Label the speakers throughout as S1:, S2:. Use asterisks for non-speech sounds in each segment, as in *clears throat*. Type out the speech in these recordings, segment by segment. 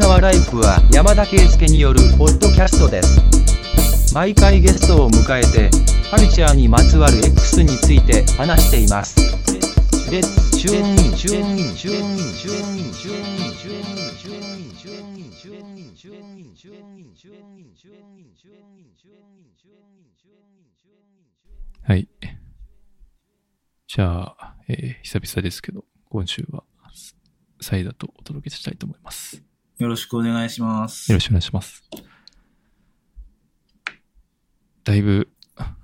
S1: 川ライフは山田圭介によるポッドキャストです毎回ゲストを迎えてカルチャーにまつわる X について話していますレッツチューンインチューンインチューンインチューンインチューンインチューンインチューンインチューンインチューンインチューンインチューンインチューンインチューンインチューンインチューンインチューンインチューンインチューン
S2: はい。じゃあ、えー久々ですけど、今週は、サイダとお届けしたいと思います。
S3: よろしくお願いします。
S2: よろしくお願いします。だいぶ、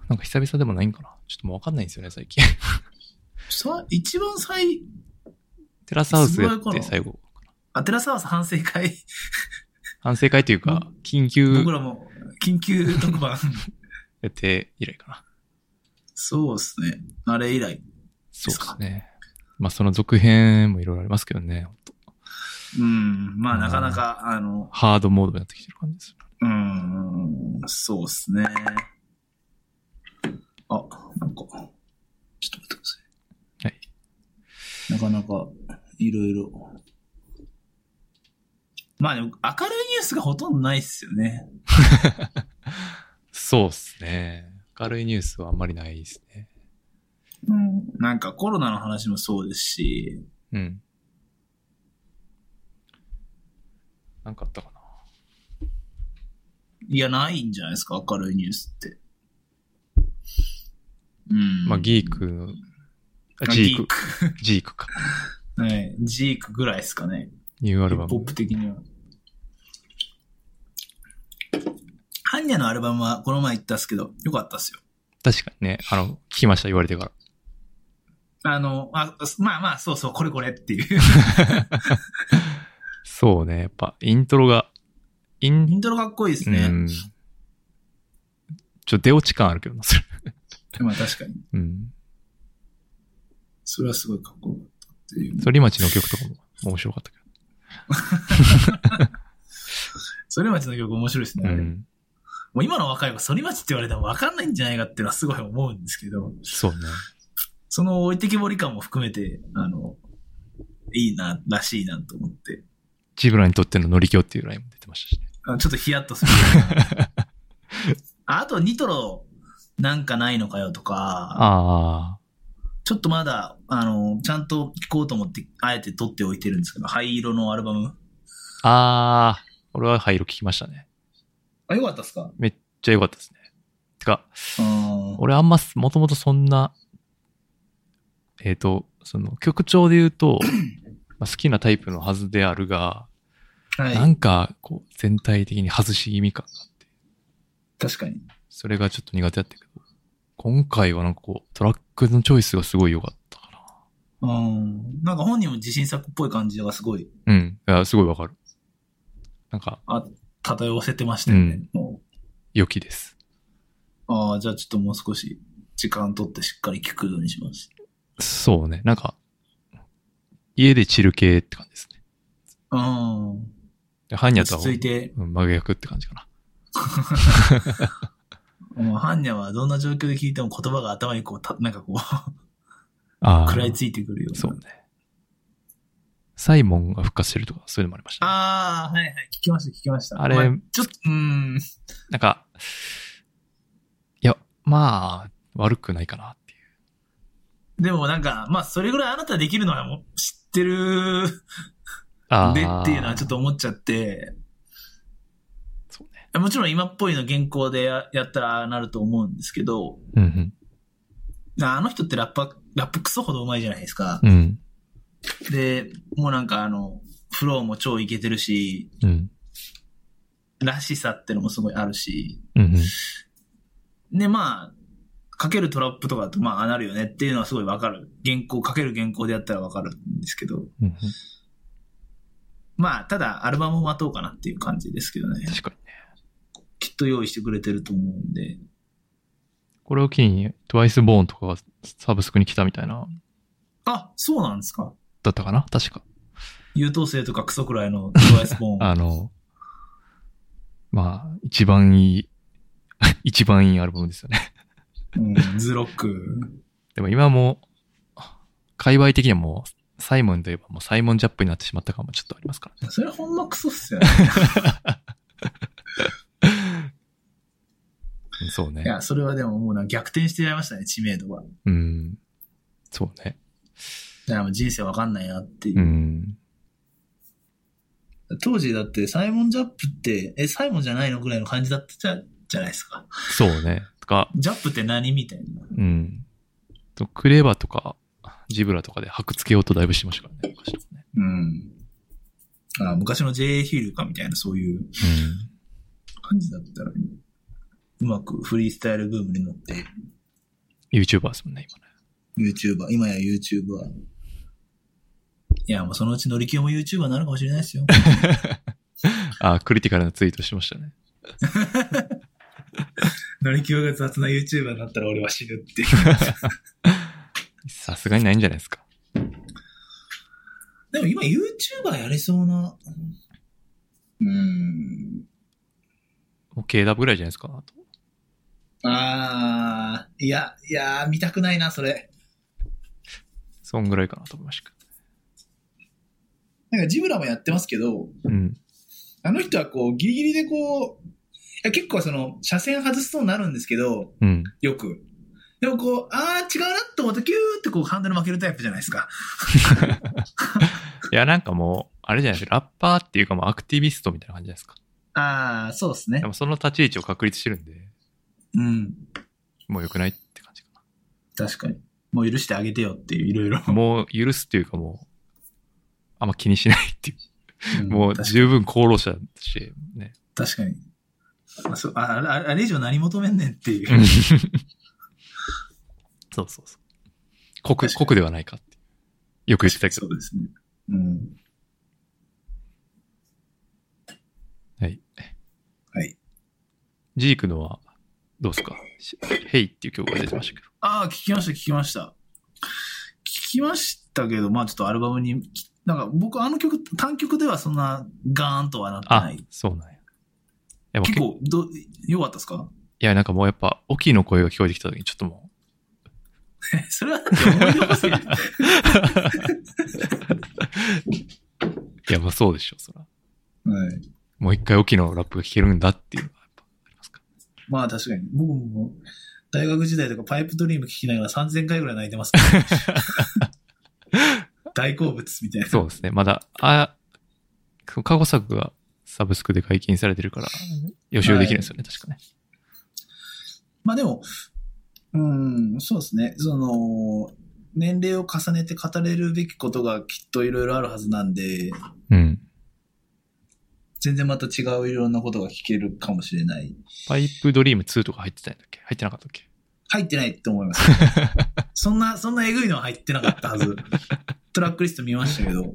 S2: なんか久々でもないんかなちょっともうわかんないんですよね、最近。 *laughs*
S3: さ一番最、
S2: テラスハウスやっ
S3: いつぐらいか
S2: て
S3: な
S2: 最後、
S3: アテラサウス反省会、
S2: 反省会というか、緊急
S3: 僕らも緊急特番。 *laughs*
S2: やって以来かな。
S3: そうですね。あれ以来。
S2: そう
S3: す
S2: で
S3: か
S2: すね。まあ、その続編もいろいろありますけどね、ほんと
S3: うん。ま
S2: う
S3: あ
S2: ん
S3: なかなか、あの、
S2: ハードモードになってきてる感じです。
S3: うん、そうですね。あ、なんか、ちょっと待ってください。
S2: はい。
S3: なかなか、いろいろ。まあでも、明るいニュースがほとんどないっすよね。
S2: *laughs* そうですね。明るいニュースはあんまりないですね。
S3: うん。なんかコロナの話もそうですし、
S2: うん。なんかあったかない
S3: や、ないんじゃないですか、明るいニュースって。うん。
S2: まあ、ギークの、あ
S3: あ
S2: ジー
S3: ギー
S2: ク、ジークか。
S3: ク。はい。ジークぐらいですかね。
S2: ニューア
S3: ヒ
S2: ル
S3: ッ
S2: バ
S3: プホッ
S2: ム。
S3: プ的には。ハンニャのアルバムはこの前言ったっすけど、よかったっすよ。
S2: 確かにね、あの、聞きました、言われてから。
S3: あの、あまあまあ、そうそう、これこれっていう。 *laughs*
S2: そうね、やっぱ、イントロが、イ
S3: イ
S2: ン、
S3: ントロかっこいいです
S2: う
S3: ね。
S2: ん。ちょ、出落ち感あるけどな、それ。
S3: まあ確かに。
S2: うん。
S3: それはすごいかっこよかったっていう。
S2: 反町の曲とかも面白かったけ
S3: 反町の曲面白いですね。
S2: ど。
S3: あ
S2: う
S3: れ
S2: ん。
S3: もう今の若い子、反町って言われたら分かんないんじゃないかっていうのはすごい思うんですけど、
S2: そうね。
S3: その置いてきぼり感も含めて、あの、いいな、らしいなと思って。
S2: ジブラにとっての乗り気っていうラインも出てましたしね。
S3: あちょっとヒヤッ
S2: *laughs*
S3: とする。ああと、ニトロなんかないのかよとか、
S2: ああ、
S3: ちょっとまだ、あの、ちゃんと聞こうと思って、あえて撮っておいてるんですけど、灰色のアルバム。
S2: ああ、俺は灰色聞きましたね。
S3: あ、よかったっすか
S2: めっちゃ良かったですね。てか、
S3: うん。
S2: 俺あんま、もともとそんな、えっ、と、その曲調で言う
S3: *clears throat*
S2: と、まあ好きなタイプのはずであるが、な
S3: はい。
S2: んか、こう、全体的に外し気味感があって、
S3: 確かに。
S2: それがちょっと苦手だったけど、今回はなんかこう、トラックのチョイスがすごい良かったか
S3: うん。なんか本人も自信作っぽい感じがすごい
S2: な。うん。いやすごいわかる。なんか、
S3: 漂わせてましたよね。も
S2: 良きです。
S3: うああ、じゃあちょっともう少し時間取ってしっかり聞くようにします。
S2: そうね。なんか、家でチル系って感じですね。
S3: うん。
S2: でハンニャと
S3: 落
S2: は
S3: ち着いて、
S2: うん真逆って感じかな。
S3: もうハンニャはどんな状況で聞いても言葉が頭にこう、たなんかこう、
S2: ああ。
S3: 食らいついてくるような。
S2: そうね。サイモンが復活してるとか、そういうのもありましたね、
S3: ああ、はいはい、聞きました、聞きました。
S2: あれ
S3: まちょっと、うん、
S2: なんか、いや、まあ、悪くないかなっていう。
S3: でもなんか、まあ、それぐらいあなたできるのはもう知ってる
S2: あ
S3: で
S2: あ
S3: っていうのはちょっと思っちゃって、
S2: そうね。
S3: もちろん今っぽいの原稿でややったらああなると思うんですけど、
S2: うん
S3: あの人ってラッパ、ラップクソほど上手いじゃないですか
S2: う。ん。うん。
S3: で、もうなんかあの、フローも超いけてるし、
S2: うん。
S3: らしさってのもすごいあるし、
S2: うん。
S3: で、まあ、かけるトラップとかだと、まあ、ああなるよねっていうのはすごいわかる。原稿、かける原稿でやったらわかるんですけど、
S2: うん。
S3: まあ、ただ、アルバムを待とうかなっていう感じですけどね。
S2: 確かにね。
S3: きっと用意してくれてると思うんで。
S2: これを機に、トワイスボーンとかがサブスクに来たみたいな、
S3: あ、そうなんですか。
S2: だったかな確か。
S3: 優等生とかクソくらいのトライス
S2: *laughs*
S3: ポーン。
S2: あの、まあ、一番い *laughs* い、一番いいアルバムですよね。 *laughs*
S3: うん、ズロック。
S2: でも今も、界隈的にはもう、サイモンといえばもうサイモンジャップになってしまった感もちょっとありますからね。
S3: それほんまクソっす
S2: *laughs*
S3: よね。
S2: うんそうね
S3: い。や、それはでももうなんか逆転してやりましたね、知名度は。
S2: うん。そうね。
S3: だからもう人生わかんないなっていうう。
S2: ん。
S3: 当時だってサイモンジャップって、え、サイモンじゃないのぐらいの感じだったじゃじゃないですか。
S2: そうね。とか、
S3: ジャップって何みたいな。
S2: うん。とクレバとか、ジブラとかで箔付けようとだいぶしましたからね。昔とかね
S3: うん。あ昔の JA ヒールかみたいな、そういう感じだったら、うまくフリースタイルブームに乗って、
S2: うん。YouTuber ですもんね、今ね。
S3: YouTuber、今や YouTuber。いや、もうそのうち乗り気も YouTuber になるかもしれないですよ。
S2: あ、クリティカルなツイートしてましたね。
S3: *laughs* 乗り気が雑な YouTuber になったら俺は死ぬっていう。
S2: さすがにないんじゃないですか。
S3: *laughs* でも今 YouTuber やりそうな。うん。
S2: もう KW ぐらいじゃないですか。あと
S3: あー、いや、いやー、見たくないな、それ。
S2: そんぐらいかなと思いましたけ
S3: なんかジブラもやってますけど、
S2: ど。うん。
S3: あの人はこう、ギリギリでこう、いや結構その、車線外すそうになるんですけど、
S2: うん。
S3: よく。でもこう、あー、違うなと思って、キューってこう、ハンドル負けるタイプじゃないですか。
S2: いや、なんかもう、あれじゃないですか。ラッパーっていうかもうアクティビストみたいな感じじゃないですか。
S3: あー、そうですね
S2: で。もその立ち位置を確立してるんで、
S3: うん。
S2: もう良くないって感じか
S3: 確かに。もう許してあげてよっていう、いろいろ。
S2: な。もう許すっていうかもう、あんま気にしないっていう。
S3: ん
S2: *laughs* もう
S3: 確か
S2: 十分功労者として
S3: *laughs*
S2: ね。
S3: 確かに。あそうあああれ以上何求めんねんっていう。
S2: そうそうそう。国、
S3: 確かに
S2: 国ではないかって。よく言ってたけ
S3: そ
S2: ど。
S3: うですね。うん。
S2: はい。
S3: はい。
S2: ジークのは、どうですかしヘイっていう曲が出てましたけど。
S3: ああ、聞きました、聞きました。聞きましたけど、まあちょっとアルバムに、きなんか僕あの曲、単曲ではそんなガーンとはなって
S2: あ
S3: な、い。
S2: そうなんや。いやもう
S3: 結
S2: 結構、
S3: 構、ど、良かったですか
S2: いや、なんかもうやっぱ、オキの声が聞こえてきた時に、ちょっと
S3: *laughs*
S2: も
S3: それはだって思い出ません。
S2: う、いや、まあそうでしょ、そら。
S3: はい。
S2: もう一回オキのラップが聞けるんだっていうのはやっぱありますか。
S3: まあ確かに。僕も、大学時代とかパイプドリーム聞きながら3000回ぐらい泣いて *laughs* ますから、大好物みたいな。
S2: そうですね。まだ、あ、過去作がサブスクで解禁されてるから、予習できるんですよね、確かね。
S3: まあでも、うん、そうですね。その、年齢を重ねて語れるべきことがきっといろいろあるはずなんで、
S2: うん。
S3: 全然また違ういろんなことが聞けるかもしれない。
S2: パイプドリーム2とか入ってたんだっけ入ってなかったっけ
S3: 入ってないと思います。 *laughs* そんな、そんなえぐいのは入ってなかったはず。トラックリスト見ましたけど。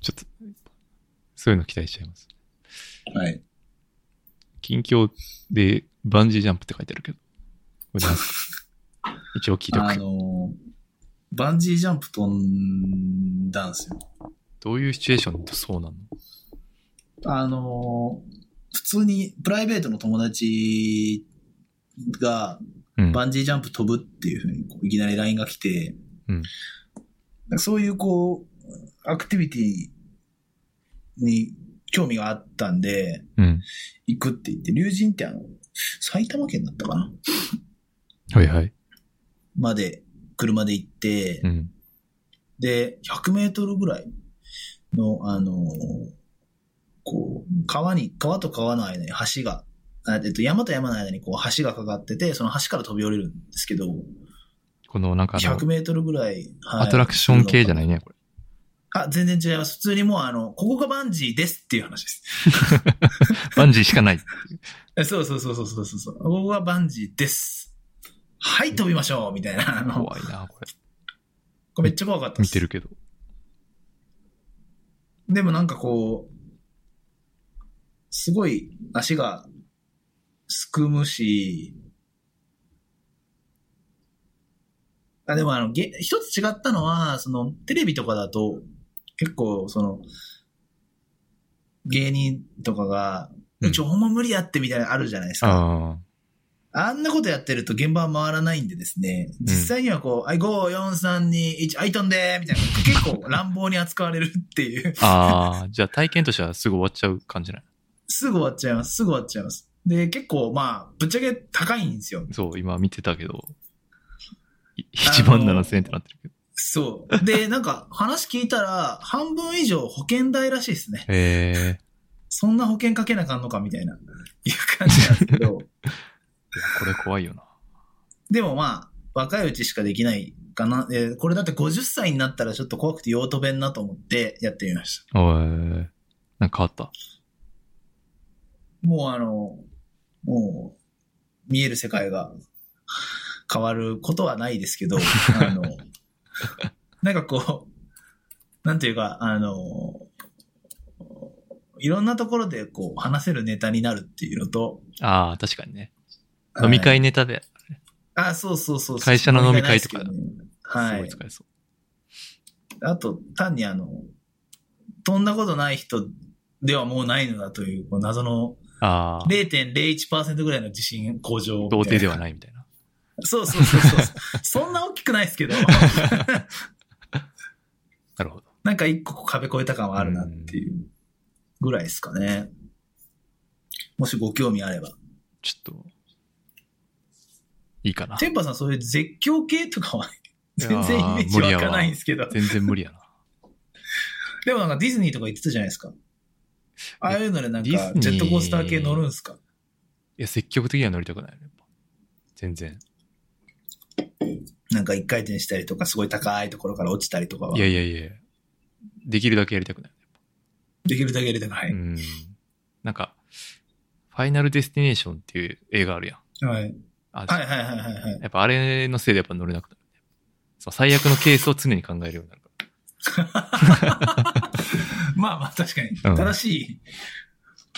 S2: ちょっと、そういうの期待しちゃいます。
S3: はい。
S2: 近況でバンジージャンプって書いてある *laughs* けど。これなんすか一応聞いと
S3: あ
S2: く。
S3: の、バンジージャンプ飛んだんですよ。
S2: どういうシチュエーションとそうなの
S3: あの、普通にプライベートの友達が、
S2: うん。
S3: バンジージャンプ飛ぶっていうふうにこういきなり LINE が来て、
S2: うん
S3: なんかそういうこう、アクティビティに興味があったんで、
S2: うん。
S3: 行くって言って、龍神ってあの、埼玉県だったかな
S2: はいはい。
S3: まで車で行って、
S2: うん。
S3: で、100メートルぐらいの、あのーこう、川に、川と川の間に橋が、あえっと、山と山の間にこう橋がかかってて、その橋から飛び降りるんですけど、
S2: このなんかあの
S3: 100、メートルぐらい、は
S2: ア
S3: い
S2: トラクション系じゃ *laughs* ないね、これ。
S3: あ、全然違います。普通にもうあの、ここがバンジーですっていう話です。
S2: バンジーしかない。
S3: えそうそうそうそうそうそうそう。ここがバンジーです。はい、飛びましょうみたいな。あの、
S2: 怖いな、これ。
S3: これめっちゃ怖かったで
S2: 見
S3: す。
S2: てる。けど。
S3: でもなんかこう、すごい足がすくむし、あ、でもあの、げ一つ違ったのは、その、テレビとかだと、結構、その、芸人とかが、
S2: うん
S3: ちょ、ほんま無理やってみたいなのあるじゃないですか。
S2: ああ。
S3: あんなことやってると現場は回らないんでですね、実際にはこう、あい、5、4、3、2、1、あい、飛んでーみたいな、結構乱暴に扱われるっていう、
S2: ああ、じゃあ体験としてはすぐ終わっちゃう感じない
S3: すぐ終わっちゃいます、すぐ終わっちゃいます。で、結構、まあ、ぶっちゃけ高いんですよ。
S2: そう、今見てたけど、い
S3: あの
S2: 1万7000円ってなってるけど。
S3: そう。で、なんか、話聞いたら、半分以上保険代らしいですね。
S2: へえ
S3: そんな保険かけなあかんのかみたいな、いう感じなんですけ *laughs* ど、
S2: これ怖いよな。
S3: でもまあ、若いうちしかできないかな。えーこれだって50歳になったらちょっと怖くて用途弁なと思ってやってみました。
S2: おい。なんか変わった。
S3: もうあの、もう、見える世界が変わることはないで
S2: *laughs*
S3: すけど、あの、なんかこう、なんていうか、あの、いろんなところでこう話せるネタになるっていうのと、
S2: ああ、確かにね。飲み会ネタで、
S3: あ、そうそうそうそう。
S2: 会社の飲み会とか
S3: 飲み会ないですけどね
S2: す
S3: は
S2: ご
S3: い
S2: い。使えそう。
S3: あと、単にあの、飛んだことない人ではもうないのだという、こう謎の
S2: ああ、
S3: 0.01%ぐらいの自信向上。
S2: 童貞ではいないみたいな。
S3: な。そうそうそうそう。そんな大きくないですけど、
S2: なるほど。
S3: なんか一個壁越えた感はあるなっていうぐらいですかね。もしご興味あれば。
S2: ちょっと、いいかな。
S3: テンパさんそういう絶叫系とかは全然イメージ
S2: いや
S3: 湧
S2: ー
S3: かないんですけど。
S2: 全然無理やな。
S3: でもなんかディズニーとか行ってたじゃないですか。ああいうのでなんか
S2: ディズニー
S3: ジェットコースター系乗るんですか
S2: いや、積極的には乗りたくないよね。やっぱ全然。
S3: なんか一回転したりとか、すごい高いところから落ちたりとかはい
S2: や、いやいや、できるだけやりたくない。
S3: できるだけ入れてない。
S2: うん。なんか、ファイナルデスティネーションっていう映画あるやん。
S3: はい。
S2: あ
S3: はいはいはいはいはい。
S2: やっぱあれのせいでやっぱ乗れなくなる。そう最悪のケースを常に考えるようになるか
S3: まあまあ確かに。
S2: うん
S3: 正しい。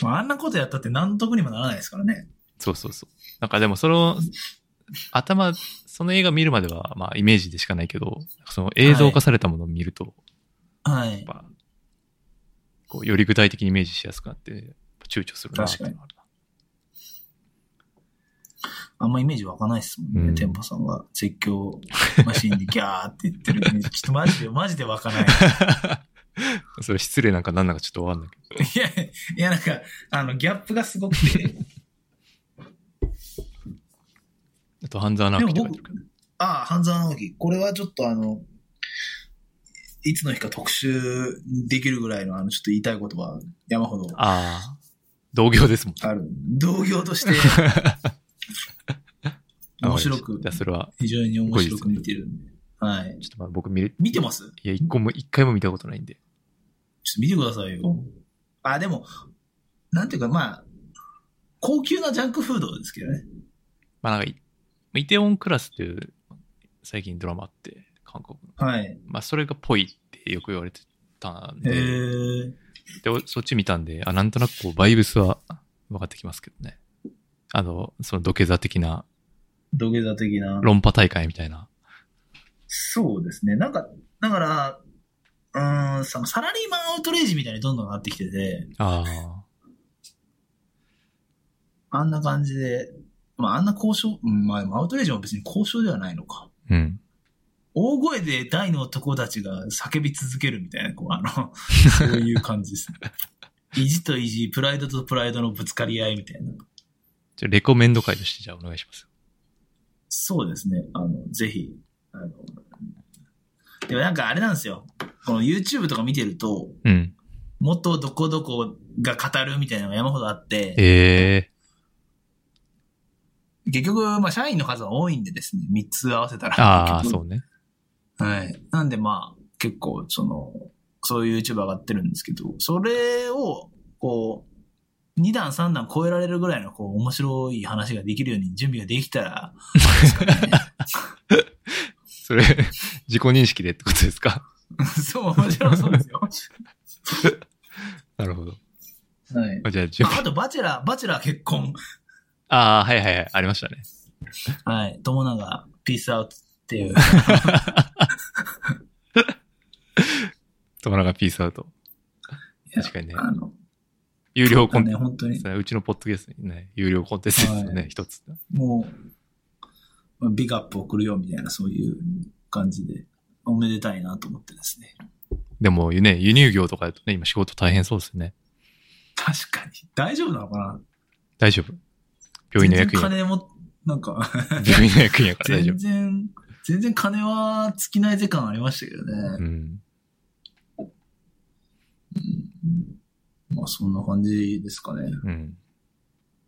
S3: まあ、あんなことやったって何得にもならないですからね。
S2: ら。そうそうそう。なんかでもその、頭、その映画見るまでは、まあイメージでしかないけど、その映像化されたものを見ると、
S3: はい。
S2: やっぱ、こう、より具体的にイメージしやすくなって、やっぱ躊躇するなっていうのはあるな。
S3: あんまイメージ湧かないですもんね。
S2: うん
S3: テンポさんが絶叫マシンでギャーって言ってるイメージ。ちょっとマジで、マジで湧
S2: *laughs*
S3: かない。 *laughs*
S2: それ失礼なんかなんなんかちょっとわかんないけど。
S3: いや、いやなんか、あの、ギャップがすごく
S2: *laughs*
S3: て。
S2: あと、半沢直樹とかやってるけど。
S3: ああ、半沢直樹。これはちょっとあの、いつの日か特集できるぐらいの、あの、ちょっと言いたいことは山ほど
S2: ああ、同業ですもん。
S3: ある。同業と
S2: *laughs*
S3: して、面白く
S2: じゃあ、それは、
S3: 非常に面白く見てるんで。はい。
S2: ちょっとまあ僕見れ、
S3: 見てます
S2: いや、一個も、一回も見たことないんで。
S3: ちょっと見てくださいよ。あ、でも、なんていうか、まあ、高級なジャンクフードですけどね。
S2: まあなんかい、イテオンクラスっていう最近ドラマあって、韓国の。
S3: はい。
S2: まあそれがぽいってよく言われてたん
S3: へ
S2: で、
S3: ー
S2: で、おそっち見たんで、あ、なんとなくこう、バイブスは分かってきますけどね。あの、その土下座的な
S3: 土下座的な。
S2: 論破大会みたいな。
S3: そうですね。なんか、だから、うーん、そのサラリーマンアウトレイジみたいにどんどんなってきてて、
S2: ああ、
S3: あんな感じで、まああんな交渉、うん、まあでもアウトレイジも別に交渉ではないのか。
S2: うん。
S3: 大声で大の男たちが叫び続けるみたいな、こう、あ *laughs* の、そういう感じですね。意地と意地、プライドとプライドのぶつかり合いみたいな。
S2: じゃあレコメンド会としてじゃあお願いします。
S3: そうですね。あの、ぜひ。あのでもなんかあれなんですよ。この YouTube とか見てると、
S2: うん。
S3: 元どこどこが語るみたいなのが山ほどあって、
S2: ええ
S3: 結局、まあ、社員の数は多いんでですね、3つ合わせたら。
S2: ああ、
S3: 結
S2: そ
S3: 局
S2: うね。
S3: はい。なんでまあ、結構、その、そういう YouTuber 上がってるんですけど、それを、こう、2段3段超えられるぐらいの、こう、面白い話ができるように準備ができたら、 *laughs* ですかね。
S2: それ、 *laughs* 自己認識でってことですか *laughs*
S3: そう、もちろんそうですよ。
S2: なるほど。
S3: はい。
S2: あじゃあ準備
S3: ああと、バチェラー、バチェラー結婚。
S2: ああ、はいはいはい、ありましたね。
S3: はい。友永、ピースアウトっていう。
S2: 友永ピースアウト。確かにね。
S3: あの、
S2: 有料コンテ
S3: ね、
S2: ンツ
S3: 本当
S2: で
S3: に
S2: す。ね。うちのポッドキャストにね、有料コンテンツですよね、一つ。
S3: もう、まあビッグアップ送るよみたいな、そういう感じで、おめでたいなと思ってですね。
S2: でもね、輸入業とかだとね、今仕事大変そうですね。
S3: 確かに。大丈夫なのかな
S2: 大丈夫。病院の役員。
S3: 全然金も、なんか、
S2: 病院の役員やから大丈
S3: 全然、全然金は尽きない時間ありましたけどね。
S2: 夫。うん。
S3: まあそんな感じですかね。
S2: うん。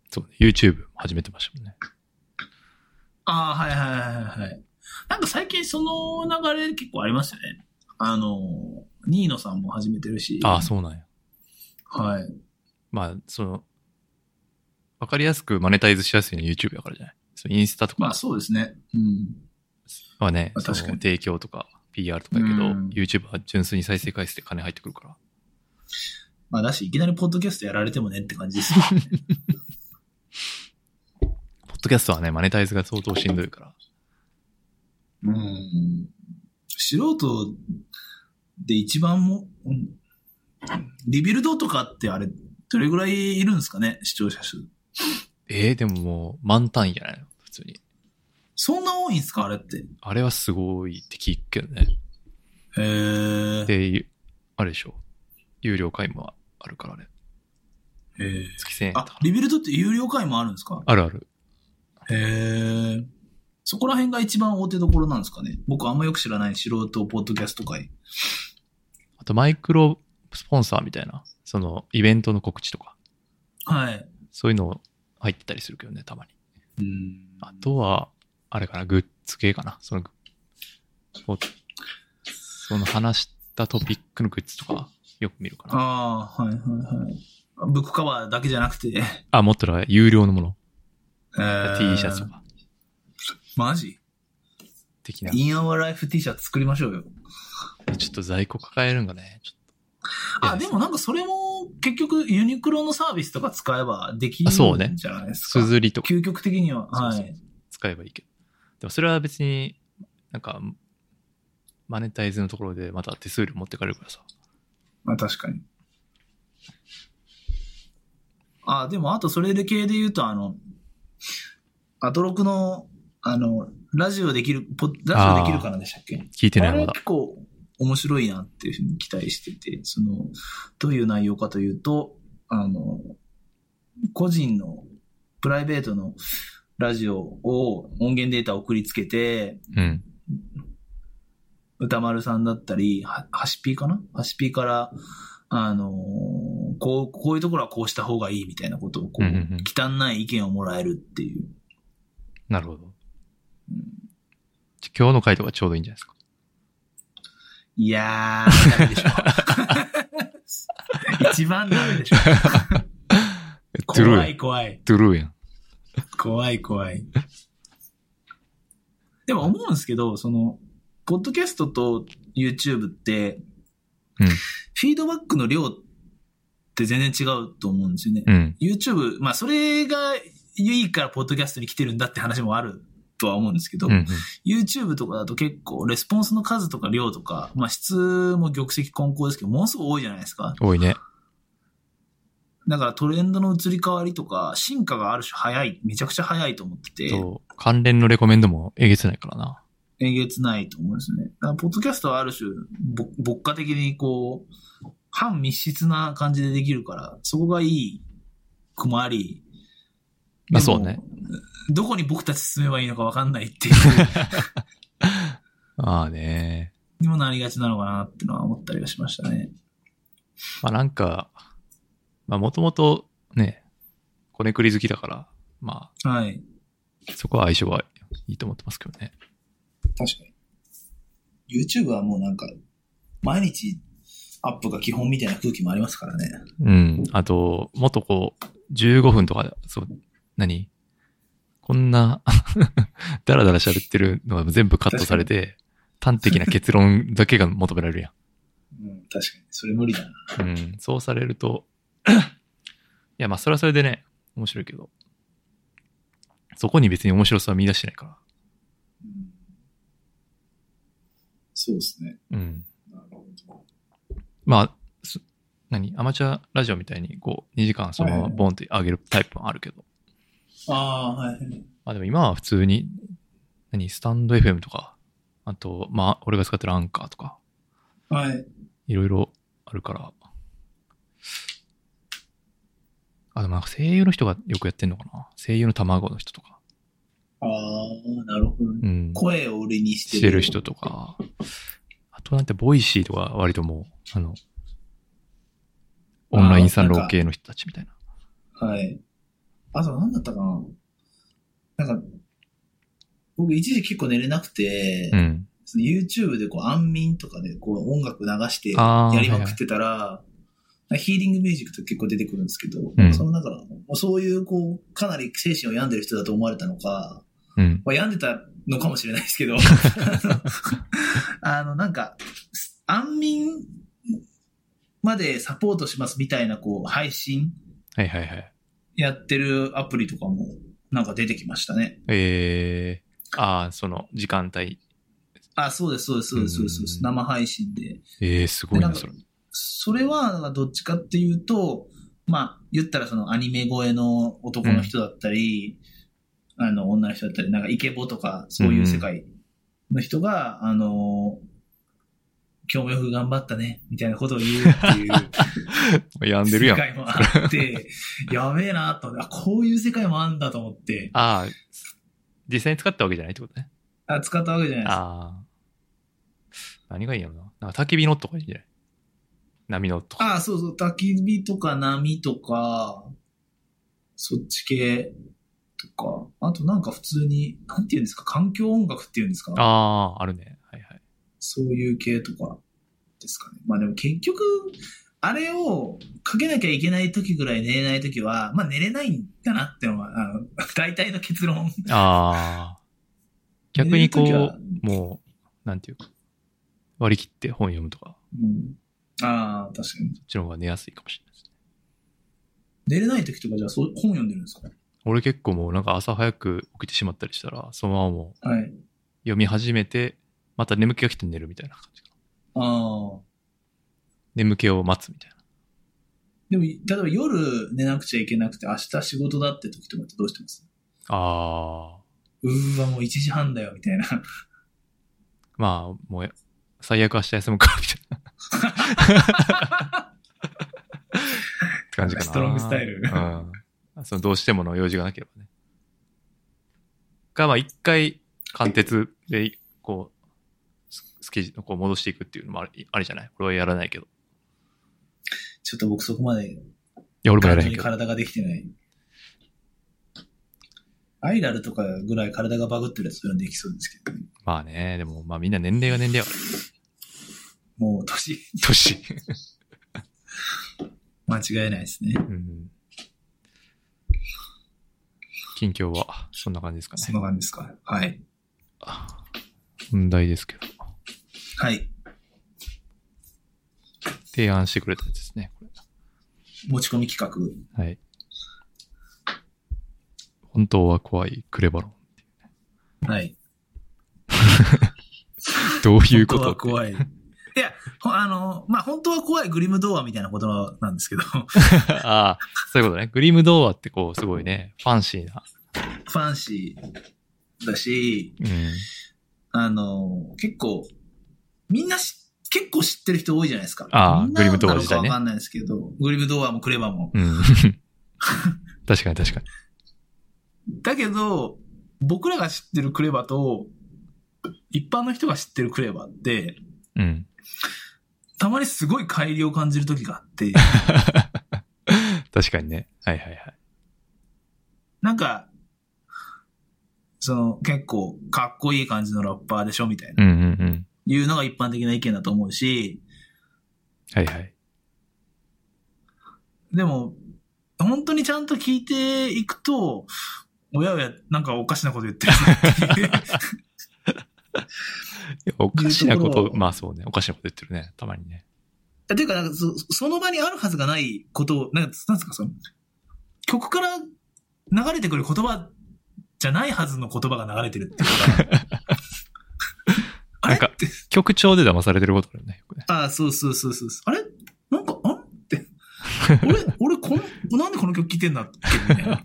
S2: そう、ね、YouTube 始めてましたもんね。
S3: ああ、はいはいはいはい。なんか最近その流れ結構ありますよね。あの、ニーノさんも始めてるし。
S2: ああ、そうなんや。
S3: はい。
S2: まあ、その、わかりやすくマネタイズしやすいのは YouTube だからじゃない。そのインスタと
S3: まあ
S2: か
S3: そうですね。うん。
S2: はね、
S3: まあ
S2: その
S3: 確かに
S2: 提供とか PR とかやけど、
S3: うん
S2: YouTube は純粋に再生回数で金入ってくるから。
S3: まあだし、いきなりポッドキャストやられてもねって感じです
S2: *laughs*
S3: よね。
S2: ポッドキャストはね、マネタイズが相当しんどいから。
S3: うん。素人で一番も、うん、リビルドとかってあれ、どれぐらいいるんですかね視聴者数。
S2: ええでももう満タンじゃないの普通に。
S3: そんな多いんですかあれって。
S2: あれはすごいって聞くけどね。
S3: へー
S2: で、ゆあれでしょ。有料会もあるからね。
S3: へー
S2: 月1000円と
S3: あ
S2: か、。
S3: リビルドって有料会もあるんですか
S2: あるある。
S3: へーそこら辺が一番大手どころなんですかね僕あんまよく知らない素人ポッドキャスト会。
S2: あとマイクロスポンサーみたいな、そのイベントの告知とか、
S3: はい。
S2: そういうの入ってたりするけどね、たまに。
S3: うん
S2: あとは、あれかな、グッズ系かな。その、こうその話したトピックのグッズとか、よく見るかな。
S3: ああ、はいはいはい。ブックカバーだけじゃなく
S2: *laughs*
S3: て、え
S2: あ、もっとら有料のもの。
S3: ー
S2: T シャツと。か、
S3: マジ
S2: 的な。ち
S3: ?In Our Life T シャツ作りましょうよ。
S2: ょっと在庫抱えるんがね、ちょっと。
S3: あ、でもなんかそれも結局ユニクロのサービスとか使えばできる
S2: あそうね
S3: んじゃないですか。
S2: すずりとか
S3: 究極的には。は
S2: そうそ
S3: い。
S2: 使えばいいけど。でもそれは別に、なんか、マネタイズのところでまた手数料持ってかれるからさ。
S3: まあ確かに。あ、でもあとそれで系で言うと、あの、アトロクの、あの、ラジオできる、ポッラジオできるからでしたっけ
S2: 聞いてない
S3: あ
S2: ま
S3: れは
S2: だ。
S3: 結構面白いなっていうふうに期待してて、その、どういう内容かというと、あの、個人のプライベートのラジオを音源データを送りつけて、
S2: うん。
S3: 歌丸さんだったり、は、はしぴーかなはしぴーから、あのーこう、こういうところはこうした方がいいみたいなことを、こう、
S2: うんうんうん
S3: 汚い意見をもらえるっていう。
S2: なるほど
S3: うん。
S2: じゃ今日の回とかちょうどいいんじゃないですか。
S3: いやー、ダメでしょ。 *laughs* 一番ダメ
S2: *laughs*
S3: でしょ。
S2: ドゥルー
S3: 怖
S2: やん
S3: い。怖い。
S2: ドゥルーやん。
S3: 怖い怖い。でも思うんですけど、その、ポッドキャストと YouTube って、
S2: うん
S3: フィードバックの量って全然違うと思うんですよね。
S2: うん。
S3: YouTube、まあそれがいいからポッドキャストに来てるんだって話もあるとは思うんですけど、
S2: うんうん。
S3: YouTube とかだと結構レスポンスの数とか量とか、まあ質も玉石混交ですけど、ものすごい多いじゃないですか。
S2: 多いね。
S3: だからトレンドの移り変わりとか、進化がある種早い、めちゃくちゃ早いと思ってて、
S2: そう。関連のレコメンドもえげつないからな。
S3: えげつないと思うんですね。だからポッドキャストはある種、ぼ牧歌的にこう、反密室な感じでできるから、そこがいいくもあり、
S2: まあ
S3: で
S2: そ
S3: も
S2: うね。。
S3: どこに僕たち進めばいいのか分かんないって
S2: *laughs*
S3: いう、
S2: ああね。
S3: にもなりがちなのかなってのは思ったりはしましたね。
S2: まあなんか、まあもともとね、コネクリ好きだから、ま
S3: はい。
S2: あそこは相性はいいと思ってますけどね。
S3: 確かに。YouTube はもうなんか、毎日アップが基本みたいな空気もありますからね。
S2: うん。あと、もっとこう、15分とかで、そう、何こんな、 *laughs* ダラダラ喋ってるのが全部カットされて、端的な結論だけが求められるや
S3: うん、確かに。それ無理だな。
S2: ん。うん。 *laughs* そうされると、いや、まあ、それはそれでね、面白いけど、そこに別に面白さは見出してないか
S3: うんそうですね。
S2: ら。うん。
S3: なるほど。
S2: まあ、す何アマチュアラジオみたいに、こう、2時間そのままボンって上げるタイプもあるけど。
S3: ああ、はいはい。
S2: まあでも今は普通に、何、スタンド FM とか、あと、まあ、俺が使ってるアンカーとか、
S3: はい。
S2: いろいろあるから。あ、でもなんか声優の人がよくやってんのかな声優の卵の人とか。
S3: ああ、なるほどね。
S2: うん。
S3: 声を売りにして
S2: し
S3: る。
S2: てる人とか。あとなんて、ボイシーとか割ともう、あの、オンライン産老系の人たちみたいな。
S3: はい。あと何だったかななんか、僕一時結構寝れなくて、
S2: うん。
S3: その YouTube でこう安眠とかでこう音楽流してや
S2: ああ。
S3: りまくってたら、なんかヒーリングミュージックとか結構出てくるんですけど、
S2: うん
S3: その中の、もうそういうこう、かなり精神を病んでる人だと思われたのか、
S2: はいはいうん。
S3: まあ、病んでたのかもしれないですけど、あの、なんか、安眠までサポートしますみたいなこう配信
S2: はいはいはい。
S3: やってるアプリとかもなんか出てきましたね。
S2: えー、ああ、その、時間帯。
S3: あ、そうです、そうです、そうです、そうですそうで
S2: う
S3: す。
S2: ん
S3: 生配信で。
S2: えー、すご
S3: で
S2: い
S3: なん
S2: な、
S3: か
S2: それ。
S3: それは、なんかどっちかっていうと、まあ、言ったらそのアニメ声の男の人だったり、あの、女の人だったり、なんかイケボとか、そういう世界の人が、あの、今日もよく頑張ったね、みたいなことを言うっ
S2: *laughs*
S3: ていう
S2: 病んでるや
S3: 世
S2: ん。あ
S3: 界もあって、やべえなと思って、あ、こういう世界もあんだと思って、
S2: あー、実際に使ったわけじゃないってことね。
S3: あ使ったわけじゃないですか。
S2: ああ。何がいいんやろな。なんか焚き火のとかいいんじゃない波のとか。
S3: ああ、そうそう、焚き火とか波とか、そっち系とか、あとなんか普通に、なんていうんですか、環境音楽っていうんですか、
S2: ああ、あるね。はいはい。
S3: そういう系とかですかね。まあでも結局、あれをかけなきゃいけない時ぐらい寝れない時は、まあ寝れないんだなっていうのは、あの *laughs* 大体の結論。
S2: ああ。逆にこ
S3: 寝れる時は
S2: う、もう、なんていうか、割り切って本読むとか、
S3: うん、ああ、確かに。
S2: そっちの方が寝やすいかもしれないですね。
S3: 寝れない時とかじゃあそう本読んでるんですか
S2: 俺結構もうなんか朝早く起きてしまったりしたら、そのままもう
S3: はい。
S2: 読み始めて、また眠気が来て寝るみたいな感じかな。
S3: ああ。
S2: 眠気を待つみたいな。
S3: でも、例えば夜寝なくちゃいけなくて、明日仕事だって時とかってどうしてます
S2: ああ。
S3: うーわ、もう1時半だよ、みたいな。 *laughs*
S2: まあ、もうや、最悪明日休むか、みたいな。
S3: *laughs*
S2: って感じかな。
S3: ストロングスタイル
S2: うん。そのどうしてもの用事がなければね。か、まあ、一回、貫徹で、こう、ススケジュールをこう戻していくっていうのもありありじゃない俺はやらないけど。い
S3: ちょっと僕そこまで、
S2: や、俺もやら
S3: 本当
S2: ない
S3: に
S2: けど。
S3: 体ができてない。アイラルとかぐらい体がバグってるやつ読んでいきそうですけどね。
S2: まあね、でも、まあみんな年齢が年齢やから。
S3: もう年、 *laughs*
S2: 年。
S3: 間違いないです *laughs* ね。
S2: うん。近況は、そんな感じですか
S3: そん
S2: ね。
S3: な感じですか。はい。
S2: 問題ですけど。
S3: はい。
S2: 提案してくれたやつですね。こ
S3: 持ち込み企
S2: れはい。本当は怖いクレバロン。
S3: 画。はい。
S2: どういうこ
S3: 本
S2: と
S3: 当は怖
S2: *laughs*
S3: い。いや、ほあの、まあ、本当は怖いグリム童話みたいな言葉なんですけど、 *laughs* フ
S2: ああ、そういうことね。グリム童話ってこう、すごいね、ファンシーな。
S3: ァンシーだし、
S2: うん。
S3: あの、結構、みんなし、結構知ってる人多いじゃないですか。
S2: ああ
S3: みんなな
S2: グ
S3: の
S2: リム童話自体ね
S3: かわかんないですけど、グリム童話もクレバも。
S2: *laughs* うん。確かに確かに。
S3: だけど、僕らが知ってるクレバと、一般の人が知ってるクレバって、
S2: うん。
S3: たまにすごい乖離を感じる時があ
S2: *laughs*
S3: って、
S2: 確かにね。はいはいはい。
S3: なんか、その、結構、かっこいい感じのラッパーでしょみたいな
S2: う、んうんうん。
S3: いうのが一般的な意見だと思うし、
S2: はいはい。
S3: でも、本当にちゃんと聞いていくと、おやおや、なんかおかしなこと言っ
S2: *laughs*
S3: てるなっていう
S2: いやおかしなこ
S3: いうと
S2: と
S3: こ、ろ
S2: まあそうね。おかしなこと言ってるね。たまにね。
S3: ていうか、なんかそ、その場にあるはずがないことを、なんか、なんですか、その、曲から流れてくる言葉じゃないはずの言葉が流れてるってい
S2: *laughs*
S3: うか。あれ
S2: なんか
S3: って、
S2: 曲調で騙されてることだよね。よくね
S3: ああ、そうそうそうそうそう。あれなんか、あんって。俺、俺この、なんでこの曲聴いてんだっけみたい
S2: *laughs*
S3: な。っ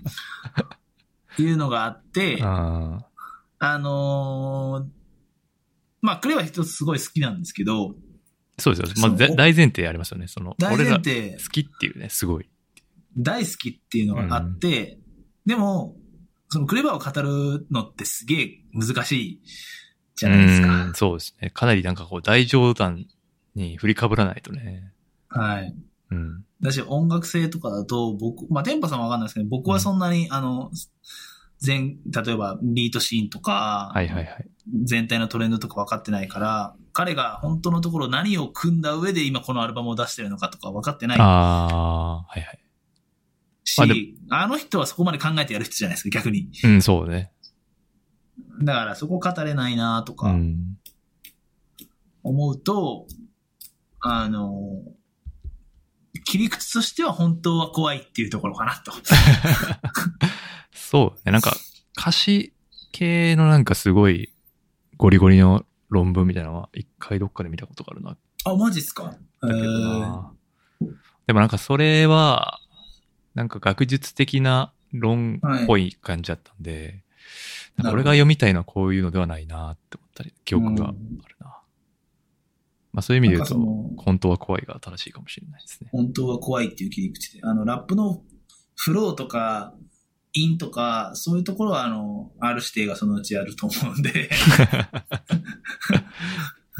S3: ていうのがあって、
S2: ああ。
S3: あのーまあ、クレイは一つすごい好きなんですけど、
S2: そうです
S3: そ
S2: よ。
S3: う
S2: まあ、ぜ大前提ありますよね。その、
S3: 大
S2: 俺
S3: 前
S2: ら好
S3: 提、
S2: きっていうね、すごい。
S3: 大好きっていうのがあって、でも、そのクレバーを語るのってすげえ難しいじゃないです
S2: う
S3: か
S2: ん。そうですね。かなりなんかこう、大冗談に振りかぶらないとね。
S3: はい。
S2: うん。
S3: だし、音楽性とかだと、僕、まあ、テンパさんはわかんないですけど、僕はそんなに、あの、全、例えばビートシーンとか、
S2: はいはいはい。
S3: 全体のトレンドとか分かってないから、彼が本当のところ何を組んだ上で今このアルバムを出してるのかとか分かってない
S2: ああ、はいはい。
S3: し、
S2: まあ
S3: あ
S2: でも
S3: の人はそこまで考えてやる人じゃないですか、逆に。
S2: うん、そうね。
S3: だからそこ語れないなと
S2: う
S3: か
S2: ん。
S3: 思うと、あの、切り口としては本当は怖いっていうところかな
S2: *laughs*
S3: と。
S2: そうね。なんか、歌詞系のなんかすごい、ゴリゴリの論文みたいなのは、一回どっかで見たことがあるな。
S3: あ、マジっすか
S2: だけどな。でもなんかそれは、なんか学術的な論っぽい感じだったんで、
S3: い
S2: なんか俺が読みたいのはこういうのではないなって思ったり、記憶があるな。まあそういう意味で言う
S3: なん
S2: と、
S3: かその
S2: 本当は怖いが正しいかもしれないですね。
S3: 本当は怖いっていう切り口で、あの、ラップのフローとか、韻とか、そういうところは、あの、R 指定がそのうちやると思うんで、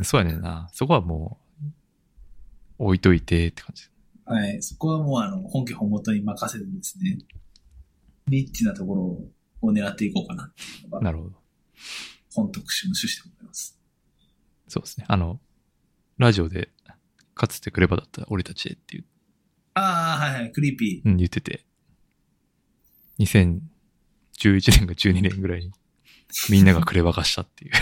S2: そうやねんな。そこはもう、置いといてって感じ。
S3: はい、そこはもう、あの、本家本元に任せてですね、リッチなところを狙っていこうかな、
S2: なるほど。
S3: 本特集の趣旨でございます。
S2: そうですね。あの、ラジオで、かつてくればだったら俺たちへっていう
S3: ああ、はいはい、クリーピ
S2: うん、言ってて。2011年か12年ぐらいに、みんながクレバ化したっていう。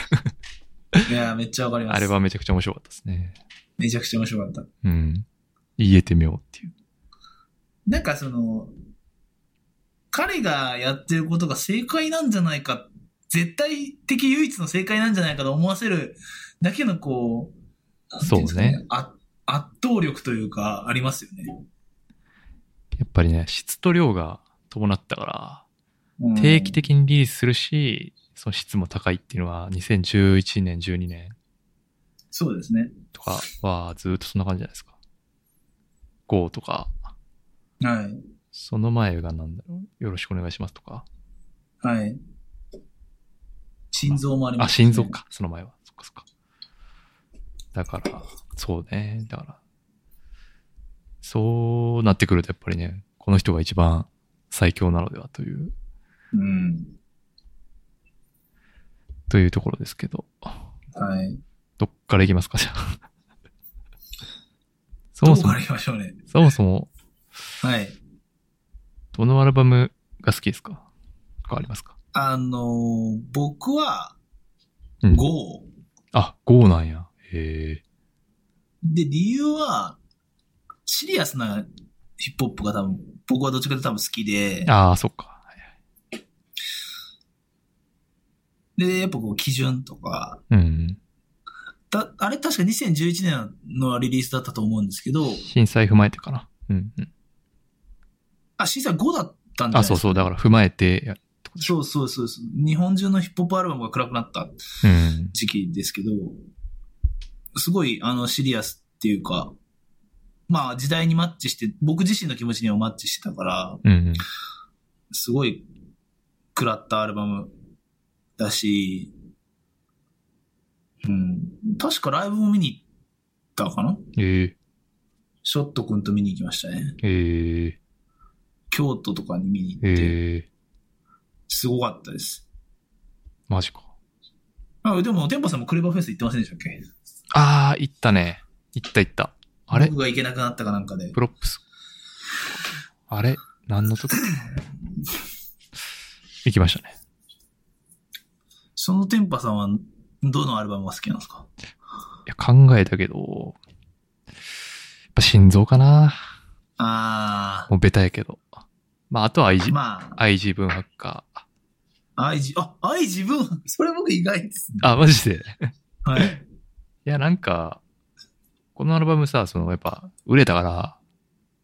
S2: *laughs*
S3: ー。いやー、めっちゃわかります。
S2: あれはめちゃくちゃ面白かったですね。
S3: めちゃくちゃ面白かった。
S2: うん。言えてみようっていう。
S3: なんかその、彼がやってることが正解なんじゃないか、絶対的唯一の正解なんじゃないかと思わせるだけのこう、なんていんですか
S2: そう
S3: あ圧倒力というか、ありますよね。
S2: やっぱりね、質と量が伴ったか
S3: うん
S2: ら、定期的にリリースするし、その質も高いっていうのは、2011年、12年
S3: そうですね。
S2: とかは、ずーっとそんな感じじゃないですか。GO とか、
S3: はい。
S2: その前がなんだろう、よろしくお願いしますとか。
S3: はい。心臓もありま
S2: あ、
S3: すね、
S2: 心臓か、その前は。そっかそっか。だから、そうね。だから、そうなってくるとやっぱりね、この人が一番最強なのではという、
S3: うん。
S2: というところですけど、
S3: はい。
S2: どっからいきますか、じゃあ。そ
S3: *laughs* ど
S2: も
S3: う
S2: そも
S3: から、いきましょうね。
S2: そもそも、
S3: はい。
S2: どのアルバムが好きですかとかありますか
S3: あのー僕は、
S2: うん
S3: 5。
S2: あ、GO なんや。へえ。
S3: で、理由は、シリアスなヒップホップが多分、僕はどっちかというと多分好きで、
S2: ああ、そっか。はいはい
S3: で、やっぱこう、基準とか、
S2: うん。
S3: だあれ確か2011年のリリースだったと思うんですけど、
S2: 震災踏まえてかな。うん、うん。
S3: あ、審査5だったんじ
S2: あ、
S3: ゃないですか
S2: そうそう。だから踏まえてや、
S3: そうそうそうそう。日本中のヒップホップアルバムが暗くなった
S2: うん。
S3: 時期ですけど、すごい、あの、シリアスっていうか、まあ、時代にマッチして、僕自身の気持ちにもマッチしてたから、
S2: うん、うん。
S3: すごい食らったアルバムだし、うん、確かライブも見に行ったかな
S2: ええ
S3: ショット君と見に行きましたね。
S2: ええ
S3: 京都とかに見に行って、
S2: ええ
S3: すごかったです。
S2: マジか。
S3: あでも、テンポさんもクレバーフェス行ってませんでしたっけ
S2: ああ、行ったね。行った行った。あれ
S3: 僕が行けなくなったかなんかで。
S2: プロップス。あれ何の時行きましたね。
S3: そのテンパさんは、どのアルバムが好きなんですか
S2: いや、考えたけど、やっぱ心臓かな。
S3: あ
S2: もうベタやけど。まあ、あとは IG、
S3: ー、ま
S2: IG 文学か。
S3: あ、愛じ、あ、愛自分、 *laughs* それ僕意外ですね。
S2: あ、マジで。
S3: はい。
S2: いや、なんか、このアルバムさ、その、やっぱ、売れたから、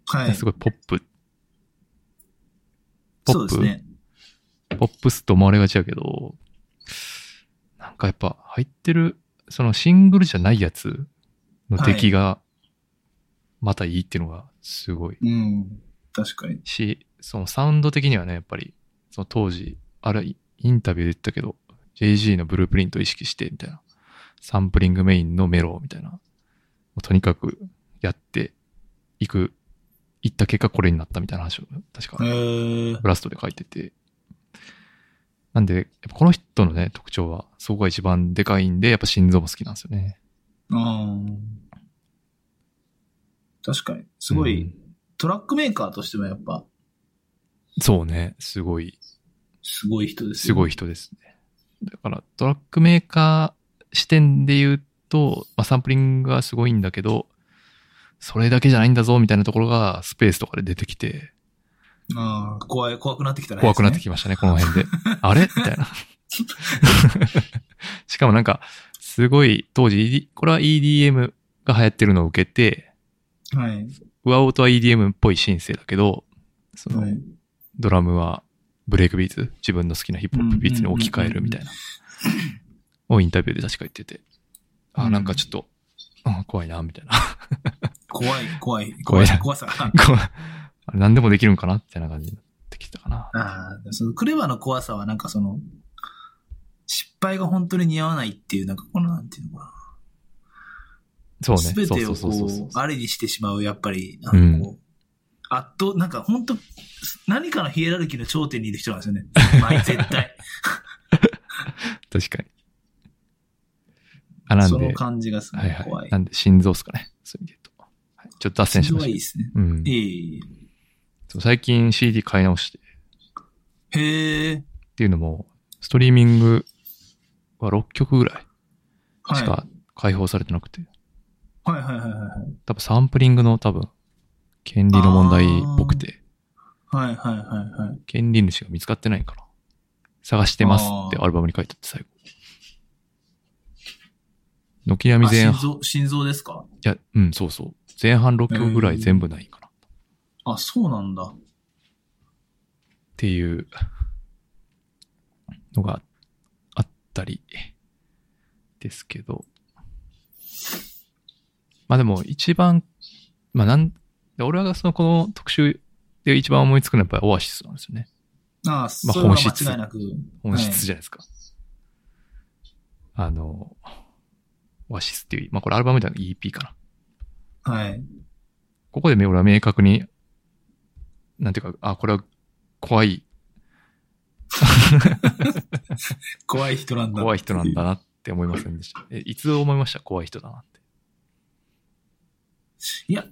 S3: はい。
S2: すごいポップ。ポ
S3: そう
S2: ッ
S3: です
S2: プ、
S3: ね。
S2: ポップスと思われがちやけど、なんかやっぱ入ってる、そのシングルじゃないやつの出来が、またいいっていうのがすごい。
S3: うん。確かに。
S2: し、そのサウンド的にはね、やっぱり、その当時、あれ、インタビューで言ったけど、JG のブループリントを意識して、みたいな。サンプリングメインのメロみたいな。もうとにかくやっていく、いった結果これになったみたいな話を、確
S3: へ
S2: か、
S3: ー
S2: ブラストで書いてて。なんで、やっぱこの人のね、特徴は、そこが一番でかいんで、やっぱ心臓も好きなんですよね。
S3: あー確かに。すごい、
S2: うん
S3: トラックメーカーとしてもやっぱ、
S2: そうね、すごい
S3: すごい人です
S2: すごい人ですね。だから、トラックメーカー視点で言うと、まあ、サンプリングがすごいんだけど、それだけじゃないんだぞ、みたいなところが、スペースとかで出てきて、
S3: ああ、怖い、怖くなってきたね。
S2: 怖くなってきましたね、この辺で。あれみたいな。しかもなんか、すごい、当時、ED これは EDM が流行ってるのを受けて、
S3: はい。
S2: 上音は EDM っぽいシンセだけど、その
S3: はい、
S2: ドラムはブレイクビーツ、自分の好きなヒップホップビーツに置き換えるみたいな、をインタビューで確か言ってて、あ、なんかちょっと、うん怖いな、みたいな。 *laughs*
S3: 怖い、怖い、
S2: 怖
S3: 怖
S2: い
S3: い
S2: な、
S3: *laughs* 怖さ。あ
S2: こうあれ何でもできるんかなみたいな感じになってきたかな。
S3: あ、そのクレバの怖さはなんかその、失敗が本当に似合わないっていう、なんかこの、なんていうのか
S2: そう
S3: な。
S2: ね。
S3: す
S2: そ
S3: べ
S2: う
S3: て
S2: そ
S3: を
S2: うそうそ
S3: こ
S2: う
S3: う、。あれにしてしまう、やっぱり、なんかこう、圧倒、なんか本当、何かのヒエラルキーの頂点にいる人なんですよ
S2: *laughs*
S3: ね。毎絶対。
S2: 確かに。あ、なん
S3: そ
S2: で、
S3: の感じがすご
S2: はい
S3: い
S2: は
S3: 怖
S2: い。
S3: い。
S2: なんで、心臓っすかね。そういう意味で言うと。はいちょっと脱線し
S3: 心
S2: ま
S3: 臓はいい
S2: し
S3: ですね。
S2: た。うん
S3: い。えいえい
S2: そう最近 CD 買い直して、
S3: え。へえ。
S2: っていうのも、ストリーミングは6曲ぐらい
S3: は
S2: し
S3: い。
S2: か解放されてなくて、
S3: はいはいはいはい。
S2: 多分サンプリングの多分、権利の問題っぽくて、
S3: はいはいはいはい。
S2: 権利主が見つかってないんかな。探してますって
S3: あ
S2: アルバムに書いてあって最後。軒並み前半、
S3: あ
S2: い
S3: 心臓、心臓ですか
S2: や、うん、そうそう。前半6曲ぐらい全部ないんかな。っ
S3: あ、そうなんだ。
S2: ていうのがあったりですけど。まあでも一番、まあなん、俺はそのこの特集で一番思いつくのはやっぱりオアシスなんですよね。
S3: ああ、そ
S2: まあ
S3: ういうのは
S2: 本質
S3: 間違いなく。
S2: 本質じゃないですか。あの、オアシスっていう、まあこれアルバムでは EP かな。
S3: はい。
S2: ここでね俺は明確に、なんていうか、あ、これは怖い、
S3: 怖い人なんだ。
S2: 怖い人なんだなって思いませんでした。え、いつ思いました怖い人だなって。
S3: いや、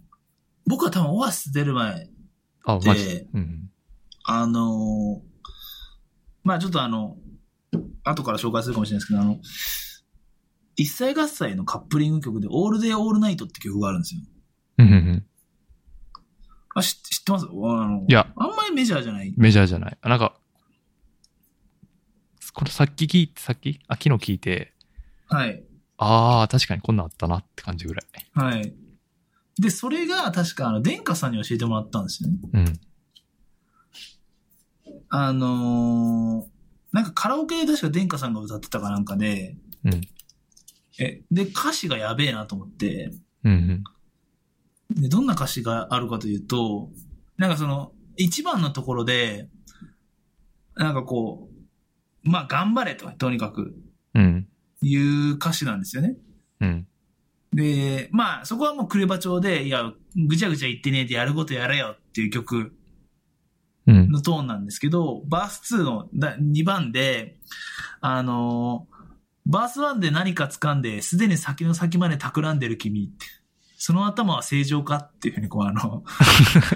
S3: 僕は多分オアシス出る前、
S2: あ、マジで。うん。
S3: あのーまあちょっとあの、後から紹介するかもしれないですけど、あの、一歳合歳のカップリング曲で、オールデイオールナイトって曲があるんですよ。
S2: うんうんうん。
S3: あ、知知ってますあの
S2: いや、
S3: あんまりメジャーじゃない。
S2: メジャーじゃない。あ、なんか、これさっき聞いて、さっきあ、昨日聞いて、
S3: はい。
S2: ああ、確かにこんなんあったなって感じぐらい。
S3: はい。で、それが確か、あの、殿下さんに教えてもらったんですよね。
S2: うん。
S3: あのーなんかカラオケで確か殿下さんが歌ってたかなんかで、
S2: うん
S3: え、で、歌詞がやべえなと思って、
S2: うんうん。
S3: で、どんな歌詞があるかというと、なんかその、一番のところで、なんかこう、まあ、頑張れと、とにかく、
S2: うん。
S3: いう歌詞なんですよね。
S2: うん。
S3: で、まあ、そこはもうクレバ調で、いや、ぐちゃぐちゃ言ってねえでやることやれよっていう曲
S2: うん。
S3: のトーンなんですけど、バース2のだ2番で、あのーバース1で何か掴んで、すでに先の先まで企んでる君って、その頭は正常かっていうふうにこうあの、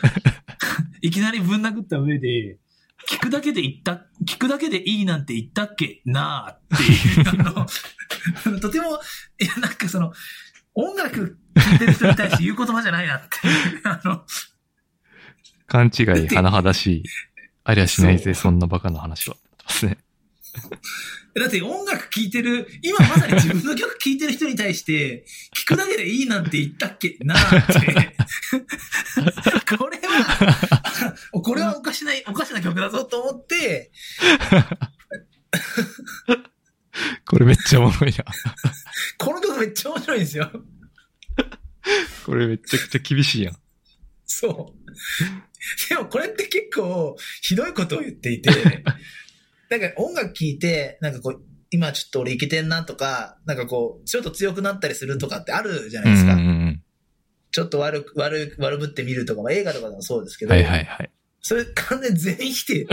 S3: *laughs* いきなりぶん殴った上で、聞くだけで言った、聞くだけでいいなんて言ったっけなあっていう、あのあの、と *laughs* ても、いや、なんかその、音楽聴いてる人に対して言う言葉じゃないなっていう、あの、
S2: 勘違い、甚だしい。ありゃしないぜ、そんなバカな話は。ますね。
S3: だって音楽聴いてる、今まさに自分の曲聴いてる人に対して、聞くだけでいいなんて言ったっけなあって。 *laughs* これは、 *laughs* これはおかしな、おかしな曲だぞと思って、
S2: これめっちゃおもろいな。
S3: この曲めっちゃ面白いんですよ。 *laughs*
S2: これめちゃくちゃ厳しいやん。
S3: そう。でもこれって結構ひどいことを言っていて、なんか音楽聴いて、なんかこう、今ちょっと俺イケてんなとか、なんかこう、ちょっと強くなったりするとかってあるじゃないですか。
S2: ん
S3: ちょっと悪く、悪く、悪ぶってみるとか、まあ映画とかでもそうですけ
S2: うん。
S3: ど、
S2: はいはいはい。
S3: それ完全に全否定っ
S2: *laughs*
S3: ていう。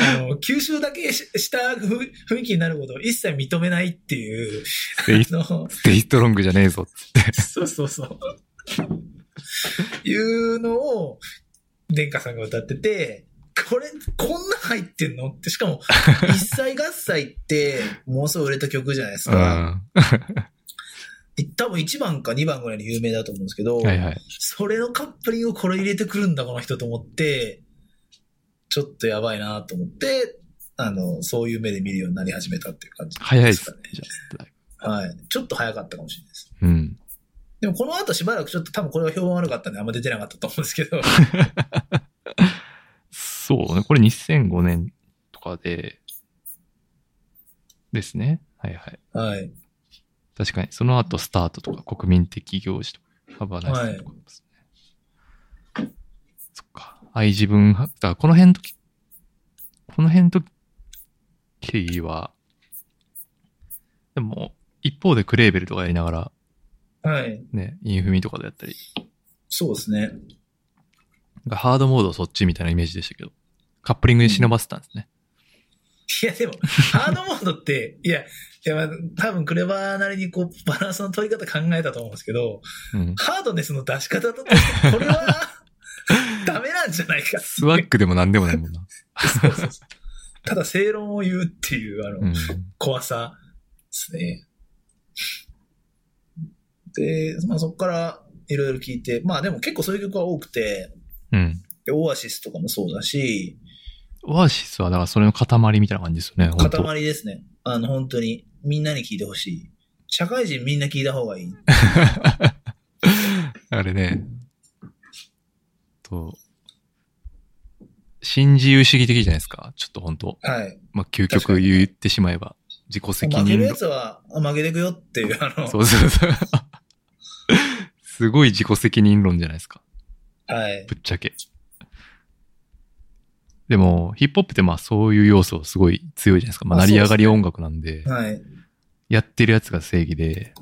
S3: あの、吸収だけししたふ雰囲気になることを一切認めないっていう、
S2: ステイ
S3: あの、
S2: ステイストロングじゃねえぞっつって。
S3: そうそうそう。いうのを、殿下さんが歌ってて、これ、こんな入ってんのって、しかも、一切合切って、ものすごい売れた曲じゃないです
S2: うん。
S3: か。
S2: は
S3: 多分1番か2番ぐらいに有名だと思うんですけど、
S2: いはい。
S3: それのカップリングをこれ入れてくるんだ、この人と思って、ちょっとやばいなと思って、あの、そういう目で見るようになり始めたっていう感じ、
S2: 早いっすね。じゃあ
S3: はい。ちょっと早かったかもしれないです。
S2: うん。
S3: でもこの後しばらくちょっと多分これは評判悪かったんであんま出てなかったと思うんですけど、
S2: そうね。これ2005年とかで、ですね。はいはい。
S3: はい。
S2: 確かに、その後スタートとか国民的行事とか、ハバナイスとかですね。そっか。愛自分派、だからこの辺の時、この辺の時は、でも、一方でクレーベルとかやりながら、
S3: はい。
S2: ね、インフミとかでやったり、
S3: そうですね。
S2: なんかハードモードそっちみたいなイメージでしたけど、カップリングに忍ばせたんですね。
S3: いや、でも、ハードモードって、いや、いや、まあ多分クレバーなりにこう、バランスの取り方考えたと思うんですけど、
S2: うん。
S3: ハードネスの出し方として、これは、ダメなんじゃないかっていう
S2: スワッグでも何でもないもんな。
S3: そうそうそうただ正論を言うっていう、あの、
S2: うん。
S3: 怖さですね。で、まあそこからいろいろ聞いて、まあでも結構そういう曲は多くて、
S2: うん。
S3: でオアシスとかもそうだし、
S2: オアシスはだからそれの塊みたいな感じですよね。本当
S3: 塊ですね。あの、本当に、みんなに聞いてほしい。社会人みんな聞いた方がいい。
S2: あれね。と、新自由主義的じゃないですか。ちょっと本当
S3: はい。
S2: まあ、究極言ってしまえば、自己責
S3: 負ける
S2: 任
S3: やつはあ負けてくよっていう、あの、
S2: そうそうそう。 *laughs* すごい自己責任論じゃないですか。
S3: はい。
S2: ぶっちゃけ。でも、ヒップホップってまあそういう要素すごい強いじゃないですか。まあ
S3: あ
S2: 成り上がり音楽なんで、
S3: はい。
S2: やってるやつが正義で、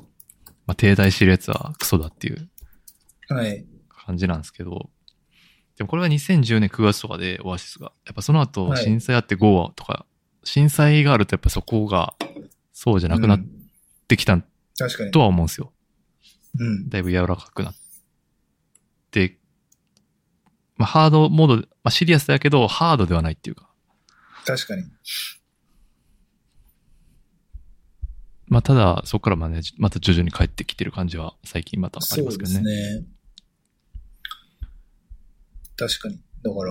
S2: まあ停滞してるやつはクソだっていう
S3: はい。
S2: 感じなんですけど、でもこれが2010年9月とかでオアシスが、やっぱその後
S3: はい
S2: 震災あってゴーアとか、震災があるとやっぱそこがそうじゃなくなっ
S3: うん
S2: てきた
S3: 確かに
S2: と。は思うんですよ。
S3: うん。
S2: だいぶ柔らかくなって、まあハードモード、まあシリアスだけどハードではないっていうか、
S3: 確かに。
S2: まあただそこからまあね、また徐々に帰ってきてる感じは最近またあり
S3: そ
S2: ま
S3: う
S2: すけ
S3: で
S2: ど
S3: す
S2: ね。
S3: ね。確かに。だか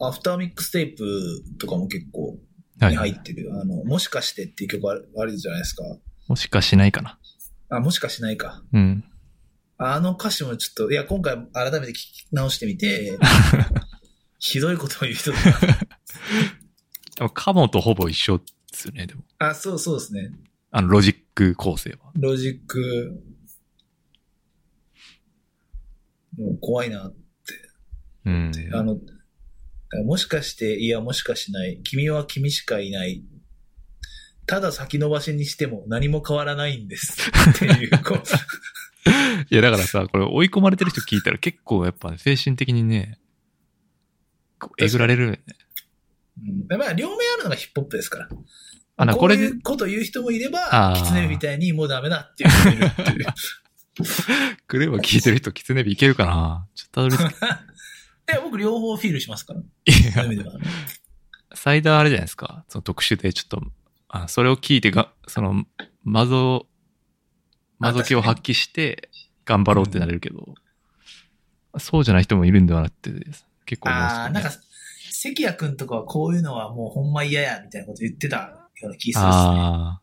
S3: ら、アフターミックステープとかも結構
S2: はい
S3: に入ってる。あの、もしかしてっていう曲あるあるじゃないですか。
S2: もしかしないかな。
S3: あ、もしかしないか。
S2: うん。
S3: あの歌詞もちょっと、いや、今回改めて聞き直してみ *laughs* て、ひどいことを言う人だ
S2: でもカモとほぼ一緒ですよね、でも。
S3: な。あ、そうそうですね。
S2: あのロジック構成は。
S3: ロジック、もう怖いな
S2: うん。
S3: あの、もしかして、いや、もしかしない。君は君しかいない。ただ先延ばしにしても何も変わらない
S2: *laughs*
S3: んです。っていう、こ
S2: い
S3: う。
S2: や、だからさ、これ追い込まれてる人聞いたら結構やっぱ、ね、精神的にね、こうえぐられるよね。
S3: うんまあ、両面あるのがヒップホップですから。
S2: あ、な
S3: こ
S2: こ
S3: う
S2: れ
S3: い
S2: で、
S3: うこと言う人もいれば
S2: あ、ー
S3: キツネみたいにもうダメだっていう人もいるって
S2: *laughs*
S3: いう。
S2: クレバ聞いてる人、キツネビいけるかなちょっとたどり着く
S3: いや、僕両方フィールしますから。
S2: い
S3: そう
S2: や
S3: いう意
S2: *laughs*
S3: 味では。
S2: サイダーあれじゃないですか。その特集でちょっと、あそれを聞いてが、その、マゾ、マゾ気を発揮して、頑張ろうってなれるけど、そうじゃない人もいるんではなくて、結構思うんです
S3: あ
S2: よ
S3: あ、
S2: ね
S3: なんか、関谷くんとかはこういうのはもうほんま嫌や、みたいなこと言ってたような気がするっすね。
S2: ああ。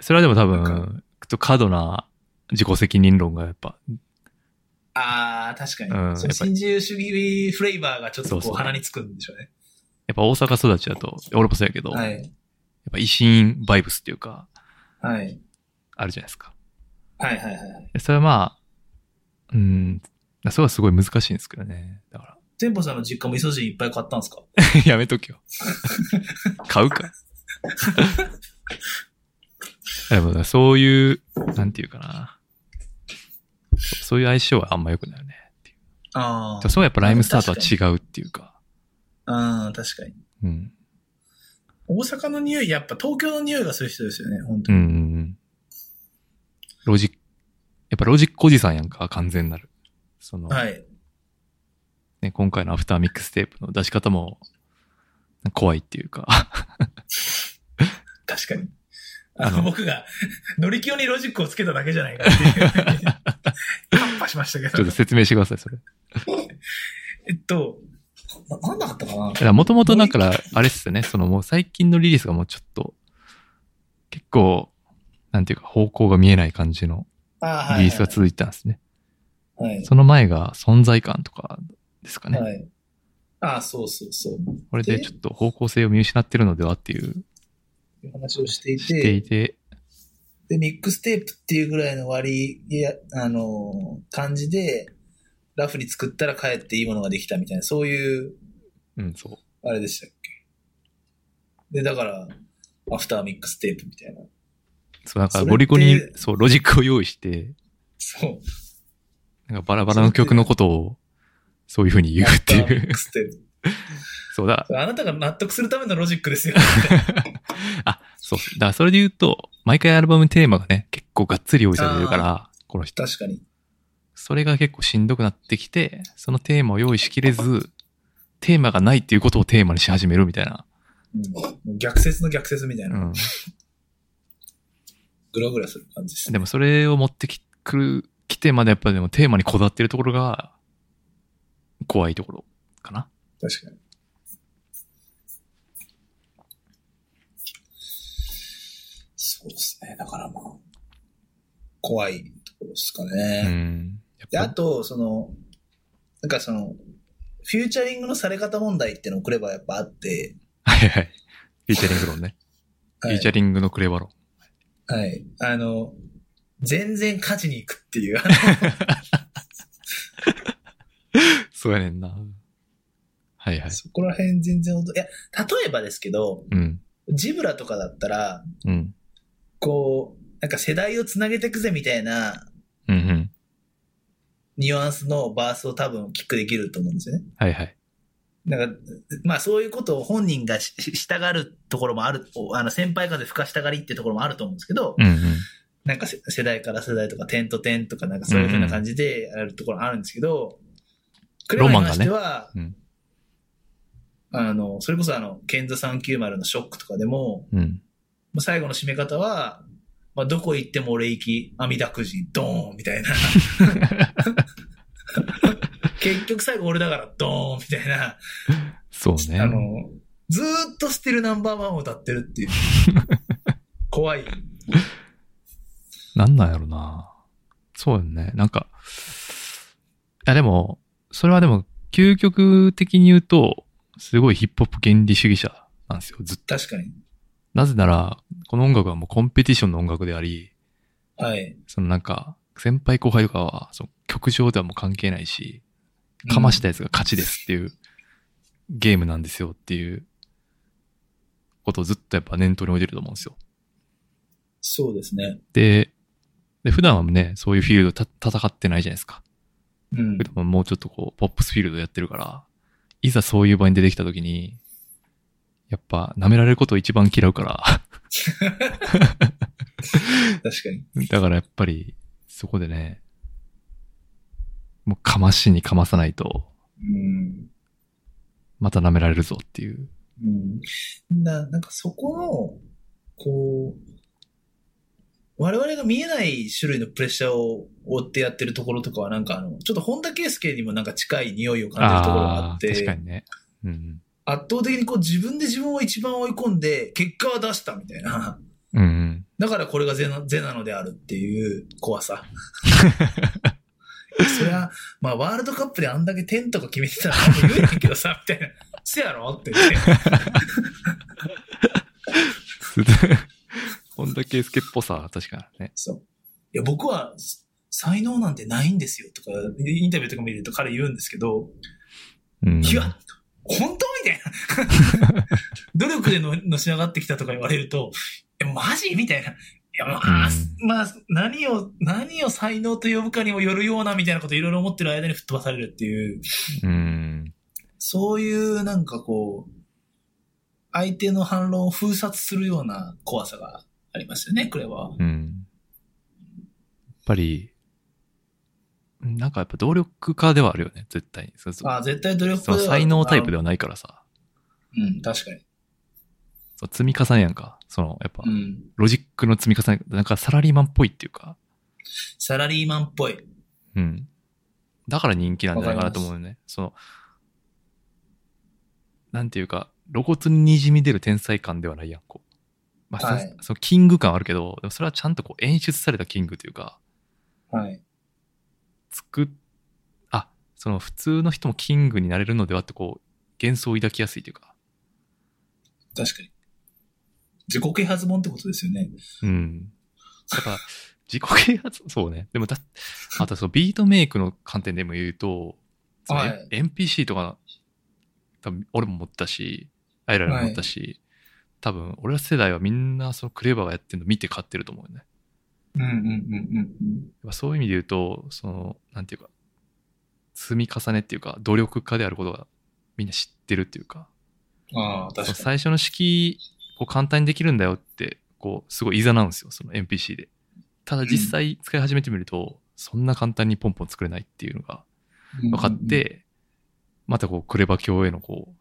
S2: それはでも多
S3: な
S2: 分、と過度な自己責任論がやっぱ、
S3: ああ、確かに。
S2: うん
S3: そ
S2: やっぱ
S3: の
S2: り
S3: 新自由主義フレーバーがちょっと
S2: そう
S3: こ
S2: そう
S3: う鼻につくんでしょうね。
S2: やっぱ大阪育ちだと、俺もそうやけど、
S3: は
S2: やっ
S3: い。
S2: ぱ維新バイブスっていうか、
S3: はい。
S2: あるじゃないですか。
S3: はいはいはい。
S2: それはまあ、うん、それはすごい難しいんですけどね。だか、
S3: 店舗さんの実家もイソジンいっぱい買ったんですから
S2: *laughs* やめとけよ。買うか。 *laughs* でもそういう、なんていうかな。そうそういう相性はあんま良くないよねっていう。
S3: あ
S2: そうやっぱライムスターとは違うっていうか。
S3: あ。うん、確かに。
S2: うん。
S3: 大阪の匂い、やっぱ東京の匂いがする人ですよね、本当
S2: うん
S3: に。
S2: うんうん。ロジック、やっぱロジックおじさんやんか、完全なる。その、
S3: はい。
S2: ね、今回のアフターミックステープの出し方も、怖いっていうか。 *laughs*
S3: 確かに。あ
S2: あ
S3: の、
S2: の
S3: 僕が、 *laughs* 乗り気にロジックをつけただけじゃないかっていう。 *laughs* カンパしました
S2: ちょ
S3: け
S2: っと
S3: ど。
S2: 説明してください、それ。
S3: えっと、ななんだったかな
S2: もともとだから、あれっすよね、そのもう最近のリリースがもうちょっと、結構、なんていうか方向が見えない感じの
S3: あー
S2: リリースが続いてたんですね。
S3: はい。
S2: その前が存在感とかですかね。
S3: はい。ああ、そうそうそう。
S2: これでちょっと方向性を見失ってるのではっていう、
S3: いう話をしてい
S2: して
S3: て、
S2: いて、
S3: で、ミックステープっていうぐらいの割り、いや、あのー、感じで、ラフに作ったらかえっていいものができたみたいな、そういう、
S2: うん、そう。
S3: あれでしたっけ。で、だから、アフターミックステープみたいな。
S2: そう、なんか
S3: それって
S2: ゴリゴリに、そう、ロジックを用意して、
S3: そう。
S2: なんかバラバラの曲のことを、そういうふうに言うって
S3: アフター
S2: い
S3: ミッ
S2: う
S3: ク。ステープ。
S2: *laughs* そうだ、
S3: あなたが納得するためのロジックですよ。
S2: あ、そう。だからそれで言うと、毎回アルバムテーマがね、結構がっつり用意されてるから、この人。
S3: 確かに。
S2: それが結構しんどくなってきて、そのテーマを用意しきれず、テーマがないっていうことをテーマにし始めるみたいな。
S3: うん、もう逆説の逆説みたいうな。
S2: ん。
S3: グラグラする感じですね。
S2: でもそれを持ってきくる、来てまでやっぱでもテーマにこだわってるところが、怖いところかな。
S3: 確かに。そうですね。だからまあ、怖いところですかね。
S2: うん。
S3: で、
S2: や
S3: あ
S2: っぱ、
S3: と、その、なんかその、フューチャリングのされ方問題っていうのをクレバーやっぱあって、
S2: はいはい。フィーチャリング論ね。フ
S3: は
S2: ィーチャリングのクレバ論。
S3: はい。あの、全然勝ちに行くっていう。
S2: そうやねんな。はいはい。
S3: *laughs* そこら辺全然驚いや、例えばですけど、
S2: うん。
S3: ジブラとかだったら、
S2: うん。
S3: こう、なんか世代をつなげていくぜみたいな
S2: うんうん。
S3: ニュアンスのバースを多分キックできると思うんですよね。
S2: はいはい。
S3: なんか、まあそういうことを本人がしししたがるところもある、おあの先輩風吹かしたがりってところもあると思うんですけど、
S2: うんうん。
S3: なんかせ世代から世代とか点と点とかなんかそういうふうな感じでやるところあるんですけど、クレバ
S2: ロ
S3: に
S2: マン
S3: 関
S2: が
S3: し
S2: ね
S3: ては、
S2: うん
S3: あの、それこそあの、ケンザ390のショックとかでも、
S2: うん。
S3: もう最後の締め方は、まあ、どこ行っても俺行き、阿弥陀くじ、ドーンみたいな。結局最後俺だから、ドーンみたいな。
S2: そうね。
S3: あの、ずーっとステルナンバーワンを歌ってるっていう。怖い。
S2: なんなんやろな。そうよね。なんか、いやでも、それはでも、究極的に言うと、すごいヒップホップ原理主義者なんですよ、ずっと。
S3: 確かに。
S2: なぜなら、この音楽はもうコンペティションの音楽であり、
S3: はい。
S2: そのなんか、先輩後輩とかは、その曲上ではもう関係ないし、かましたやつが勝ちですっていう、ゲームなんですよっていう、ことをずっとやっぱ念頭に置いてると思うんですよ。
S3: そうですね。
S2: で、で普段はね、そういうフィールドた戦ってないじゃないですか。
S3: うん
S2: け。どももうちょっとこう、ポップスフィールドやってるから、いざそういう場に出てきたときに、やっぱ、舐められることを一番嫌う
S3: *laughs*
S2: から、
S3: 確かに。
S2: だからやっぱり、そこでね、もうかましにかまさないと、
S3: うん。
S2: また舐められるぞっていう。
S3: うん。な、なんかそこの、こう、我々が見えない種類のプレッシャーを負ってやってるところとかはなんかあの、ちょっと本田圭佑にもなんか近い匂いを感じるところがあっ
S2: ー確か
S3: て、
S2: にね。うん。
S3: 圧倒的にこう自分で自分を一番追い込んで、結果は出したみたいな、
S2: うんうん。
S3: だからこれがゼなゼなのであるっていう
S2: *laughs*
S3: 怖さ。そりゃ、まあワールドカップであんだけ点とか決めてたら言えへんけどさ、みたいな。せやろって言って。
S2: こんだけスケっぽさ、確かにね。
S3: そう。いや、僕は才能なんてないんですよとか、インタビューとか見ると彼言うんですけど、
S2: うん。
S3: いや、本当みたいな。 *laughs* 努力でののし上がってきたとか言われると、え、マジみたいな。いや、まあ、
S2: うん
S3: まあ、何を、何を才能と呼ぶかにもよるようなみたいなこといろいろ思ってる間に吹っ飛ばされるっていう、
S2: うん。
S3: そういうなんかこう、相手の反論を封殺するような怖さがありますよね、これは。
S2: うん。やっぱり、なんかやっぱ努力家ではあるよね、絶対に。そうそう
S3: あ絶対努力
S2: その才能タイプで
S3: だ。
S2: はないからさ。
S3: うん、確かに。
S2: そう積み重ねやんか。その、やっぱ
S3: う、ん。
S2: ロジックの積み重ね、なんかサラリーマンっぽいっていうか、
S3: サラリーマンっぽい。
S2: うん。だから人気なんじゃないかなと思うよね。その、なんていうか、露骨に滲み出る天才感ではないやん、こう。まあ、そ
S3: はい
S2: そのキング感はあるけど、でもそれはちゃんとこう演出されたキングというか、
S3: はい。
S2: 作っ、あ、その普通の人もキングになれるのではってこう、幻想を抱きやすいというか、
S3: 確かに。自己啓発本ってことですよね。
S2: うん。だから、自己啓発、 *laughs* そうね。でもだ、あとそのビートメイクの観点でも言うと、その
S3: はい
S2: NPC とか、多分俺も持ったし、アイラルも持ったし、多分俺ら世代はみんなそのクレバーがやってるの見て買ってると思うよね。
S3: うんうんうんうん。
S2: やっぱそういう意味で言うと、その、なんていうか、積み重ねっていうか、努力家であることがみんな知ってるっていうか、
S3: ああ、
S2: その
S3: 確か
S2: 最初の式こう簡単にできるんだよってこうすごいいざなんですよその NPC でただ実際使い始めてみると、そんな簡単にポンポン作れないっていうのが
S3: に。
S2: 分かっ、て、またこうクレバ教へのこ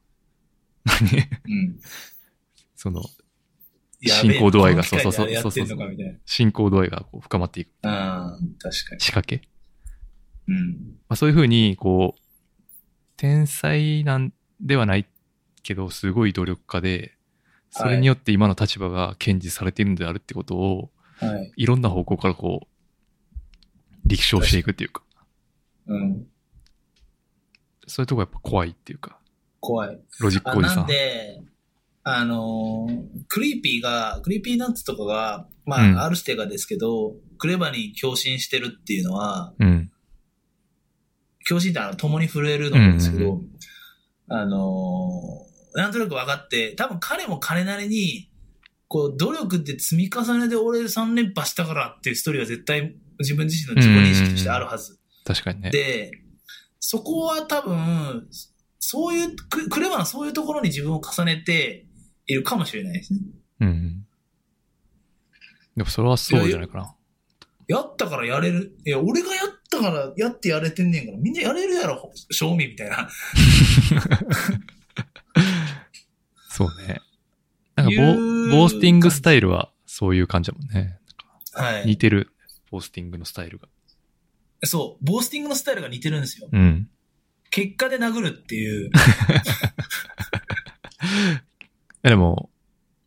S2: う何 *laughs*
S3: うん、
S2: その
S3: やべえ
S2: 進行度合いが
S3: この機械で
S2: そうそうそう
S3: あれやってん
S2: そうそ
S3: の
S2: うそ
S3: か
S2: う
S3: みたいな。
S2: 進行度合いがこう深まっていく
S3: ああ、確かに。
S2: 仕掛け、
S3: うん。
S2: まあ、そういうふうにこう天才なんではないけどすごい努力家でそれによって今の立場が堅持されているのであるってことを、
S3: はい。
S2: いろんな方向からこう、力証していくっていうか、
S3: うん。
S2: そういうとこやっぱ怖いっていうか、
S3: 怖い。
S2: ロジッ
S3: あ
S2: クおじ
S3: な
S2: さ
S3: ん
S2: ん。
S3: で、あのークリーピーが、クリーピーナッツとかが、まあ、
S2: うん
S3: アルステガですけど、クレバに共振してるっていうのは、
S2: うん。
S3: 共振ってあの、共に震えるのなんですけど、
S2: うんう
S3: あのーなんとなく分かって、多分彼も彼なりに、こう、努力って積み重ねで俺3連覇したからっていうストーリーは絶対自分自身の自己認識としてあるはず。
S2: 確かにね。
S3: で、そこは多分、そういう、ククレバのそういうところに自分を重ねているかもしれないですね。
S2: うん。でもそれはそうじゃないかな。
S3: やったからやれる。いや、俺がやったからやってやれてんねんから、みんなやれるやろ、賞味みたいな。
S2: そうね。なんか
S3: 言
S2: ボ
S3: う、
S2: ボースティングスタイルはそういう感じだもんね。
S3: は
S2: 似
S3: い。
S2: てる、ボースティングのスタイルが。
S3: そう、ボースティングのスタイルが似てるんですよ。
S2: うん。
S3: 結果で殴るっ
S2: *laughs*
S3: ていう。
S2: えでも、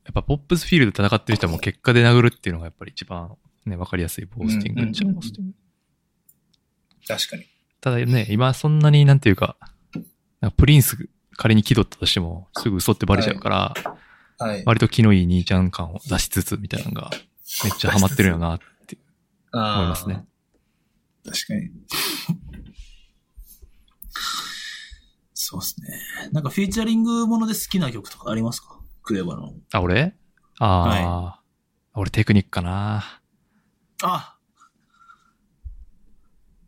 S2: やっぱポップスフィールド戦ってる人はもう結果で殴るっていうのがやっぱり一番ね、わかりやすいボースティングっちゃ
S3: うんうん
S2: ボ
S3: うんうん
S2: ースティング。
S3: 確かに。
S2: ただね、今そんなになんていうか、なんかプリンス仮に気取ったとしても、すぐ嘘ってバレちゃうから、
S3: はい。
S2: 割と気のいい兄ちゃん感を出しつつみたいなのが、めっちゃハマってるよなって思い
S3: あ
S2: ま
S3: あ
S2: すね。
S3: 確かに。そうですね。なんかフィーチャリングもので好きな曲とかありますかクレバの。
S2: あ、俺ああ、俺テクニックかな。
S3: あ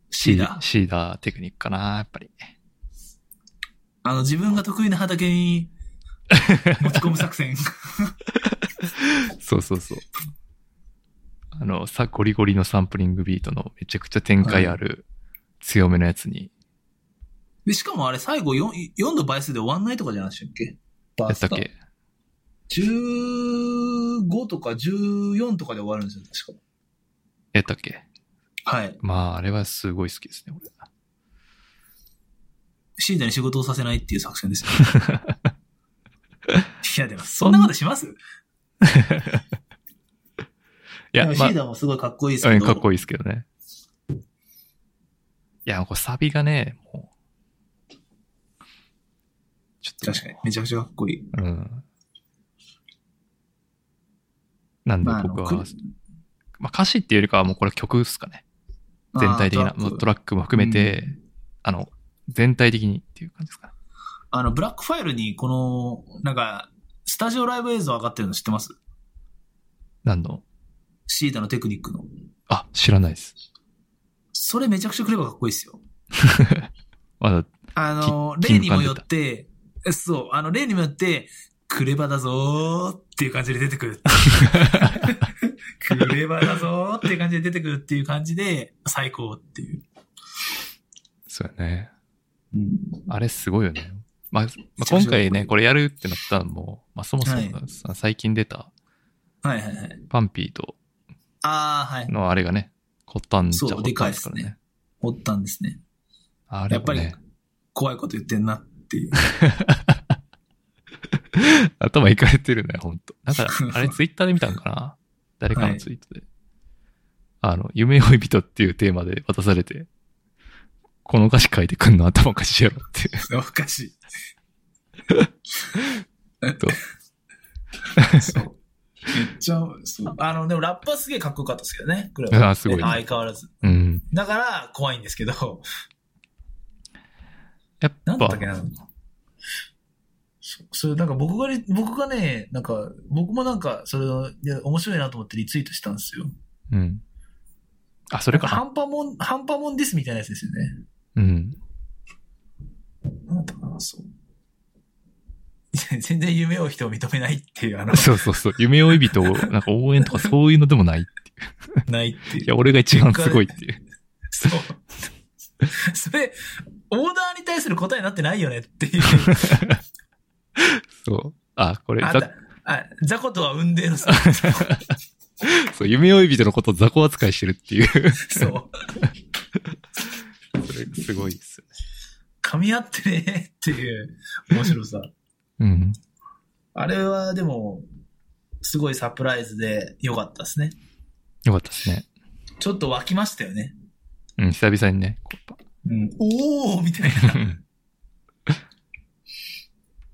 S3: シーダー。
S2: シーダーテクニックかな、やっぱり。
S3: あの、自分が得意な
S2: *laughs*
S3: 畑に持ち込む作戦。
S2: そうそうそう。あの、さ、ゴリゴリのサンプリングビートのめちゃくちゃ展開ある強めのやつに、
S3: で、しかもあれ最後 4, 4度倍数で終わんないとかじゃないでしたっけバ
S2: やったっけ
S3: ?15 とか14とかで終わるんですよ、確
S2: やったっけ
S3: か。はい。
S2: まあ、あれはすごい好きですね、俺。
S3: シーダに仕事をさせないっていう作
S2: *laughs*
S3: 戦ですよ。いや、でも、
S2: そ
S3: そ
S2: ん
S3: んなことしま
S2: い
S3: す
S2: や、
S3: でもシ
S2: まあ
S3: ー、ダもすごいかっこいいです
S2: う
S3: け
S2: ん、
S3: ど。
S2: かっこいいですけどね。いや、これサビがね、もう。ちょっ
S3: 確かに。めちゃくちゃかっこいい。
S2: と、うん。なんで
S3: まああの
S2: 僕は、
S3: く
S2: まあ、歌詞っていうよりかはもうこれ曲っすかね。全体的な、
S3: あー
S2: もうトラックも含めて、あの、全体的にっていう感じですか。
S3: あの、ブラックファイルに、この、なんか、スタジオライブ映像上がってるの知ってます
S2: 何の
S3: シーダのテクニックの。
S2: あ、知らないです。
S3: それめちゃくちゃくればかっこいいですよ。
S2: まだ、
S3: あの、
S2: き
S3: 例にもよって、えそう、あの、例にもよって、クレバだぞーっていう感じで出てく
S2: *laughs*
S3: る。クレバだぞーっていう感じで出てくるっていう感じで、最高っていう。
S2: そうやね。
S3: うん、
S2: あれすごいよね。まあ、まあ、
S3: ちゃくちゃ
S2: 今回ね、これやるってなったのも、まあそもそも
S3: はい
S2: さ最近出た
S3: はいはいはい。
S2: パンピーと
S3: ああ、はい。
S2: のあれがね、コッタンじゃ
S3: そ
S2: コ
S3: う
S2: ッ
S3: で
S2: タ
S3: か
S2: ン
S3: い
S2: で
S3: ですす
S2: か
S3: ね
S2: らね。
S3: おったんですね。
S2: あれも
S3: やっ
S2: ね、
S3: 怖いこと言ってんなっていう。
S2: *laughs* 頭いかれてるね、ほんと。なんか、
S3: *laughs*
S2: あれツイッターで見たんかな誰かのツイートで。あの、夢追い人っていうテーマで渡されて、この歌詞書いてくんの頭おかしいやろって。 *laughs*
S3: おかしい。
S2: と
S3: そう。めっちゃ、そう。あの、でもラッパーすげえかっこよかったですけどね。クレバ
S2: ああ、すごい、ね。
S3: 相変わらず。
S2: うん。
S3: だから、怖いんですけど、 *laughs*
S2: やっ
S3: なんだった
S2: ぱ
S3: っけ、な。そそれ、なんか僕がね、僕がね、なんか、僕もなんか、それを、いや、面白いなと思ってリツイートしたんですよ。
S2: うん。あ、それかな。
S3: ハンパモン、ハンパモンですみたいなやつですよね。
S2: うん。
S3: なんだったかな、そう。 *laughs* 全然夢を人を認めないっていう、
S2: *laughs*
S3: あの、
S2: そうそうそう。夢追い人を、なんか応援とかそういうのでもない。い
S3: ないっていう。
S2: や、俺が一番すごいっていう。
S3: そう。 *laughs* それ、オーダーに対する答えになってないよねって
S2: *laughs*
S3: いう。
S2: そう。あ、これ、
S3: あ
S2: ざ
S3: んた、あ、雑魚とは運命の差。
S2: そう、夢追い人のことを雑魚扱いしてるっていう。 *laughs*
S3: そう。
S2: それ、すごいですよ
S3: 噛み合ってねっていう面白さ。
S2: ね。うん。
S3: あれはでも、すごいサプライズで良かったですね。
S2: よかったですね。
S3: ちょっと湧きましたよね。
S2: うん、久々に
S3: *laughs*
S2: ね。こう
S3: うん、おーみたいな。 *laughs*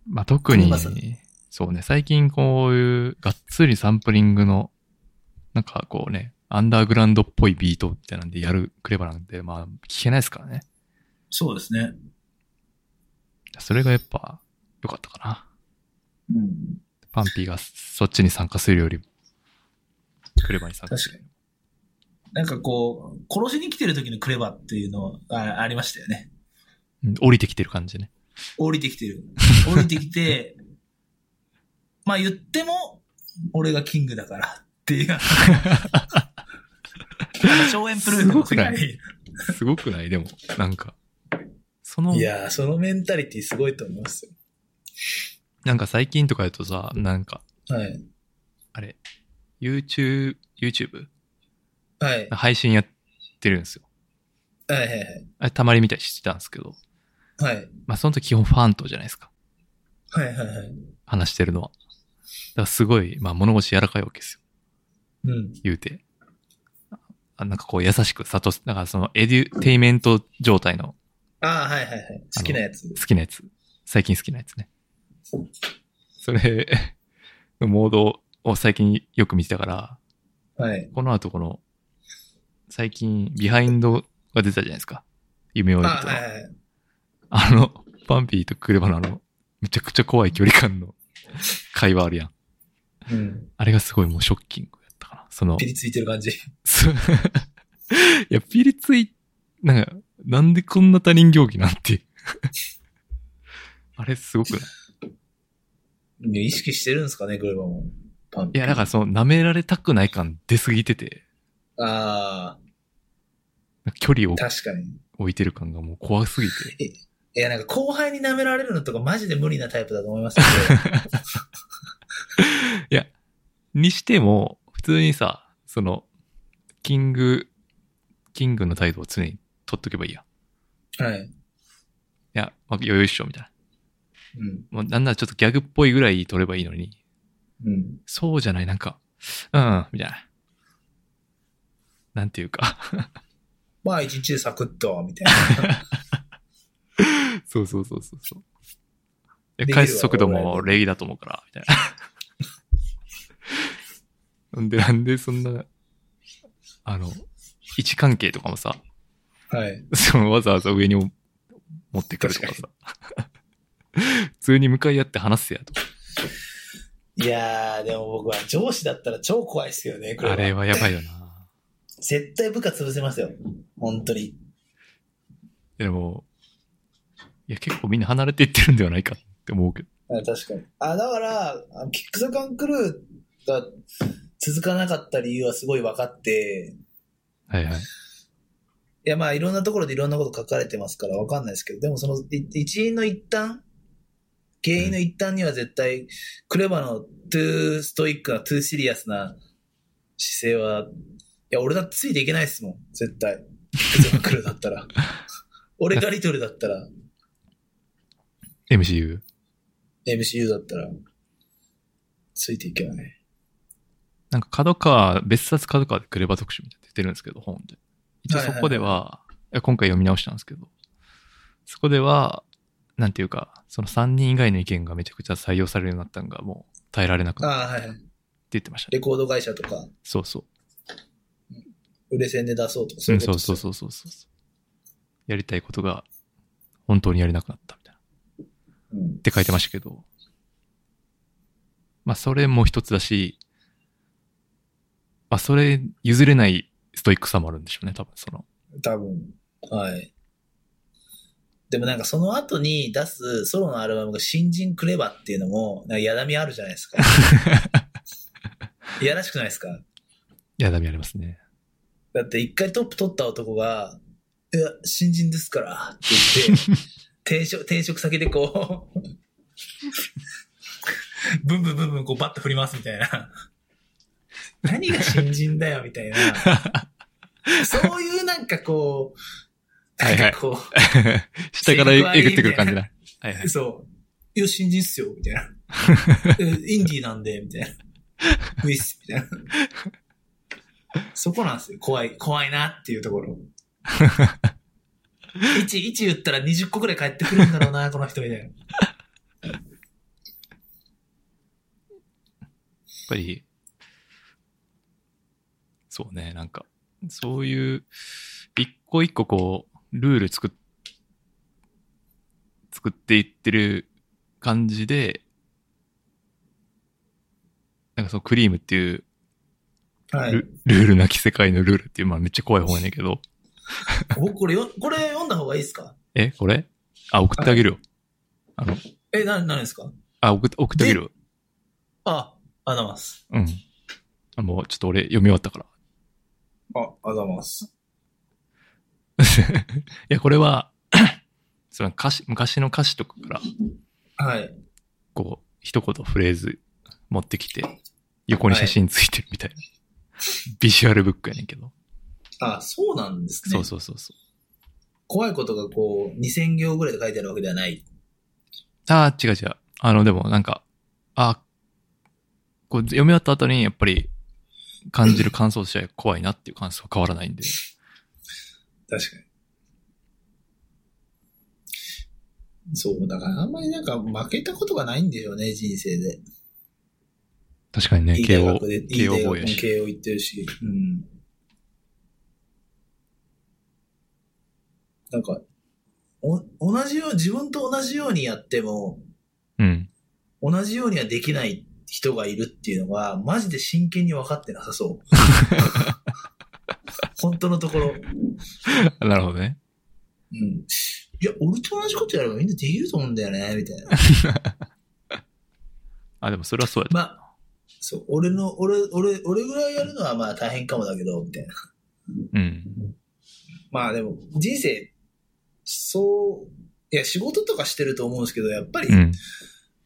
S2: まあ、特に
S3: 車さん、
S2: そうね、最近こういう、がっつりサンプリングの、なんかこうね、アンダーグラウンドっぽいビートみたいなんでやるクレバなんて、まあ、聞けないですからね。
S3: そうですね。
S2: それがやっぱ、良かったかな。
S3: うん。
S2: パンピーがそっちに参加するよりも、クレバに参加する。
S3: なんかこう、殺しに来てる時のクレバっていうのがありましたよね。
S2: うん降りてきてる感じね。
S3: 降りてきて *laughs* る。降りてきて、まあ言っても、俺がキングだからっていう。 *laughs* あの荘園プルーフの世界
S2: すごすごくないでも、なんか。その
S3: い、やー、そのメンタリティすごいと思いますよ。
S2: なんか最近とかやとさ、なんか、
S3: はい。
S2: あれ、YouTube、YouTube?
S3: はい。
S2: 配信やってるんですよ。
S3: はいはいはい。
S2: あれ、たまりみたいにしてたんですけど、
S3: はい。
S2: まあ、その時基本ファンとじゃないですか。
S3: はいはいはい。
S2: 話してるのは。だからすごい、まあ、物腰柔らかいわけですよ。
S3: うん。
S2: 言うて。あなんかこう、優しく諭す。だからその、エデュテイメント状態の
S3: ああ、はいはいはい。好きなやつ。
S2: 好きなやつ。最近好きなやつね。それのモードを最近よく見てたから、
S3: はい。
S2: この後この、最近、ビハインドが出たじゃないですか。夢を
S3: あ
S2: 見
S3: あ
S2: ると。
S3: はいはいはい。
S2: あの、パンピーとクレバのあの、めちゃくちゃ怖い距離感の会話あるやん。
S3: うん。
S2: あれがすごいもうショッキングやったかな。その
S3: ピ、リついてる感じ。
S2: そう *laughs* いや、ピリつい、なんか、なんでこんな他人行儀なんて。 *laughs* あれすごくない
S3: ね意識してるんですかね、グルバも。パン
S2: いや、だからその、舐められたくない感出すぎてて、
S3: ああ、
S2: 距離を
S3: 確かに。
S2: 置いてる感がもう怖すぎて。
S3: いや、なんか後輩に舐められるのとかマジで無理なタイプだと思いますけど。
S2: いや、にしても、普通にさ、その、キング、キングの態度を常に取っとけばいいやん。い *laughs*
S3: はい。
S2: や、まあ、余裕っしょ、みたいな。
S3: うん。
S2: もうなんならちょっとギャグっぽいぐらい取ればいいのに、
S3: うん。
S2: そうじゃない、なんか、うん、みたいな。なんていうか
S3: まあ、一日でサクッと、みたいな。
S2: *laughs* そうそうそうそうそう。
S3: で
S2: え
S3: きるわ
S2: 返す速度も礼儀だと思うから、みたいな。 *laughs* なんで、なんでそんな、あの、位置関係とかもさ、
S3: はい。
S2: そのわざわざ上にも持ってくるとかさ。 *laughs* 普通に向かい合って話すやと。
S3: いやー、でも僕は上司だったら超怖いですよね、これは。
S2: あれはやばいよな。
S3: 絶対部下潰せますよ。本当に。
S2: でも、いや、結構みんな離れていってるんではないかって思うけど。
S3: あ確かに。あ、だから、あのキックザカンクルーが続かなかった理由はすごい分かって、
S2: はいはい。
S3: いや、まあ、いろんなところでいろんなこと書かれてますから分かんないですけど、でもそのい一因の一端、原因の一端には絶対、クレバのトゥーストイックな、トゥーシリアスな姿勢は、いや、俺だってついていけないですもん、絶対。キックザカンクルーだったら。俺がリトルだったら。
S2: MCU。
S3: MCU だったら、ついていけない。
S2: なんか角川、別冊角川でクレバ特集みたいなの出てるんですけど、本で。一応そこでは、いや今回読み直したんですけど、そこでは、なんていうか、その3人以外の意見がめちゃくちゃ採用されるようになったのがもう耐えられなくなったって
S3: ああ、はいはい。
S2: 言ってましたね。
S3: レコード会社とか、
S2: そうそう。
S3: 売れ線で出そうとか、
S2: う
S3: い
S2: ん、
S3: こ
S2: そ
S3: と
S2: うそうそうそうそう。やりたいことが本当にやれなくなったみたいな。
S3: うん
S2: って書いてましたけど。まあ、それも一つだし、まあ、それ譲れないストイックさもあるんでしょうね、多分その。
S3: 多分。はい。でもなんかその後に出すソロのアルバムが新人クレバっていうのも、なんかやだみあるじゃな
S2: *laughs*
S3: いですか。いやらしくないですか
S2: いや、ダメありますね。
S3: だって一回トップ取った男が、いや、新人ですから、って
S2: *laughs*
S3: 言って、転職、転職先でこう、ブンブンブンブンこうバッと振りますみたいな。何が新人だよ、み
S2: *laughs*
S3: たいな。そういうなんかこう、
S2: はいは
S3: ないんかこ、。
S2: *laughs* 下からえぐってくる感じだ。はいはいう
S3: そう、いや、新人っすよ、みたい *laughs* な。えインディーなんで、みたいな。ウィス、みたいな。そこなんですよ。怖い、怖いなっていうとこ *laughs* ろ。1、1言ったら20個くらい返ってくるんだろうな、この人みたいな。
S2: やっぱり、そうね、なんか、そういう、一個一個こう、ルール作っ、作っていってる感じで、なんかそのクリームっていう
S3: は
S2: ル、
S3: *laughs* い。
S2: ルールなき世界のルールっていう、まあめっちゃ怖い本やねんけど、
S3: 僕、これよ、これ読んだ方がいいですか
S2: え、これあ、送ってあげるよ。あの、
S3: え、な、何ですか
S2: あ、送って、送ってあげるよ。
S3: あ、あざます。
S2: うん。あもうちょっと俺読み終わったから。 *laughs*
S3: あ、あざます。
S2: いや、これは、 *coughs* その歌詞、昔の歌詞とかから、
S3: はい。
S2: こう、一言フレーズ持ってきて、横に写真ついてるみたいな。ビジュアルブックやねんけど。
S3: あ、そうなんですね。
S2: そうそうそうそ
S3: 怖いことがこう、2000行ぐらいで書いてあるわけではない。
S2: う。ああ、違う違う。あの、でもなんか、あこう読み終わった後にやっぱり感じる感想としては怖いなっていう感想は変わらないんで。
S3: 確かに。そう、だからあんまりなんか負けたことがないんでしょうね、人生で。
S2: 確かにね、
S3: いい
S2: 慶
S3: 大
S2: 応
S3: 学で、い、い
S2: 慶応
S3: 大
S2: 防
S3: 学
S2: 衛
S3: も
S2: し。
S3: 慶応行ってるし。うん。なんか、お、同じよう、自分と同じようにやっても、
S2: うん。 *laughs*
S3: 同じようにはできない人がいるっていうのは、マジで真剣に分かってなさそう。本当のところ。
S2: なるほどね。
S3: うん。いや、俺と同じことやればみんなできると思うんだよね、みたいな。 *laughs*
S2: あ、でもそれはそうや
S3: まあ、そう、俺の、俺、俺、俺ぐらいやるのはまあ大変かもだけど、みたいな。 *laughs*
S2: うん。
S3: まあでも、人生、そう、いや、仕事とかしてると思うんですけど、やっぱり
S2: う、ん。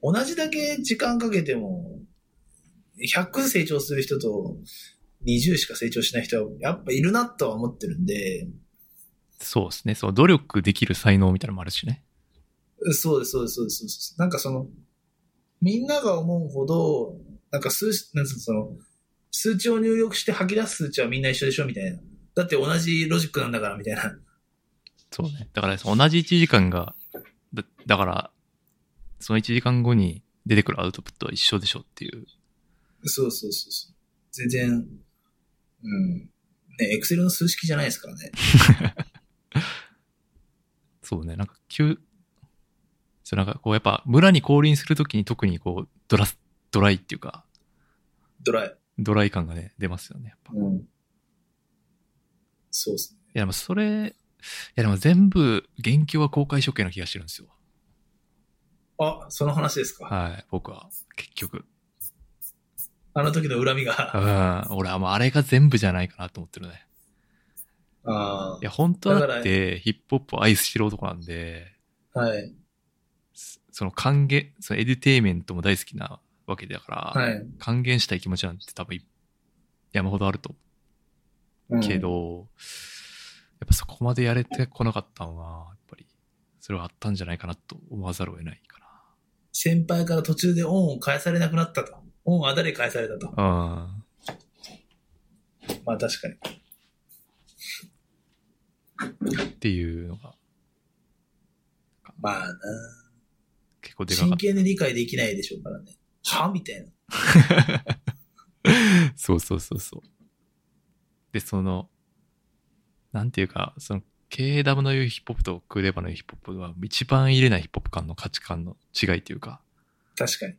S3: 同じだけ時間かけても、100成長する人と、20しか成長しない人は、やっぱいるなとは思ってるんで、
S2: そうですね。そう、努力できる才能みたいなのもあるしね。
S3: そうです、そうです、そうですそうです。なんかその、みんなが思うほど、なんか数、なんつうの、その、数値を入力して吐き出す数値はみんな一緒でしょみたいな。だって同じロジックなんだからみたいな。
S2: そうね。だから、同じ1時間が、だだから、その1時間後に出てくるアウトプットは一緒でしょっていう。
S3: そうそうそうそう。全然、うん。ね、エクセルの数式じゃないですからね。
S2: そうね。なんか、急、そうなんか、こう、やっぱ、村に降臨するときに特にこう、ドラス、ドライっていうか、
S3: ドライ。
S2: ドライ感がね、出ますよね、やっぱ。
S3: うん。そうっすね。
S2: いや、でもそれ、いや、でも全部、元凶は公開処刑の気がしてるんですよ。
S3: あ、その話ですか。
S2: はい、僕は。結局。
S3: あの時の恨み
S2: うん。
S3: が。
S2: 俺はもうあれが全部じゃないかなと思ってるね。
S3: あ
S2: いや、本当はだって、ヒップホップを愛してる男なんで、
S3: あ。はい。
S2: そその還元、そのエデュテイメントも大好きなわけだから、
S3: はい。
S2: 還元したい気持ちなんて多分い山ほどあると
S3: うん
S2: 思うけど、やっぱそこまでやれてこなかったのは、やっぱり、それはあったんじゃないかなと思わざるを得ないか
S3: 先輩から途中でオンを返されなくなったと。オンは誰に返されたと。
S2: な。うん。
S3: まあ確かに。
S2: っていうのが
S3: まあな。
S2: 結構でかか
S3: 真
S2: っ
S3: 剣に理解できないでしょうからね。はみたいな。
S2: た。 *laughs* そうそうそうそう。で、その、なんていうか、その、KW の言うヒップホップとクーレバの言うヒップホップは一番入れないヒップホップ感の価値観の違いというか、
S3: 確かに。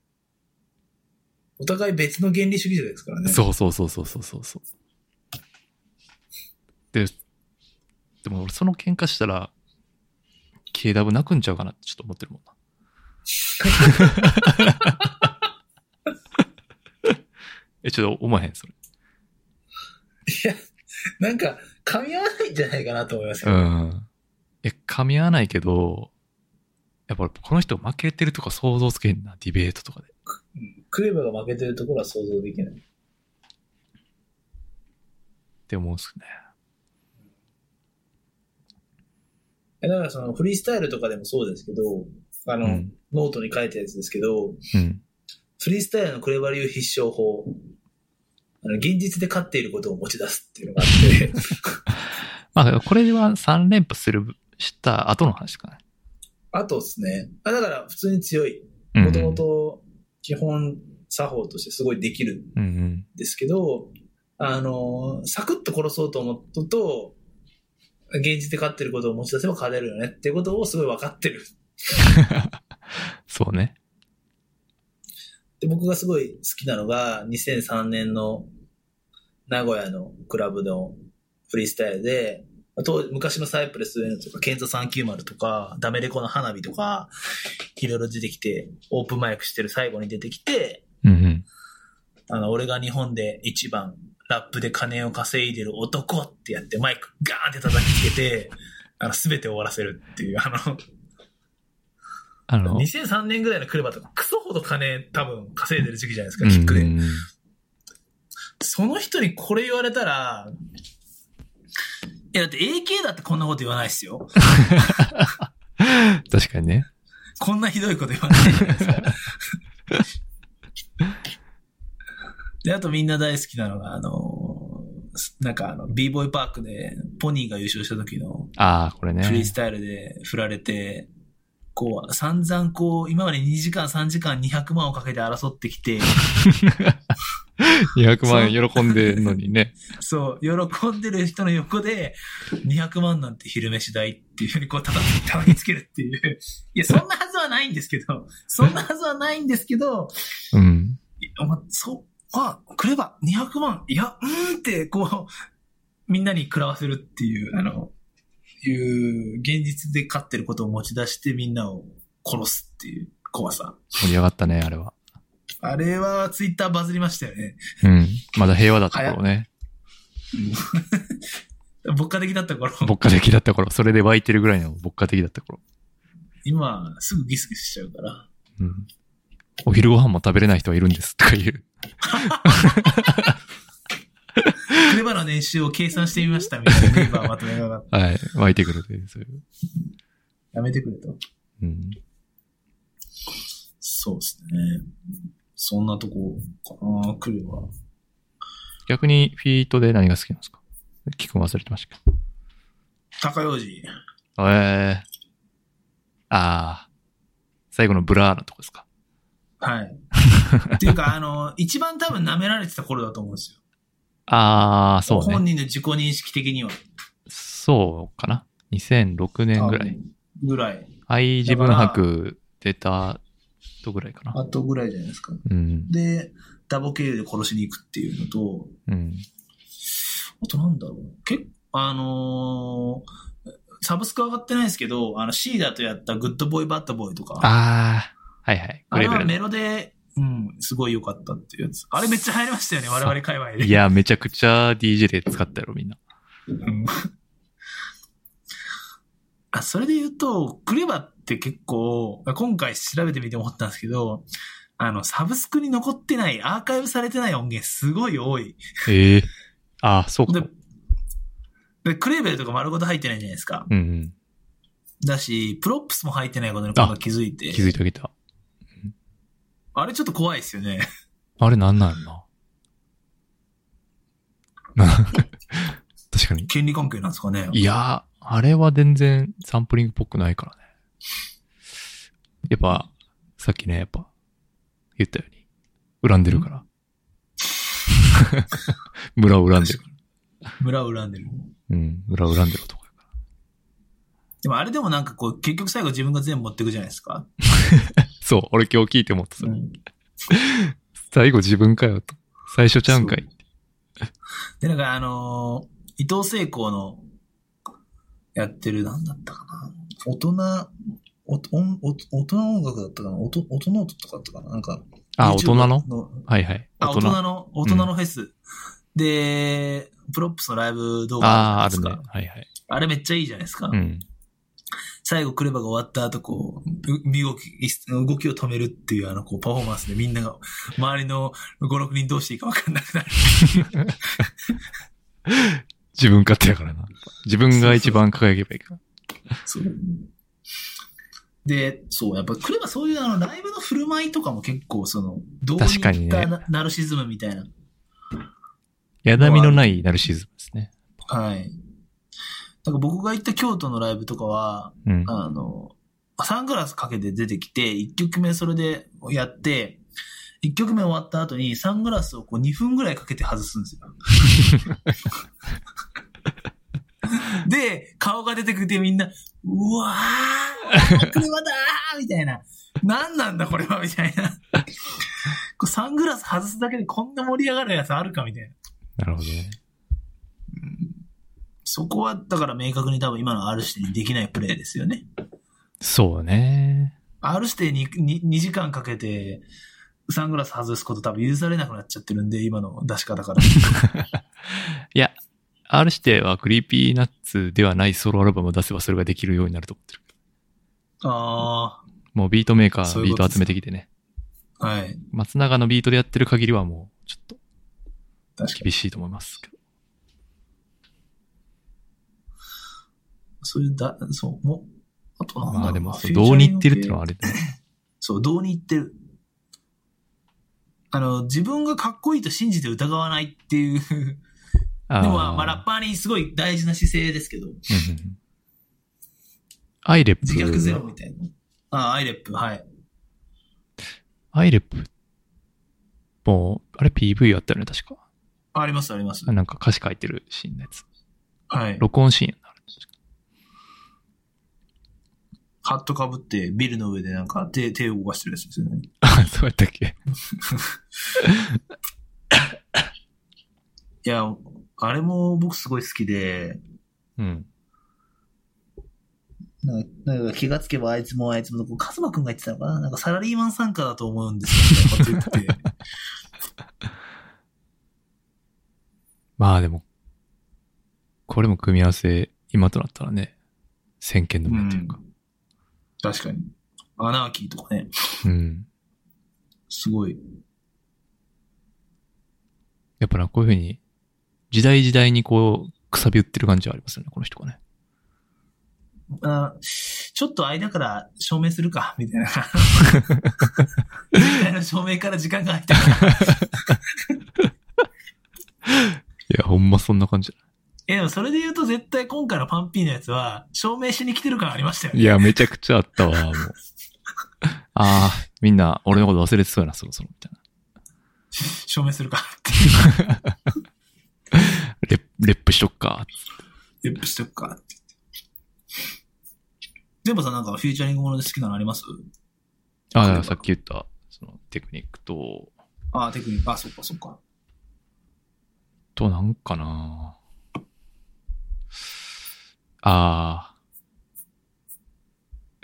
S3: お互い別の原理主義者ですからね。
S2: そうそうそうそうそうそうそう。で、でも俺その喧嘩したら、KW 泣くんちゃうかなってちょっと思ってるもんな。え、ちょっと思わへん、それ。
S3: なんか、噛み合わないんじゃないかなと思います
S2: う
S3: よ。
S2: ん。え、噛み合わないけど、やっぱ俺この人負けてるとか想像つけへんな、ディベートとかで。
S3: うんクレバが負けてるところは想像できない。
S2: って思うんすね。
S3: えだからそのフリースタイルとかでもそうですけど、あの、
S2: うん
S3: ノートに書いたやつですけど、
S2: うん。
S3: フリースタイルのクレバ流必勝法。あの、現実で勝っていることを持ち出すっていうのがあ
S2: *laughs*
S3: って、
S2: まあ、これは3連覇する、した後の話かね。
S3: あとですね、あだから普通に強い。
S2: うん
S3: もとも。と基本作法としてすごいできるん
S2: うんうん。
S3: ですけど、あの、サクッと殺そうと思ったと、現実で勝ってることを持ち出せば勝てるよねっていうことをすごい分かってる。
S2: そうね。
S3: で僕がすごい好きなのが、2003年の名古屋のクラブのフリースタイルで、あと昔のサイプレスウェイとか、ケンザ390とか、ダメレコの花火とか、いろいろ出てきて、オープンマイクしてる最後に出てきて、
S2: うんうん。
S3: あの、俺が日本で一番ラップで金を稼いでる男ってやってマイクガーンって叩きつけて、あの、すべて終わらせるっていう、あの、
S2: あの、
S3: 2003年ぐらいのクレバとか、クソほど金多分稼いでる時期じゃないですか、キックで
S2: う。んうん
S3: その人にこれ言われたら、いや、だって AK だってこんなこと言わないですよ。
S2: 確かにね。
S3: こんなひどいこと言わないじゃない *laughs* ですか。で、あとみんな大好きなのが、あの、なんかあの、b ボーイパークでポニーが優勝した時の
S2: ああ、これね。
S3: フリースタイルで振られて、こう、散々こう、今まで2時間3時間200万をかけて争ってきて、 *laughs*
S2: 200万喜んでるのにね。
S3: そう、喜んでる人の横で、200万なんて昼飯代っていうふうにこう、ただ、たまにつけるっていう。いや、そんなはずはないんですけど、そんなはずはないんですけど、
S2: *laughs* うん。
S3: いやまそう、あ、くれば200万、いや、うーんって、こう、みんなに食らわせるっていう、あの、いう、現実で勝ってることを持ち出してみんなを殺すっていう怖さ。
S2: 盛り上がったね、あれは。
S3: あれはツイッターバズりましたよね。
S2: うん。まだ平和だった頃ね。
S3: 牧歌的だった頃、
S2: 牧歌的だった頃。それで湧いてるぐらいの牧歌的だった頃。
S3: 今、すぐギスギスしちゃうから。
S2: うん。お昼ご飯も食べれない人はいるんです *laughs* とかいう。
S3: クレバの年収を計算してみましたみたいなネイバーまとめがが
S2: はい。湧いてくるという、そういう。
S3: やめてくれと。
S2: うん。
S3: そうですね。そんなとこかな、クレバ。
S2: 逆にフィートで何が好きなんですか聞くん忘れてましたけ
S3: 高用寺。
S2: ど。ええああ。最後のブラーのとこですか。 *laughs*
S3: はい。っていうか、あの、一番多分舐められてた頃だと思うんですよ。
S2: ああ、そう
S3: 本
S2: ね。
S3: 人の自己認識的には。
S2: そうかな。2006年ぐらい。
S3: ぐらい。
S2: 愛自分博出たとぐらいかな。
S3: あとぐらいじゃないですか。
S2: うん。
S3: で、ダボ経由で殺しに行くっていうのと、
S2: うん。
S3: あとなんだろう。結構、あのーサブスク上がってないですけど、あの、シーダとやったグッドボーイバッドボーイとか。
S2: ああ、はいはい。
S3: あれは
S2: ぐら
S3: メ
S2: い
S3: ロで、うん、すごい良かったっていうやつ。あれめっちゃ流行りましたよね、我々界隈で。
S2: いや、めちゃくちゃ DJ で使ったやろ、みんな。
S3: うんあ、それで言うと、クレバって結構、今回調べてみて思ったんですけど、あの、サブスクに残ってない、アーカイブされてない音源すごい多い。
S2: ええああ、そうか
S3: で。、でクレーベルとか丸ごと入ってないじゃないですか。
S2: うんうん。
S3: だし、プロップスも入ってないことに今回気づいて。
S2: 気づいてあげた。
S3: あれちょっと怖いですよね。
S2: あれなんなんやろな。な *laughs* 確かに。
S3: 権利関係なんですかね。
S2: いやー、あれは全然サンプリングっぽくないからね。やっぱ、さっきね、やっぱ、言ったように、恨んでるから。 *laughs* 村を恨んでるから。
S3: 村を恨んでる。
S2: うん、村を恨んでる男やか
S3: でもあれでもなんかこう、結局最後自分が全部持っていくじゃないですか。
S2: ら。そう、俺今日聞いて思ったそれ
S3: うん
S2: 最後自分かよと。最初ちゃうんかい。
S3: で、なんかあのー伊藤聖光のやってる、なんだったかな。大人、おと音おと大人音楽だったかな。おと音ノートとかだったかな。なんか、
S2: あ、
S3: YouTube
S2: 大人の
S3: の
S2: はいはい。
S3: あ、大人の、大人のフェス。で、プロップスのライブ動画
S2: ああー、
S3: あ
S2: あ
S3: るじ
S2: る
S3: ゃ
S2: ね。
S3: ないですか。
S2: はいはい。
S3: あれめっちゃいいじゃないですか。
S2: うん。
S3: 最後クレバが終わった後、こう、う身動き、動きを止めるっていうあの、こう、パフォーマンスでみんなが、周りの5、6人どうしていいか分かんなくなる。
S2: 自分勝手やからな。自分が一番輝けばいいから。
S3: そう。で、そう、やっぱクレバそういうあの、ライブの振る舞いとかも結構、その、どうに
S2: 確かに
S3: いった
S2: ね
S3: ナナルシズムみたいな。
S2: やだみのないナルシズムですね。
S3: はい。なんか僕が行った京都のライブとかは、
S2: うん。
S3: あの、サングラスかけて出てきて、1曲目それでやって、1曲目終わった後にサングラスをこう2分ぐらいかけて外
S2: *laughs*
S3: すんですよ。で、顔が出てくてみんな、うわー、車だーみたいな。なんなんだこれはみたいな。こうサングラス外すだけでこんな盛り上がるやつあるかみたいな。
S2: なるほどね。
S3: そこは、だから明確に多分今の R 指定にできないプレーですよね。
S2: そうね。
S3: R 指定にに 2, 時間かけて、サングラス外すこと多分許されなくなっちゃってるんで、今の出し
S2: *laughs*
S3: 方から。
S2: いや、R 指定はクリーピーナッツではないソロアルバムを出せばそれができるようになると思ってる。
S3: あ
S2: もうビートメーカ
S3: そ
S2: ー、
S3: うい
S2: ビ
S3: うこ
S2: ー
S3: と
S2: ト
S3: です
S2: 集めてきてね。
S3: あ、はい。
S2: 松永のビートでやってる限りはもう、ちょっと
S3: 確かに。
S2: 厳しいと思いますけど。
S3: そういうだ、そう、もう、あとなんだろう
S2: まあでも、そうどうに言ってるってのはあれだね。
S3: そう、どうに言ってる。あの、自分がかっこいいと信じて疑わないっていう。で
S2: あー
S3: も、まあ、ラッパーにすごい大事な姿勢ですけど、
S2: うんうんアイレップ。
S3: 自虐ゼロみたいな。ああ、アイレップ、はい。
S2: アイレップ。もう、あれ PV あったよね、確か。
S3: あります、あります。
S2: なんか歌詞書いてるシーンのやつ。
S3: はい。
S2: 録音シーンやな。あれ
S3: ハットかぶって、ビルの上でなんか手、手を動かしてるやつですよね。
S2: あ、 *laughs* そうやったっけ
S3: いや、あれも僕すごい好きで、
S2: うん。
S3: ななんか気がつけばあいつもあいつも、こうカズマくんが言ってたのかななんかサラリーマン参加だと思うんです *laughs* よ、みたいなこと言ってて。
S2: まあでも、これも組み合わせ、今となったらね、先見の目というか。
S3: 確かに。アナーキーとかね、
S2: うん。
S3: すごい。
S2: やっぱな、こういうふうに、時代時代にこう、くさび打ってる感じはありますよね、この人がね。
S3: あちょっと間から証明するか、みたい *laughs* な。みたいな証明から時間が空いたから。
S2: いや、ほんまそんな感じだ。
S3: いえ、でもそれで言うと絶対今回のパンピーのやつは、証明しに来てる感ありましたよね。
S2: いや、めちゃくちゃあったわ、も *laughs* う。ああ、みんな、俺のこと忘れてそうやな、そろそろ、みたいな。
S3: 証明するかって。
S2: レッレップしとっか。
S3: レップしとくかって。全部さんなんかフューチャリングもので好きなのあります
S2: ああ、だからさっき言った、その、テクニックと、
S3: ああ、テクニック。あ、そっかそっか。
S2: と、なんかなああ。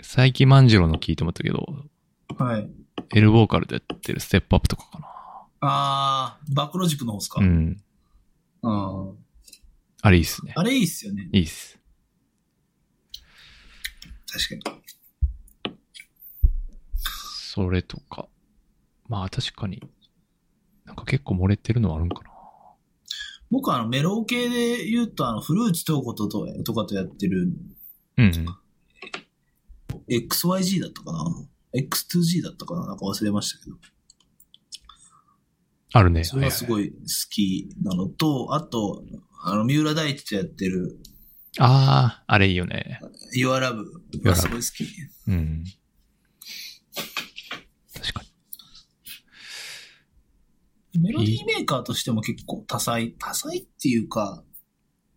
S2: 最近万次郎の聞いてもらったけど、
S3: はい。
S2: エルボーカルでやってるステップアップとかか
S3: ああ、バクロジックの方ですか、
S2: な。うん。
S3: あー
S2: あれいいっすね。
S3: あれいいっすよね。
S2: いいっす。
S3: 確かに。
S2: それとか。まあ確かに。なんか結構漏れてるのはあるんかな。
S3: 僕はあのメロウ系で言うと、あの、古内東子とととかとやってる
S2: うんうん。
S3: XYG だったかな ?X2G だったかななんか忘れましたけど。
S2: あるね。
S3: それはす
S2: は
S3: ごい好きなのと、あと、あの、三浦大知とやってる
S2: いはいああ、あれいいよね。
S3: Your Love がすごい好き。
S2: うん。確かに。
S3: メロディーメーカーとしても結構多彩、多彩っていうか、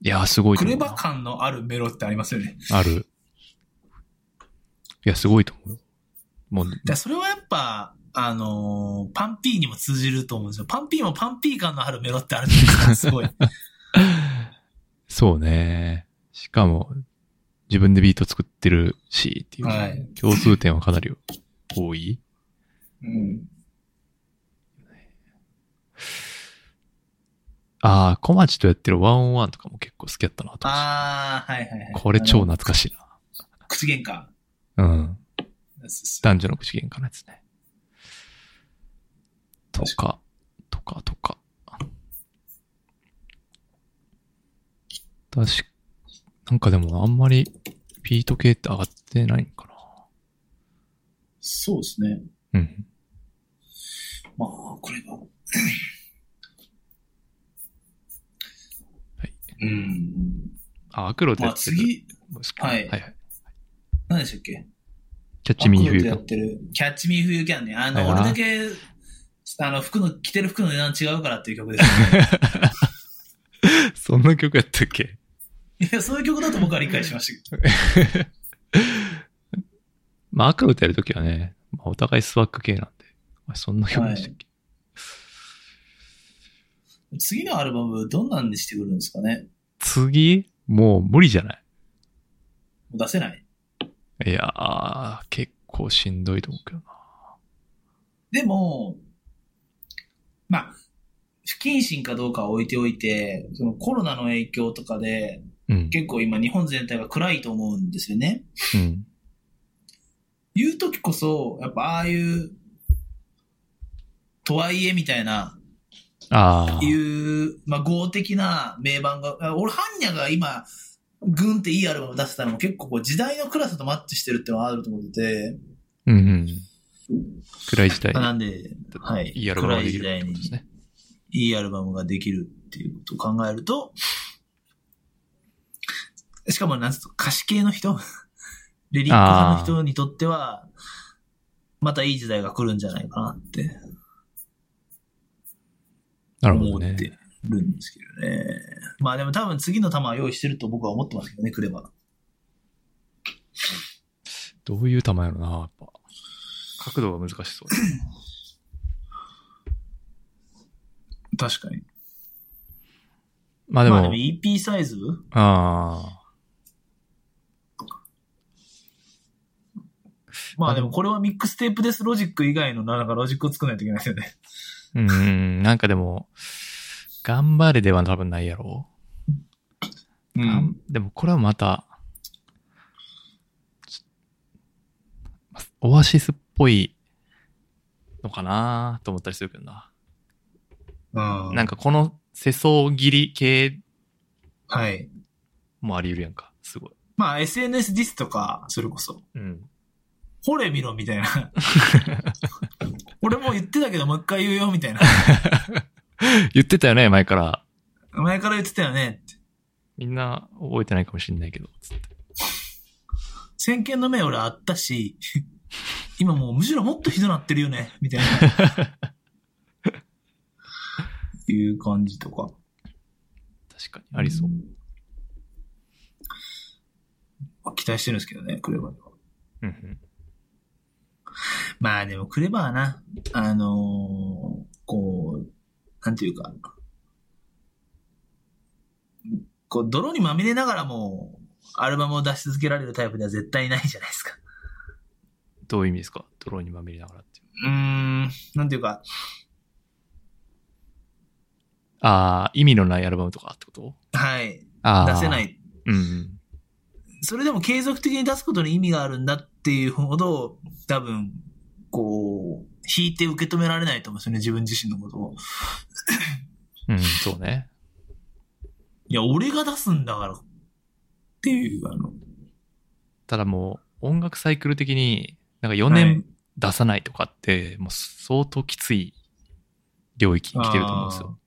S2: いやー、すごいと思
S3: クレ
S2: うな
S3: バ感のあるメロってありますよね。だか
S2: ある。いや、すごいと思うよ。もう、
S3: らそれはやっぱ、あのーパンピーにも通じると思うんですよ。パンピーもパンピー感のあるメロってあるじゃないですか。すごい。
S2: そうね。しかも、自分でビート作ってるし、っていう、
S3: はい
S2: 共通点はかなり多い。
S3: うん。
S2: ああ、小町とやってるワンオンワンとかも結構好きだったなと思うし
S3: あー、はいはいはい。
S2: これ超
S3: あの。
S2: 懐かしい
S3: 口喧嘩。
S2: な。うん。
S3: ス
S2: 男女の口喧嘩のやつね。とか、とか、とか。確か、なんかでもあんまりピート系って上がってないんか
S3: そうですね。
S2: な。うん。。
S3: まあ、これが。はいうん。
S2: あ、アクロで
S3: ま
S2: や
S3: あ
S2: ってる。
S3: 次、は
S2: はいい。はいはい。
S3: 何でしたっけ
S2: キャッチミーフ
S3: アク
S2: ュー
S3: ロと
S2: だ
S3: やってる。キャッチミーフューキャンね。あの、
S2: はい
S3: 俺だけ、あの、服の、着てる服の値段違うからっていう曲です、ね。
S2: そんな曲やったっけ *laughs*
S3: いや、そういう曲だと僕は理解しましたけど。
S2: まあ、アクロとやるときはね、まあ、お互いスワック系なんで、まあ、そんな曲でしたっけ、
S3: 次のアルバム、どんなんにしてくるんですかね
S2: 次もう無理じゃない
S3: もう出せない。
S2: いやー、結構しんどいと思うけどな。
S3: でも、まあ、不謹慎かどうかは置いておいて、そのコロナの影響とかで、
S2: うん。
S3: 結構今日本全体が暗いと思うんですよね。
S2: うん。
S3: 言う時こそ、やっぱああいう、とはいえみたいな、
S2: ああ。
S3: いう、まあ、合的な名盤が、あ俺、ハンニャが今、グンっていいアルバム出せたのも結構こう時代の暗さとマッチしてるってのはあると思ってて、
S2: うんうん。暗い時代。
S3: なんで、はい。
S2: いいアルバムが
S3: 暗
S2: で
S3: い
S2: き
S3: 時
S2: るっ
S3: 代
S2: てこと
S3: に
S2: ですね。
S3: いいアルバムができるっていうことを考えると、しかも、なんつうの歌詞系の人、 *laughs* レリック派の人にとっては、またいい時代が来るんじゃないかなって
S2: なるほ
S3: 思
S2: ど
S3: っ
S2: ね。
S3: てるんですけどね。まあでも多分次の弾は用意してると僕は思ってますけどね、クレバ。
S2: どういう球やろな、やっぱ。角度が難しそうだな。
S3: 確かに。
S2: まあで
S3: ま
S2: も、
S3: あ
S2: あ
S3: でも EP サイズ
S2: あ
S3: まあでもこれはミックステープですロジック以外のなんかロジックを作らないといけないですよね。
S2: ー。うんうん、なんかでも、頑張れでは多分ないやろ
S3: う
S2: う。頑。でもこれはまた、ちオアシスっぽいのかなと思ったりするけどな。なんかこの世相切り系
S3: はい。
S2: もあり得るやんか。すごい。
S3: まあ SNS ディスとか、それこそ。
S2: うん。
S3: ほれみろみたいな。俺もう言ってたけどもう一回言うよみたいな。
S2: 言ってたよね、前から。
S3: 前から言ってたよねって。
S2: いみんな覚えてないかもしれないけど、つって。
S3: 先見の目俺あったし、今もうむしろもっとひどなってるよね、みたいな。いう感じとか。
S2: 確かに、ありそう。
S3: まあ期待してるんですけどね、クレバーには。
S2: うんうん。
S3: まあでもクレバーはな、あのーこう、なんていうか、こう、泥にまみれながらも、アルバムを出し続けられるタイプでは絶対ないじゃないですか。
S2: どういう意味ですかドローにまみれながらっていう。
S3: うーん、なんていうか、
S2: ああ、意味のないアルバムとかってこと
S3: はい、
S2: ああ。
S3: 出せな。い。
S2: うんうん。
S3: それでも継続的に出すことに意味があるんだっていうほど、多分、こう、引いて受け止められないと思うんですよね、自分自身のことを。
S2: *laughs* うん、そうね。
S3: いや、俺が出すんだから、っていう、あの、
S2: ただもう、音楽サイクル的に、なんか4
S3: は
S2: 年
S3: い
S2: 出さないとかって、もう相当きつい領域に来てると思うんですよ。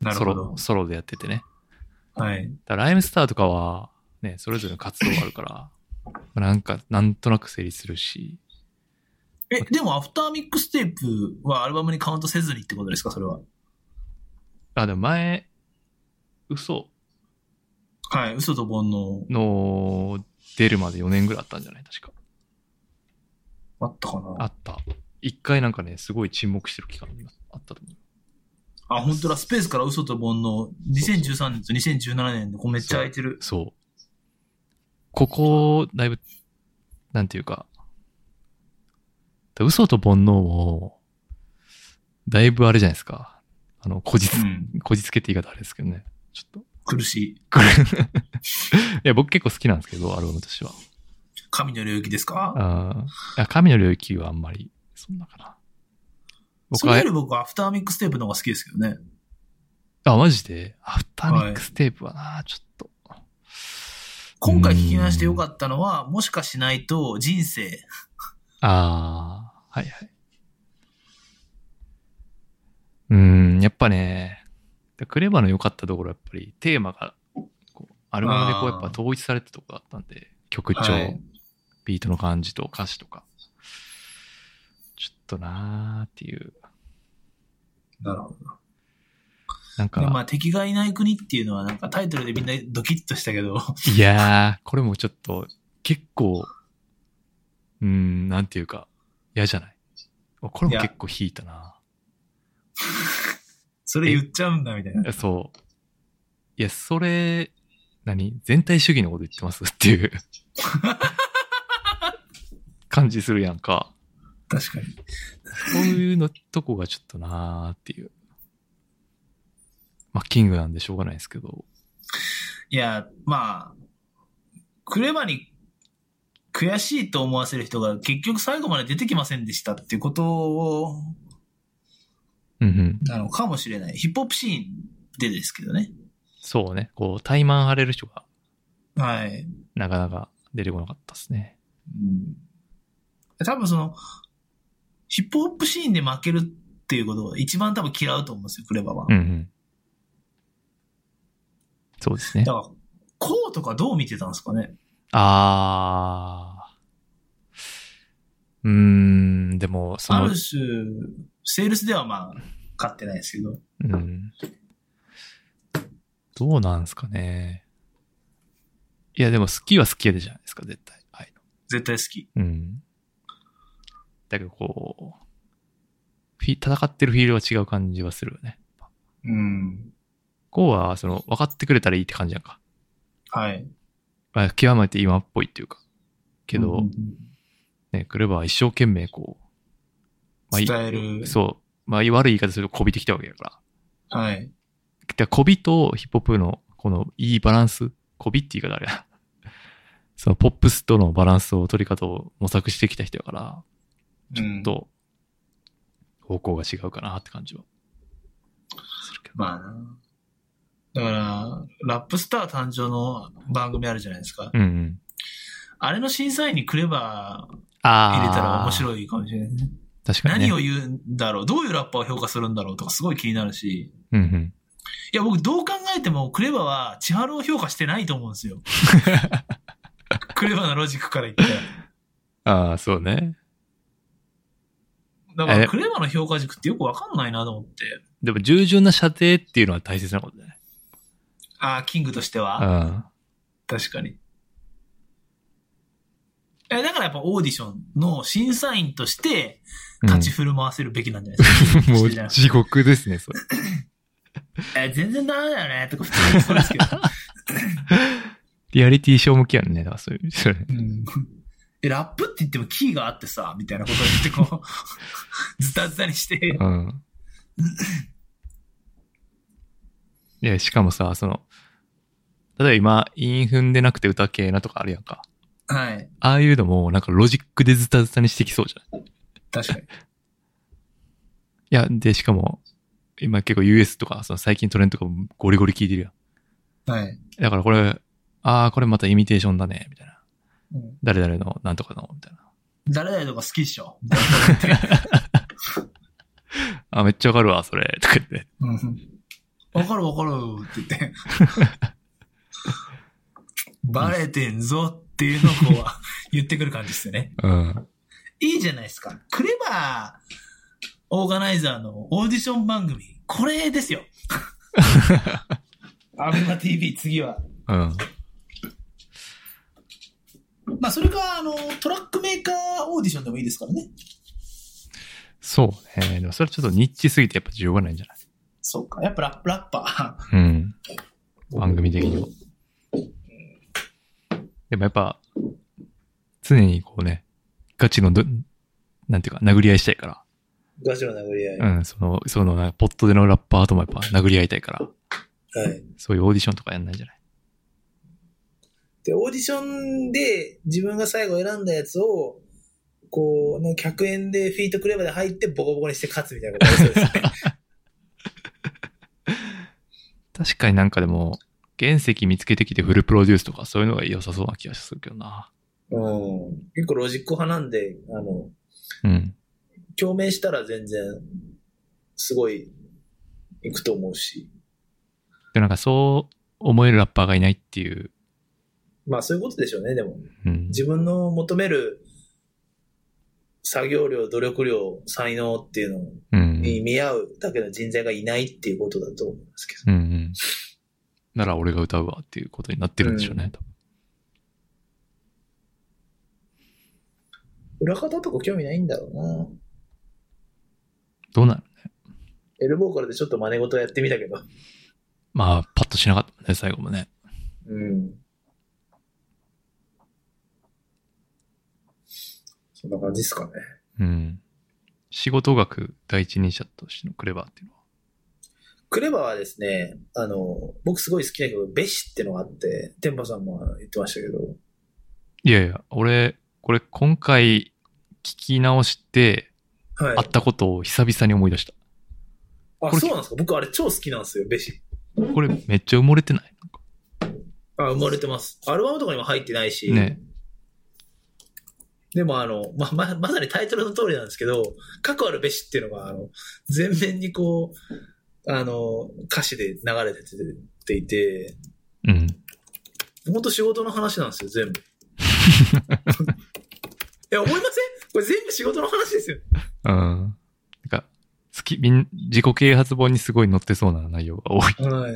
S3: なる
S2: ソ
S3: ほ
S2: ロ
S3: ど、。
S2: ソロでやっててね。
S3: はい。
S2: だからライムスターとかは、ね、それぞれの活動があるから、 *laughs* なんか、なんとなく成立するし、
S3: え、でも、アフターミックステープはアルバムにカウントせずにってことですか、それは。
S2: あ、でも前、嘘
S3: はい、嘘と煩悩、
S2: の出るまで4年ぐらいあったんじゃない確か。
S3: あったかな
S2: あ。った。一回なんかね、すごい沈黙してる期間があったと思う。
S3: あ、本当だ、スペースから嘘と煩悩、2013年と2017年で、こうめっちゃ空いてる。
S2: そう。ここ、だいぶ、なんていうか、嘘と煩悩も、だいぶあれじゃないですか。あの、こじつ
S3: う、ん、
S2: こじつけって言い方あれですけどね。ちょっと。
S3: 苦しい。
S2: *laughs* いや、僕結構好きなんですけど、アルバムとしては。
S3: 神の領域ですか
S2: あいや神の領域はあんまり、そんなかな。僕
S3: それ
S2: は
S3: より、僕はアフターミックステープの方が好きですけどね。
S2: あ、マジで、アフターミックステープはな、ちょっと。
S3: 今回聞き直してよか
S2: った。
S3: ったのは、もしかしないと人生。
S2: ああ、はいはい。うん、やっぱね、クレバの良かったところはやっぱりテーマが、こうアルバムでこう
S3: あー
S2: やっぱ統一されたとこだったんで、曲調、
S3: はい
S2: ビートの感じと歌詞とか。ちょっとなーっていう。
S3: なるほど。
S2: なんか、
S3: でまあ、敵がいない国っていうのは、なんかタイトルでみんなドキッとしたけど、
S2: いやー、これもちょっと、結構、うーん、なんていうか、嫌じゃないこれも結構引いたな。
S3: それ言っちゃうんだみたいな。
S2: いやそう。いや、それ、何全体主義のこと言ってますっていう、感じするやんか。
S3: 確かに。
S2: そういうのとこがちょっとなーっていう。まあ、キングなんでしょうがないですけど。
S3: いや、まあ、クレバに悔しいと思わせる人が結局最後まで出てきませんでしたっていうことを、
S2: うんうん。
S3: なのかもしれない。ヒップホップシーンでですけどね。
S2: そうね。こう、怠慢荒れる人が、
S3: はい。
S2: なかなか出てこなかったですね。
S3: うん多分その、ヒップホップシーンで負けるっていうことを一番多分嫌うと思うんですよ、クレバは。
S2: うんうん。そうですね
S3: だ。から、こうとかどう見てたんですかね
S2: あー。うーん、でも、そ
S3: あ
S2: の
S3: る、種、セールスではまあ、勝ってないですけど。
S2: うん。どうなんすかね。いや、でも好きは好きやでじゃないですか、絶対。ああいう
S3: 絶対好き。
S2: のうん。だけど、こう、フィ戦ってるフィールドは違う感じはするよね。
S3: うん。
S2: こうは、その、分かってくれたらいいって感じやんか。
S3: はい。
S2: まあ極めて今っぽいっていうか。けど、
S3: うんうんうん、
S2: ね、クレバーは一生懸命こう、まあい
S3: 伝える
S2: そう、まあ悪い言い方するとこびてきたわけだから。
S3: はい。
S2: だこびとヒップホップのこのいいバランス、こびって言い方あれだ。 *laughs* そのポップスとのバランスを取り方を模索してきた人だから、
S3: ちょ
S2: ちょっ。と方向が違うかなって感じはするけど。
S3: まあな。だから、ラップスター誕生の番組あるじゃないですか。
S2: うんうん。
S3: あれの審査員にクレバ
S2: ああ。
S3: 入れたら面白いかもしれないですね。
S2: 確かに、ね。
S3: 何を言うんだろうどういうラッパーを評価するんだろうとかすごい気になるし、
S2: うんうん。
S4: いや、僕どう考えてもクレバは千春を評価してないと思うん
S2: *laughs*
S4: ですよ。クレバのロジックから言って。
S2: ああ、そうね。
S4: だから
S2: え
S4: クレバの評価軸ってよくわかんないなと思って。
S2: でも、従順な射程っていうのは大切なことだね。
S4: ああ、キングとして
S2: う
S4: は。
S2: ん。
S4: 確かに。え、だからやっぱオーディションの審査員として立ち振る舞わせるべきなんじゃないです *laughs* か。
S2: うん、も
S4: し
S2: う
S4: てない
S2: 地獄ですね、それ。
S4: え、全然ダメだよね、とか普通に言いそうですけど。
S2: リアリティショー向きやんね。だからそういう、それ
S4: うんえ、ラップって言ってもキーがあってさ、みたいなこと言ってこう、 *laughs* ズタズタにして。
S2: うん。いや、しかもさ、その、例えば今、韻踏んでなくて歌系なとかあるやんか。
S4: はい。
S2: ああいうのも、なんかロジックでズタズタにしてきそうじゃない
S4: 確かに。
S2: いや、で、しかも、今結構 US とか、その最近トレンドとかもゴリゴリ聞いてるやん。
S4: はい。
S2: だからこれ、ああ、これまたイミテーションだね、みたい
S4: う
S2: な。
S4: ん
S2: 誰々のなんとかの、みたいな。
S4: 誰々とか好きっしょ。
S2: あ、めっちゃわかるわ、それ、とか言って。
S4: うんわかるわかるって言 *laughs* って。バレてんぞっていうのをこう言ってくる感じですよね。
S2: うん。
S4: いいじゃないですか。クレバーオーガナイザーのオーディション番組、これです
S3: *laughs*
S4: よ。アベマ TV 次は。
S2: うん。
S4: まあそれか、あの、トラックメーカーオーディションでもいいですからね。
S2: そうね。でもそれちょっとニッチすぎてやっぱ需要がないんじゃない
S4: そうか。やっぱララッパー。
S2: うん。番組的にも。でもやっぱ、常にこうね、ガチのど、なんていうか、殴り合いしたいか
S3: ガチの殴り合い。
S2: ら。うん、その、その、ポットでのラッパーともやっぱ殴り合いたいから、
S3: はい。
S2: そういうオーディションとかやんないんじゃない
S3: で、オーディションで自分が最後選んだやつを、こう、の100円でフィートクレバで入ってボコボコにして勝つみたいなことありそうです
S4: *laughs*
S3: ね。
S2: 確かになんかでも、原石見つけてきてフルプロデュースとかそういうのが良さそうな気がするけどな。
S3: うん。結構ロジック派なんで、あの、
S2: うん。
S3: 共鳴したら全然、すごい、いくと思うし。
S2: で、なんかそう思えるラッパーがいないっていう。
S3: まあそういうことでしょうね、でも。
S2: うん。
S3: 自分の求める作業量、努力量、才能っていうの
S2: うん。
S3: に見合うだけの人材がいないっていうことだと思うんですけど。
S2: うんうん。なら俺が歌うわっていうことになってるんでしょうね。多分
S3: 裏方とか興味ないんだろうな。
S2: どうなる
S3: エルボーカルでちょっと真似事やってみたけど。
S2: まあ、パッとしなかったもんね、最後もね。
S3: うん。そんな感じですかね。
S2: うん。仕事学第一人者としてのクレバーっていうのは。
S3: クレバはですね、あの、僕すごい好きな曲、ベシってのがあって、テンパさんも言ってましたけど、
S2: いやいや、俺、これ今回聞き直して、
S3: はい。
S2: 会ったことを久々に思い出した。
S3: あ、
S2: これ
S3: そうなんですか僕あれ超好きなんですよ、ベシ。
S2: これめっちゃ埋もれてないなんか
S3: あ、生まれてます。アルバムとかにも入ってないし、
S2: ね。
S3: でもあの、ま、ま、まさにタイトルの通りなんですけど、過去あるべしっていうのが、あの、全面にこう、あの、歌詞で流れてていて、
S2: うん。
S3: 本当仕事の話なんですよ、全部。い
S2: *laughs*
S3: や、思いませんこれ全部仕事の話ですよ。
S2: うん。なんか、好き、みん、自己啓発本にすごい載ってそうな内容が多い。 *laughs*
S3: はい。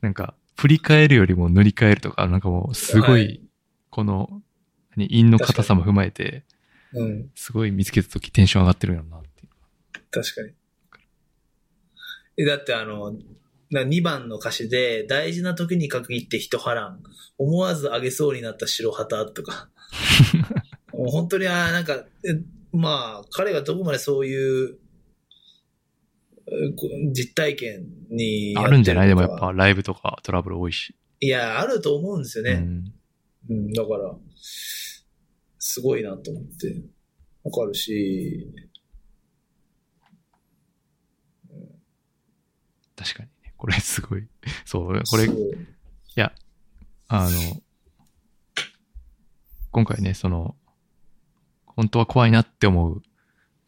S2: なんか、振り返るよりも塗り替えるとか、なんかもう、すご、
S3: はい
S2: この、何、韻の硬さも踏まえて、
S3: うん、
S2: すごい見つけたときテンション上がってるんやろなっていう。
S3: 確かに。え、だってあの、な2番の歌詞で、大事な時に限って人波乱。思わず上げそうになった白旗と
S2: *laughs*
S3: か。もう本当に、あーなんか、えまあ、彼がどこまでそういう、うこ実体験にや
S2: あ
S3: て
S2: るんじゃないでもやっ
S3: のか
S2: ぱライブとかトラブル多いし。
S3: いや、あると思うんですよ
S2: う
S3: ね。
S2: ん。
S3: うん、だから、すごいなと思って。わかるし、
S2: 確かにね。これすごい。 *laughs* そう、これ
S3: す、ごい
S2: あの、今回ね、その、本当は怖いなって思う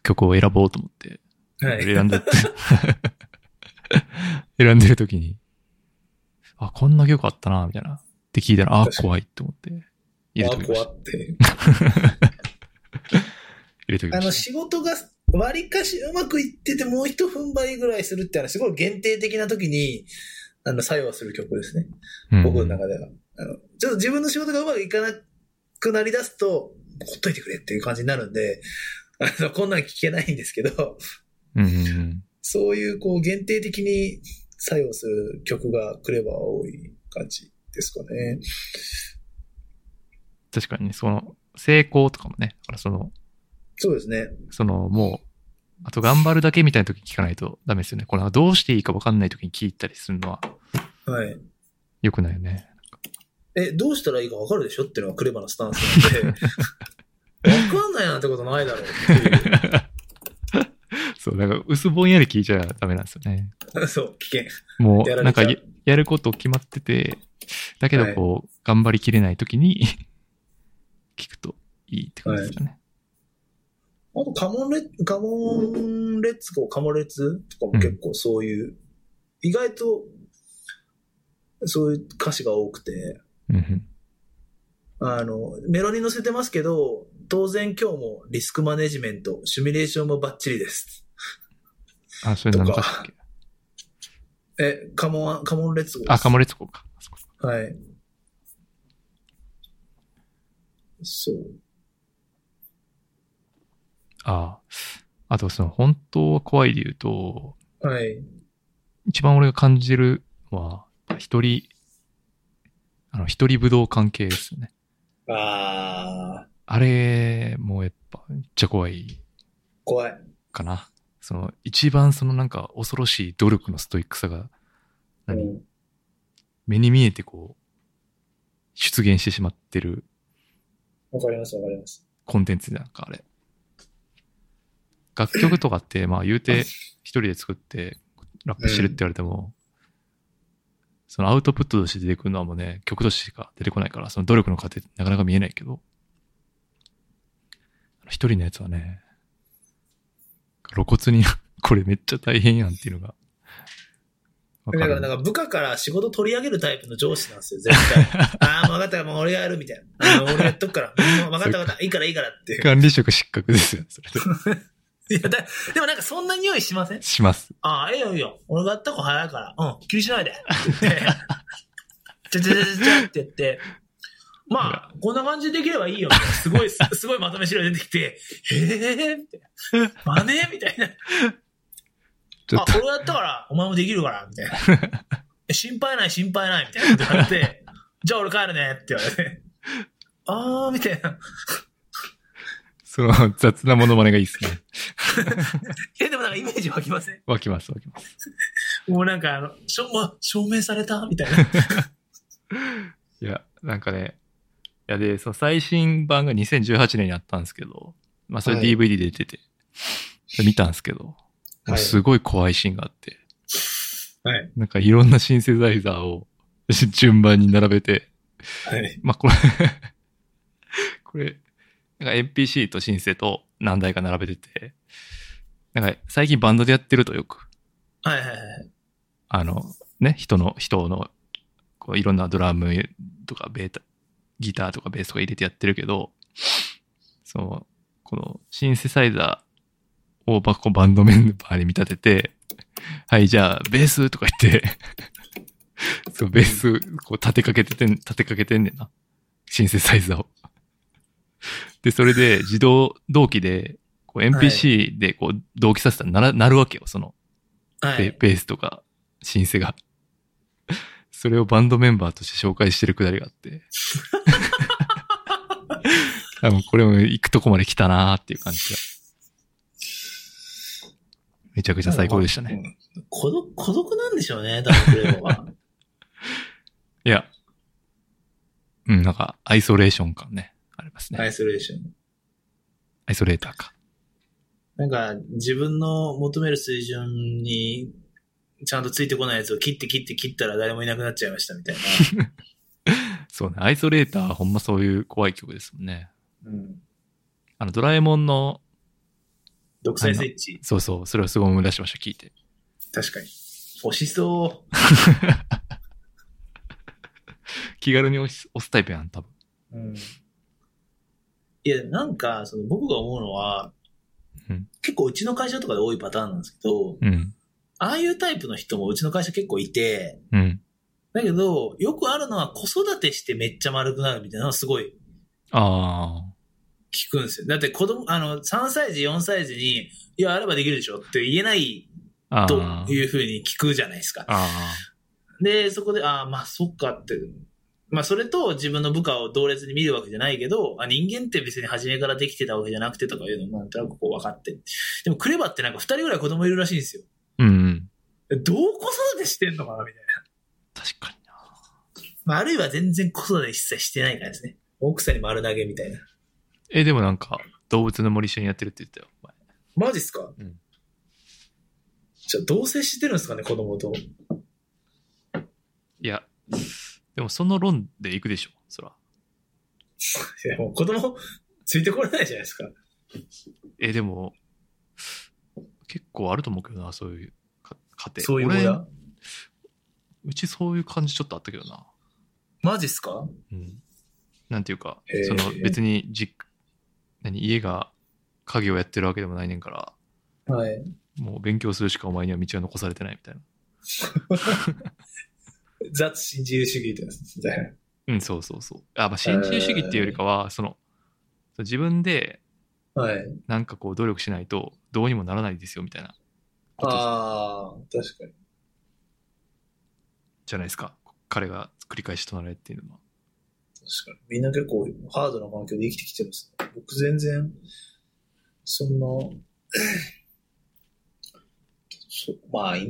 S2: 曲を選ぼうと思って、 *laughs*
S3: はい。
S2: 選んだって。選んでる時に、あ、こんな曲あったな、みたいな。って聞いたら、あ、
S5: 確かに
S2: 怖いって思って。入れときま
S5: 怖
S2: した。
S5: 怖
S2: 入
S5: って。
S2: れとき
S3: あ
S2: ま
S3: の、
S2: し
S3: 仕事が、割かしうまくいってて、もう一踏ん張りぐらいするって、あの、すごい限定的な時に、あの、作用する曲ですね。
S2: た。うん
S3: 僕の中では。あの、ちょっと自分の仕事がうまくいかなくなりだすと、ほっといてくれっていう感じになるんで、あの、こんなん聞けないんですけど、
S2: うんうんうん。
S3: そういう、こう、限定的に作用する曲が来れば多い感じですかね。
S2: 確かにね、その、成功とかもね、だからその、
S3: そうですね。
S2: その、もう、あと頑張るだけみたいな時に聞かないとダメですよね。これはどうしていいか分かんない時に聞いたりするのは
S3: はい。
S2: 良くないよね。
S3: え、どうしたらいいか分かるでしょっていうのがクレバのスタンスなんで、分かんないなんてことないだろうっていう。
S2: *laughs* そう、なんか薄ぼんやり聞いちゃダメなんですよね。
S3: *laughs* そう、危険。
S2: も
S3: や
S2: う、な
S3: られ
S2: ん
S3: ちゃ
S2: か
S3: う
S2: ややること決まってて、だけどこう、頑張りきれない時に *laughs* 聞くといいって感じですかね。
S3: あと、カモンレッ、カモンレッツゴー、カモレッツとかも結構そういう、意外と、そういう歌詞が多くて、
S2: うん
S3: あの、メロに載せてますけど、当然今日もリスクマネジメント、シミュレーションもバッチリです。
S2: うん。あ、それ何の歌だっけ
S3: え、カモン、カモンレッツゴーです。
S2: あ、カモレツコか。そっか
S3: はい。そう。
S2: ああ。あと、その、本当は怖いで言うと、
S3: はい。
S2: 一番俺が感じるのは、一人、あの、一人武道関係ですよね。
S3: あー、
S2: あれ、もうやっぱ、めっちゃ怖い
S3: 怖い。
S2: かな。その、一番そのなんか恐ろしい努力のストイックさが、何、
S3: うん
S2: 目に見えてこう、出現してしまってる
S3: わかります、わかります。
S2: コンテンツじゃんか、あれ。楽曲とか
S3: *laughs*
S2: って、まあ言うて、一人で作って、ラップしてるって言われても、そのアウトプットとして出てくるのはもうね、曲としてしか出てこないから、その努力の過程ってなかなか見えないけど、一人のやつはね、露骨に、 *laughs* これめっちゃ大変やんっていうのが、わ
S3: だ
S2: か
S3: から、
S2: る。
S3: なんか部下から仕事取り上げるタイプの上司なんです
S2: *laughs*
S3: よ、絶対。ああ、もう分かった、もう俺がやるみたいな。あの俺やっとくから。もう分かった、分かった、いいから、いいからっていう。
S2: 管理職失格ですよね、それで。
S3: いやだでもなんかそんな匂いしません
S2: します。
S3: ああ、いいよいいよ。俺がやった子早いから。うん、気にしないで。って言ってちゃちゃちゃちゃちゃって言って。まあ、こんな感じでできればいいよ。みたいなすごい、すすごいまとめ資料出てきて、ええー、みたいな。まあねみたいな。
S2: ちょ
S3: あ
S2: っと、、
S3: 俺やったから、お前もできるから、みたいな。
S2: *laughs*
S3: え心配ない、心配ない、みたいなこと言われて、 *laughs* じゃあ俺帰るね、って言われて。 *laughs* あー、みたいな。
S2: その雑なモノマネがいいですね。
S3: え、でもなんかイメージ湧きません
S2: 湧きます、湧きます。
S3: もうなんか、あの、しょ、ま、証明されたみたいな。
S2: いや、なんかね、いやで、その最新版が2018年にあったんですけど、まあそれ
S3: はい
S2: DVD で出てて、それ見たんですけど、もうすごい怖いシーンがあって、
S3: はい。
S2: なんかいろんなシンセサイザーを *laughs* 順番に並べて、
S3: はい。
S2: まあこれ、 *laughs* これ、なんか NPC とシンセと何台か並べてて、なんか最近バンドでやってるとよく、
S3: はいはいはい。
S2: あの、ね、人の、人の、こういろんなドラムとかベータ、ギターとかベースとか入れてやってるけど、その、このシンセサイザーをバコバンドメンバーに見立てて、はい、じゃあ、ベースとか言って、 *laughs* そう、ベース、こう立てかけててん、立てかけてんねんな。シンセサイザーを。で、それで自動同期で、こう NPC でこう同期させたらなら、なるわけよ、その
S3: は
S2: ベ
S3: い。
S2: ベースとか、シンセが。 *laughs* それをバンドメンバーとして紹介してるくだりがあ
S3: *laughs*
S2: って。多分これも行くとこまで来たなーっていう感じが。めちゃくちゃ最高でしたね。
S3: うん。孤独、孤独なんでしょうね、多分クレボ
S2: *laughs*
S3: は。
S2: いや。うん、なんか、アイソレーション感ね。ありますね。
S3: アイソレーション。
S2: アイソレーターか。
S3: なんか、自分の求める水準に、ちゃんとついてこないやつを切って切って切ったら誰もいなくなっちゃいましたみたい
S2: *laughs* そうね。アイソレーターはほんまそういう怖い曲ですもんね。
S3: な。うん。
S2: あの、ドラえもんの、
S3: 独裁スイッチ。
S2: そうそう、それをすごい思い出しました、聞いて。
S3: 確かに。押しそ
S2: 気軽に押す押すタイプやん、多分。
S3: う。うん。いや、なんか、その僕が思うのは、
S2: うん
S3: 結構うちの会社とかで多いパターンなんですけど、
S2: うん。
S3: ああいうタイプの人もうちの会社結構いて、
S2: うん。
S3: だけど、よくあるのは子育てしてめっちゃ丸くなるみたいなのはすごい
S2: ああ。
S3: 聞くんですよ。だって子供、あの、3歳児、4歳児に、いや、あればできるでしょって言えない
S2: ああ。
S3: というふうに聞くじゃないですか。
S2: あ
S3: で、そこで、ああ、まあ、そっかって。まあ、それと自分の部下を同列に見るわけじゃないけど、あ人間って別に初めからできてたわけじゃなくてとかいうのもなんとなくこう分かって。でも、クレバってなんか2人ぐらい子供いるらしいんですよ。
S2: あ。うん。
S3: どう子育てしてんのかなみたいな。
S2: 確かにな。
S3: まあ、あるいは全然子育て一切してないからですね。奥さんに丸投げみたいな。
S2: え、でもなんか、動物の森一緒にやってるって言ってたよ。前
S3: マジっすか
S2: うん
S3: じゃあ、同棲してるんですかね、子供と。
S2: いや、でもその論で行くでしょ、そら。
S3: いや、もう子供、ついてこれないじゃないですか。
S2: え、でも、結構あると思うけどな、そういうか家庭。
S3: そういう親
S2: 俺うちそういう感じちょっとあったけどな。
S3: マジっすか
S2: うん。なんていうか
S3: へ、ー
S2: その別に実何、家が家業やってるわけでもないねんから、
S3: はい。
S2: もう勉強するしかお前には道は残されてないみたいな。
S3: 雑新自由主義ってやつみたいな。
S2: うん、そうそうそう。あ、まあ、新自由主義っていうよりかは、その、その自分で
S3: はい。
S2: なんかこう努力しないとどうにもならないですよみたいなこと
S3: ああ、確かに。
S2: じゃないですか。彼が繰り返し唱えっていうのは。
S3: 確かに。みんな結構ハードな環境で生きてきてますね。僕全然、そんな、 *coughs* そまあ、田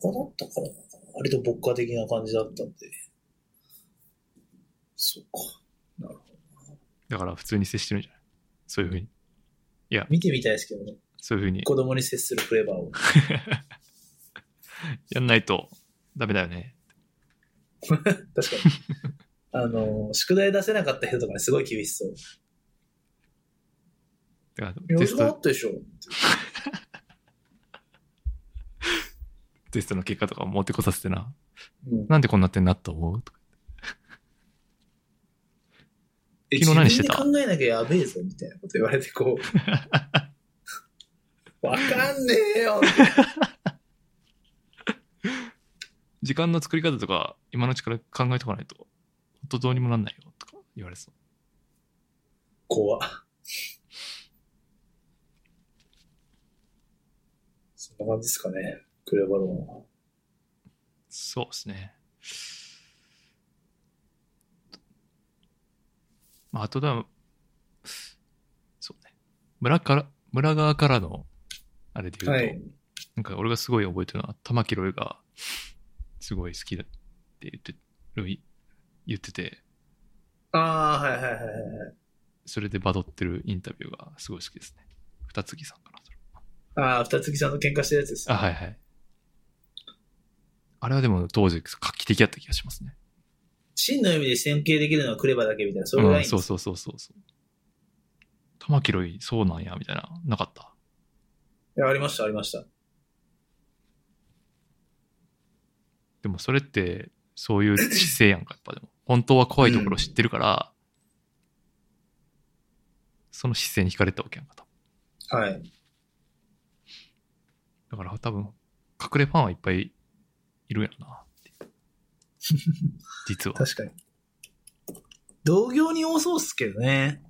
S3: 舎だったからな。割と牧歌的な感じだったんで。そうか。なるほど。
S2: だから普通に接してるんじゃないそういうふうに。
S3: 見てみたいですけどね。
S2: そういうふうに
S3: 子供に接するフレーバーを。
S2: やんないとダメだよね。
S3: 確か
S2: *laughs*
S3: に。あの、宿題出せなかった人とかにすごい厳しそう。
S2: だから
S3: 用
S2: テ
S3: 事
S2: ス
S3: があ
S2: ト、
S3: ったでしょ。
S2: テストの結果とか持ってこさせてな。
S3: うん
S2: なんでこんなってんなと思うとか昨日何してた
S3: 自分で考えなきゃやべえぞ、みたいなこと言われ
S2: *laughs*
S3: て、こう。わかんねえよ
S2: 時間の作り方とか今のうちから考えとかないと、本当どうにもなんないよとか言われそう。
S3: 怖そんな感じですかね、クレバロ
S2: そうですね。まあ、あとだ、そうね。村から、村側からの、あれで
S3: ン
S2: 言
S3: は。
S2: う
S3: は
S2: と、
S3: い。
S2: なんか俺がすごい覚えてるのは、玉木ロイが、すごい好きだって言って、ロイ、言ってて、
S3: ああ、はいはいはいはいはい。
S2: それでバドってるインタビューがすごい好きですね。二木さんかな、それ
S3: ああ、二月さんと喧嘩してるやつです。
S2: あ、はいはい。あれはでも当時画期的だった気がしますね。
S3: 真の意味で尊敬できるのはクレバだけみたいな、それぐらい、
S2: うん、そうそうそうそうそう。玉木ロイ、そうなんや、みたいな、なかった。
S3: いやありました、ありました。
S2: でもそれって、そういう姿勢やんか、やっぱ
S3: *laughs*
S2: でも。本当は怖いところ知ってるから、その姿勢に惹かれたわけやんか、多分
S3: はい。
S2: だから多分、隠れファンはいっぱいいるやろ
S3: *laughs*
S2: な、っていう実は。
S3: 確かに。同業に多そうっすけどね。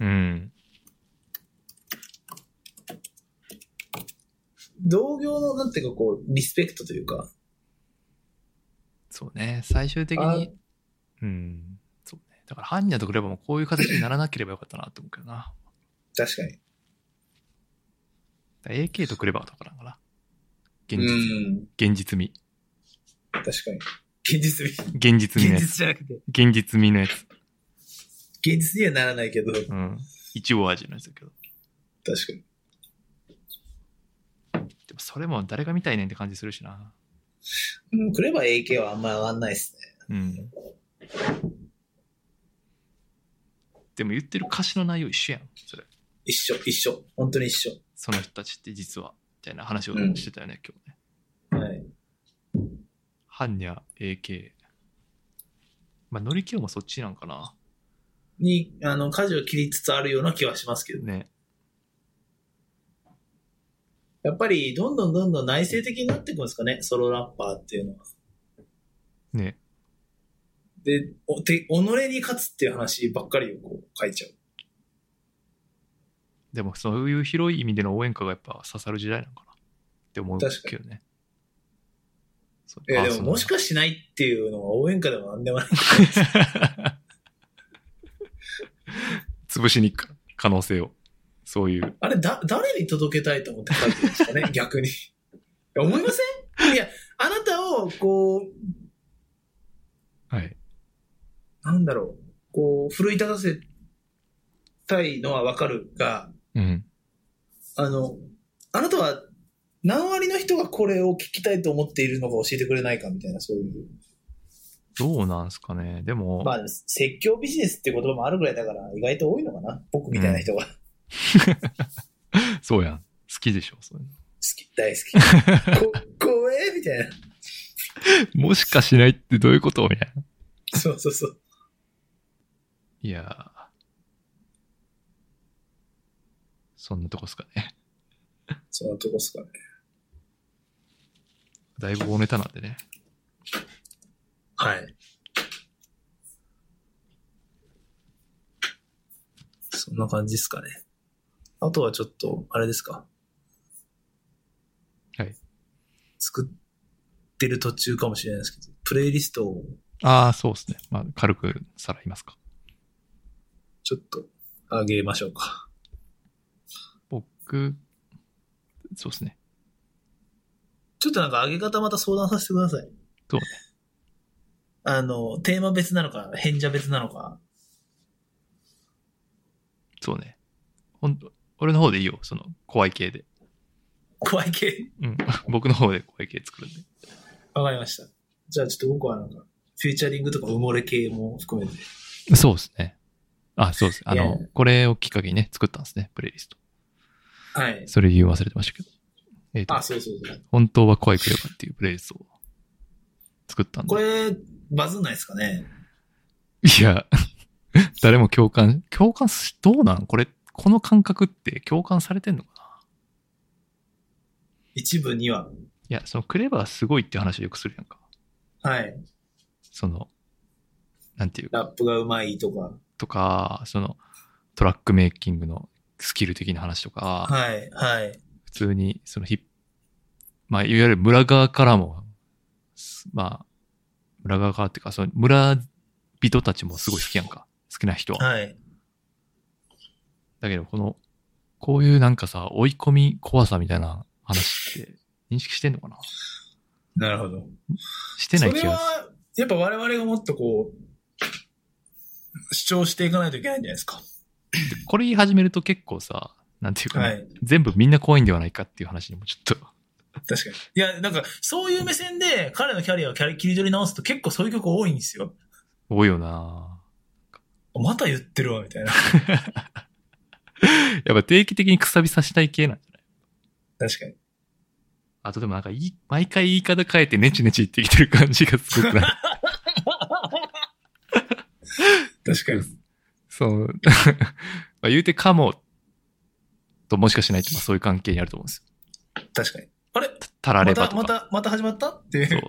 S2: うん。
S3: 同業の、なんていうかこう、リスペクトというか、
S2: そうね、最終的
S3: あ
S2: に、うん。そうね。だから、犯人だとくればもうこういう形にならなければよかったなって思うけどな。
S3: 確かに。
S2: だから AK とクレバーとかなんかな。現
S3: う
S2: 実、
S3: ん。
S2: 現実味。
S3: 確かに。現実味。
S2: 現実味の
S3: 現
S2: やつ。
S3: 実じゃなくて、
S2: 現実味のやつ。
S3: 現実にはならないけど、確か
S2: うん。一応味のやつだけど。
S3: に。
S2: でもそれも誰が見たいねんって感じするしな。
S3: うん、クレバー AK はあんまり上がんないですね。
S2: うん。でも言ってる歌詞の内容一緒やん。それ。
S3: 一緒、一緒。本当に一緒。
S2: その人たちって実は。みたいな話をしてたよね、今日ね。
S3: はい。
S2: ハンニャ AK。まあ、乗り気もそっちなんかな。
S3: に、あの、舵を切りつつあるような気はしますけど、
S2: ね。
S3: やっぱり、どんどんどんどん内省的になっていくんですかね、ソロラッパーっていうのは。
S2: ね。
S3: で、おて、己に勝つっていう話ばっかりをこう書いちゃう。
S2: でもそういう広い意味での応援歌がやっぱ刺さる時代なのかなって思う
S3: 確か
S2: けどね。そう
S3: え
S2: あ
S3: で
S2: そ
S3: も、
S2: う
S3: もしかしないっていうのは応援歌でもなんでもない。
S2: *laughs* 潰しに行くから可能性を。そういう。
S3: あれ、だ、誰に届けたいと思って書いてるんですかね、 *laughs* 逆に。いや思いませんいや、 *laughs* あなたを、こ
S2: はい。
S3: う、なんだろう、こう、奮い立たせたいのはわかるが、
S2: うん。
S3: あの、あなたは何割の人がこれを聞きたいと思っているのか教えてくれないかみたいな、そういう。
S2: どうなんすかね。でも、
S3: まあ、説教ビジネスって言葉もあるぐらいだから、意外と多いのかな僕みたいな人が。好
S2: そうやん。好きでしょ、そういう
S3: き、大好き。こ、怖えみたいな。
S2: の。もしかしないってどういうことみたいな。
S3: そうそうそう。
S2: いやーそんなとこっすかね。
S3: そのとこっすかね。
S2: だいぶ大ネタなんでね。
S3: はい。そんな感じですかね。あとはちょっと、あれですか。
S2: はい。
S3: 作ってる途中かもしれないですけど、プレイリストを
S2: ああ、そうですね。まあ、軽くさらいますか。
S3: ちょっと上げましょうか。
S2: 僕、そうですね。
S3: ちょっとなんか上げ方また相談させてください。
S2: そうね
S3: あの、テーマ別なのか、変者別なのか。
S2: そうね。ほんと、俺の方でいいよ。その、怖い系で。
S3: 怖い系。
S2: うん。 *laughs* 僕の方で怖い系作るんで。
S3: わかりました。じゃあちょっと僕はなんか、フューチャリングとか埋もれ系も含めて。
S2: そうですね。あ、そうです。あ
S3: いや
S2: の、これをきっかけにね、作ったんですね、プレイリスト。
S3: はい。
S2: それ理由忘れてましたけど。えっ、と
S3: あ、、そうそうそう。
S2: 本当は怖いクレバっていうプレイリストを作ったん
S3: こ
S2: で。
S3: れ、バズんないですかね
S2: いや、 *laughs* 誰も共感、共感し、どうなんこれ、この感覚って共感されてんのかな
S3: 一部には。
S2: いや、そのクレバーすごいって話をよくするやんか。
S3: はい。
S2: その、なんていうか、
S3: ラップがうまいとか。
S2: とか、その、トラックメイキングのスキル的な話とか、
S3: はい、はい。
S2: 普通に、そのヒップ、まあ、いわゆる村側からも、すまあ、村側からっていうか、その村人たちもすごい好きやんか。好きな人は。
S3: はい。
S2: だけど、この、こういうなんかさ、追い込み怖さみたいな話って認識してんのかな
S3: なるほど。
S2: してない気
S3: それ
S2: がする。
S3: は、やっぱ我々がもっとこう、主張していかないといけないんじゃないですか。
S2: これ言い始めると結構さ、なんていうかね、
S3: はい。
S2: 全部みんな怖いんではないかっていう話にもちょっと、
S3: 確かに。いや、なんか、そういう目線で彼のキャリアをキャリ切り取り直すと結構そういう曲多いんですよ。
S2: 多いよな
S3: また言ってるわ、みたいな。
S2: やっぱ定期的にくさびさしたい系なんじゃない
S3: 確かに。
S2: あとでもなんかいい、毎回言い方変えてネチネチ言ってきてる感じがすごくない
S3: 確かに。
S2: そう。 *laughs* まあ言うてかも、ともしかしないと、まあそういう関係にあると思うんですよ。
S3: 確かに。あれ
S2: タラ
S3: ま
S2: レバ
S3: た、
S2: とか。
S3: また、また始まったっていう。
S2: そう。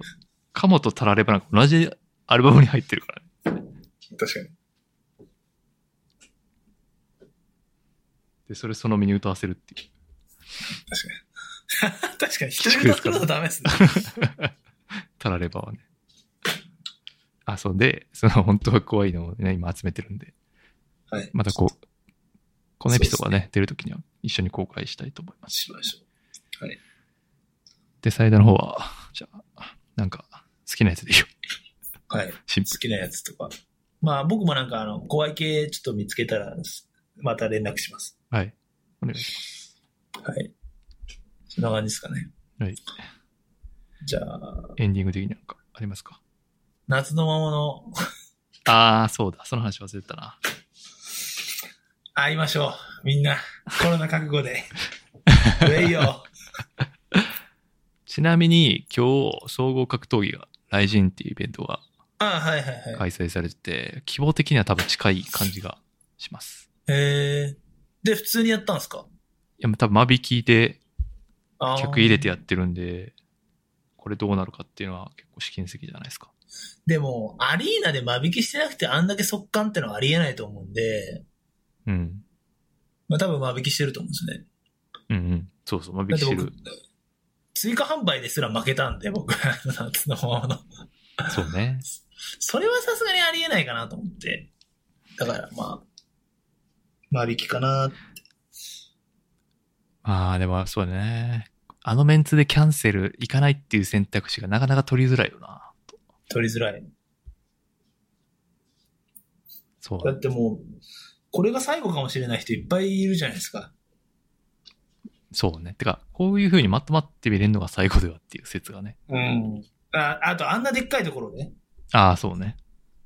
S2: かもとタラレバなんか同じアルバムに入ってるからね。
S3: 確かに。
S2: で、それその身に歌わせるっていう。
S3: 確かに。確かに、一人で作るとダメですね。
S2: タラレバはね。あ、そうで、その本当は怖いのをね、今集めてるんで。
S3: はい
S2: またこう、このエピソードがね、出るときには一緒に公開したいと思います。
S3: しましょう。はい。
S2: で、サイダーの方は、じゃあ、なんか、好きなやつでいいよ。
S3: はい。
S2: シンプ
S3: 好きなやつとか。まあ僕もなんかあの、怖い系ちょっと見つけたら、また連絡します。
S2: ル。はい。お願いし
S3: はい。そんな感じですかね。
S2: ます。はい。
S3: じゃあ、
S2: エンディング的になんかありますか
S3: 夏の魔物、
S2: ああ、そうだ。その話忘れてたな。
S3: 会いましょう。みんな、コロナ覚
S2: *laughs*
S3: 悟で。ウェイよ。
S2: ちなみに、今日、総合格闘技が大臣っていうイベントが
S3: ああ、はいはいはい。
S2: 開催されてて、希望的には多分近い感じがします。
S3: へえ。で、普通にやったんですか
S2: いや、多分間引きで
S3: あー
S2: 客入れてやってるんで、これどうなるかっていうのは結構試金石じゃないですか。
S3: でも、アリーナで間引きしてなくてあんだけ速乾ってのはありえないと思うんで、
S2: うん。
S3: まあ多分間引きしてると思うんですね。
S2: うんうん。そうそう、間引き
S3: だって
S2: して
S3: 僕
S2: る。、
S3: 追加販売ですら負けたんで、僕、あの *laughs* 夏のもの。
S2: そうね。
S3: それはさすがにありえないかなと思って。だからまあ、間引きかな。
S2: ああ、でもそうだね。あのメンツでキャンセル行かないっていう選択肢がなかなか取りづらいよな。
S3: 取りづらい。
S2: そう
S3: だってもう、これが最後かもしれない人いっぱいいるじゃないですか。
S2: そうね。てか、こういう風にまとまって見れるのが最後ではっていう説がね。
S3: うん。ああと、あんなでっかいところね。
S2: ああ、そうね。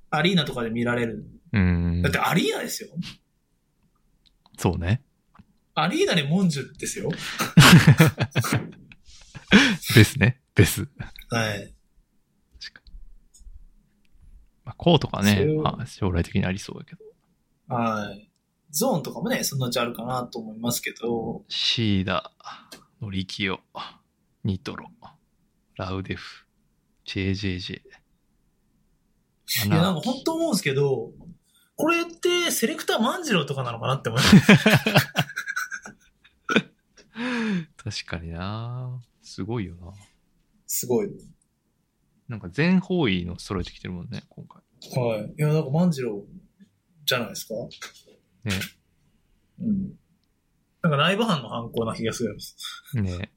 S3: アリーナとかで見られる。
S2: うん
S3: だっ。てアリーナですよ。
S2: そうね。
S3: アリーナでモンジュですよ。
S2: ベスね。ベス。
S3: はい。
S2: まあ、こうとかね
S3: それ、を
S2: まあ、将来的にありそうだけど。
S3: はい。ゾーンとかもね、そのうちあるかなと思いますけど、
S2: シーダ、ノリキヨ、ニトロ、ラウデフ、JJJ。
S3: い
S2: ア
S3: や、なん
S2: ナ
S3: か本当思うんですけど、これってセレクター万次郎とかなのかなって思います。
S2: 確かになすごいよな
S3: *laughs* すごい。
S2: なんか全方位の揃えてきてるもんね、今回。
S3: はい。いや、なんか万次郎じゃないですか
S2: ね。
S3: うん。なんかライブ班の犯行な気がするんです。
S2: ね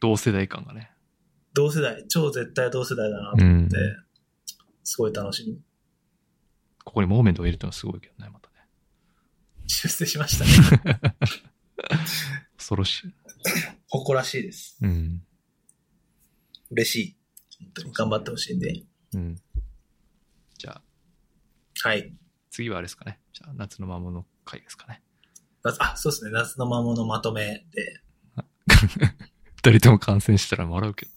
S2: 同世代感がね。
S3: 同世代、超絶対同世代だなと思
S2: ん
S3: って、すごい楽しみ。
S2: ここにモーメントを入れるってのはすごいけどね、またね。
S3: 出世しましたね。
S2: 恐ろしい。
S3: 誇らしいです。
S2: うん。
S3: 嬉しい。本当に頑張ってほしいんで。
S2: うん。じゃあ、
S3: はい。
S2: 次はあれですかね。じゃあ、夏の魔物会ですかね。
S3: 夏あ、そうですね。夏の魔物まとめで。
S2: 二人とも感染したら笑うけど。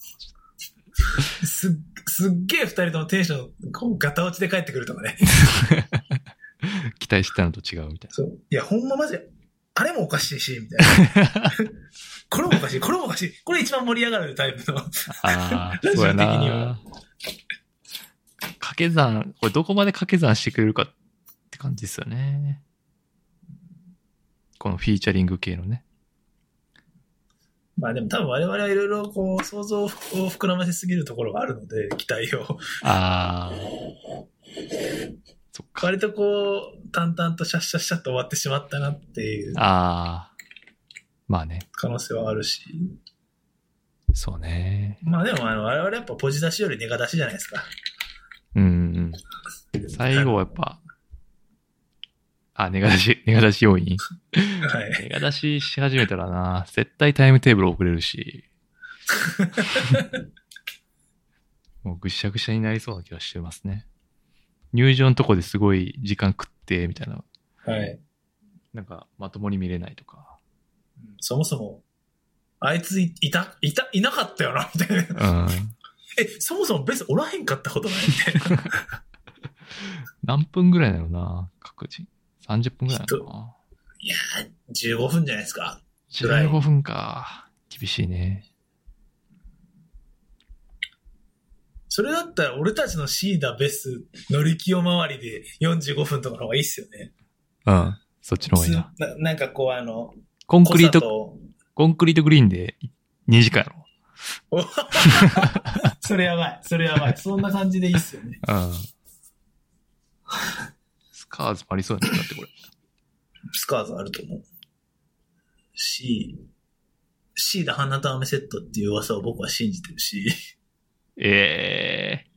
S3: すっ、すっげえ二人ともテンション、こう、ガタ落ちで帰ってくるとかね。
S2: 期待してたのと違うみたい
S3: そう。いや、ほんまマジで、あれもおかしいし、みたい *laughs* な。これもおかしい、これもおかしい。これ一番盛り上がるタイプの。
S2: な。
S3: *laughs*
S2: ああ、
S3: ラジオ
S2: そうや
S3: 的には
S2: な。掛け算、これどこまで掛け算してくれるかって感じですよね。このフィーチャリング系のね。
S3: まあでも多分我々はいろいろこう、想像を膨らませすぎるところがあるので、期待 *laughs* を。
S2: ああ。そっか。
S3: 割とこう、淡々とシャッシャッシャッと終わってしまったなっていう
S2: ああ。まあね。
S3: 可能性はあるし。
S2: そうね。
S3: まあでも、あの、我々やっぱポジ出しよりネガ出しじゃないですか。
S2: うんうん。最後はやっぱ、あ、ネガ出し、ネガ出し要因。
S3: *laughs* はい。
S2: ネガ出しし始めたらな、絶対タイムテーブル遅れる *laughs* し。もうぐしゃぐしゃになりそうな気がしてますね。入場のとこですごい時間食って、みたいな。
S3: はい。
S2: なんか、まともに見れないとか。
S3: そもそも、あいついいた、いた、いなかったよな、みたいな *laughs*
S2: う。ん。
S3: え、そもそもベースおらへんかったことないみたいな。 *laughs*
S2: 何分ぐらいなのな、各人。30分ぐらいなのかな。
S3: いやー、15分じゃないですか。ぐらい
S2: 15分か。厳しいね。
S3: それだったら俺たちのシーダ、ベス、乗り気を周りで45分とかの方がいいっすよね。
S2: うん。そっちの方がいいな。
S3: ななんかこうあの、
S2: コンクリート、
S3: ト。
S2: コンクリートグリーンで2時間やろ。
S3: それやばい。それやばい。そんな感じでいいっすよね。
S2: うん。スカーズもありそうやな、だってこれ。
S3: スカーズあると思う。し、シーダ花と飴セットっていう噂を僕は信じてるし。
S2: ええ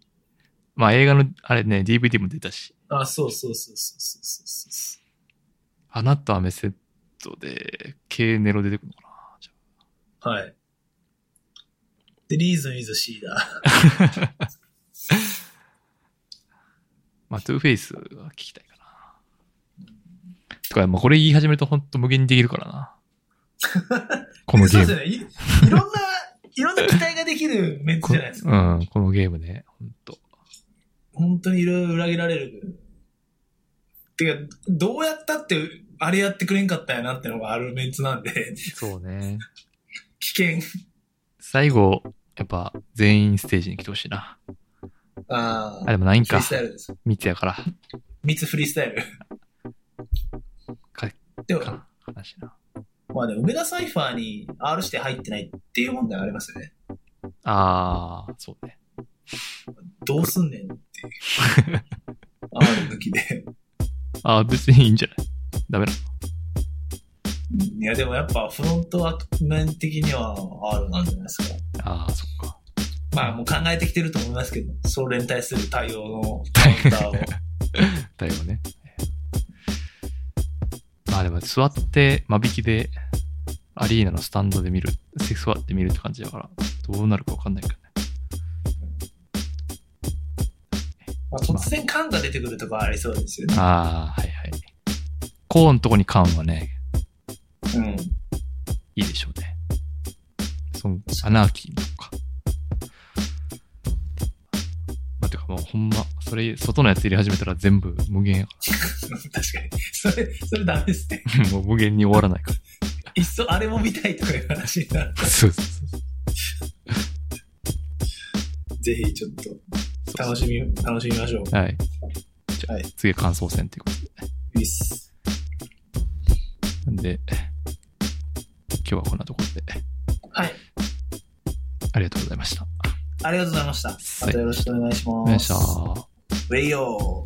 S2: まあ映画の、あれね、DVD も出たし。
S3: あ、そうそうそうそうそうそうそ
S2: 花と雨セットで、K ネロ出てくるのかなじゃ
S3: う。はい。で、リーズンイズシーダ。
S2: あまあ、トゥーフェイスは聞きたいかな。とか、まあこれ言い
S3: *laughs*
S2: 始めると本当無限にできるからな。このゲ
S3: そう
S2: ー
S3: です
S2: ム。
S3: ね。いいろんないろんな期待ができるメンツじゃないですか。
S2: うん、このゲームね、ほんと。
S3: 本当にいろいろ裏切られる。てか、どうやったって、あれやってくれんかったんやなってのがあるメンツなんで、 *laughs*
S2: そうね。
S3: 危険。
S2: 最後、やっぱ全員ステージに来てほしいな。
S3: あ
S2: あ、
S3: あ。
S2: でもないん
S3: フリ
S2: か
S3: ー。スタイルです。
S2: 密やから。
S3: 三つフリースタイル。
S2: か、
S3: でも、
S2: か、話な。
S3: まあでも、梅田サイファーに R して入ってないっていう問題ありますよね。
S2: あー、そうね。
S3: どうすんねんっていう。 *laughs* ある時で。
S2: あー、別にいいんじゃないダメなの
S3: いや、でもやっぱフロント面的には R なんじゃないですか。
S2: あー、そっか。
S3: まあもう考えてきてると思いますけど、それに対する対応のカウンターを。 *laughs*
S2: だいぶね。まあでも座って間引きでアリーナのスタンドで見る、座って見るって感じだから、どうなるかわかんないけどね。
S3: まあ、突然缶が出てくるとかありそうですよね。
S2: ああ、はいはい。コーンとこに缶はね、
S3: うん。
S2: いいでしょうね。その、アナーキーとか。まあ、てかもうほんま、それ、外のやつ入れ始めたら全部無限 *laughs* やか
S3: 確かに。それ、それダメですね。
S2: ら。もう無限に終わらないか
S3: いっそあれも見たいとかいう話になる。
S2: ら。そうそうそう
S3: ぜひちょっと
S2: そう。
S3: 楽しみ、楽しみましょう。
S2: はい。じゃあ、
S3: はい
S2: 次は感想戦ということで。
S3: いいっす。
S2: なんで、今日はこんなところで、
S3: はい。
S2: ありがとうございました。
S3: ありがとうございました。またよろしくお願いします。
S2: お願いします。
S3: ウェイヨー。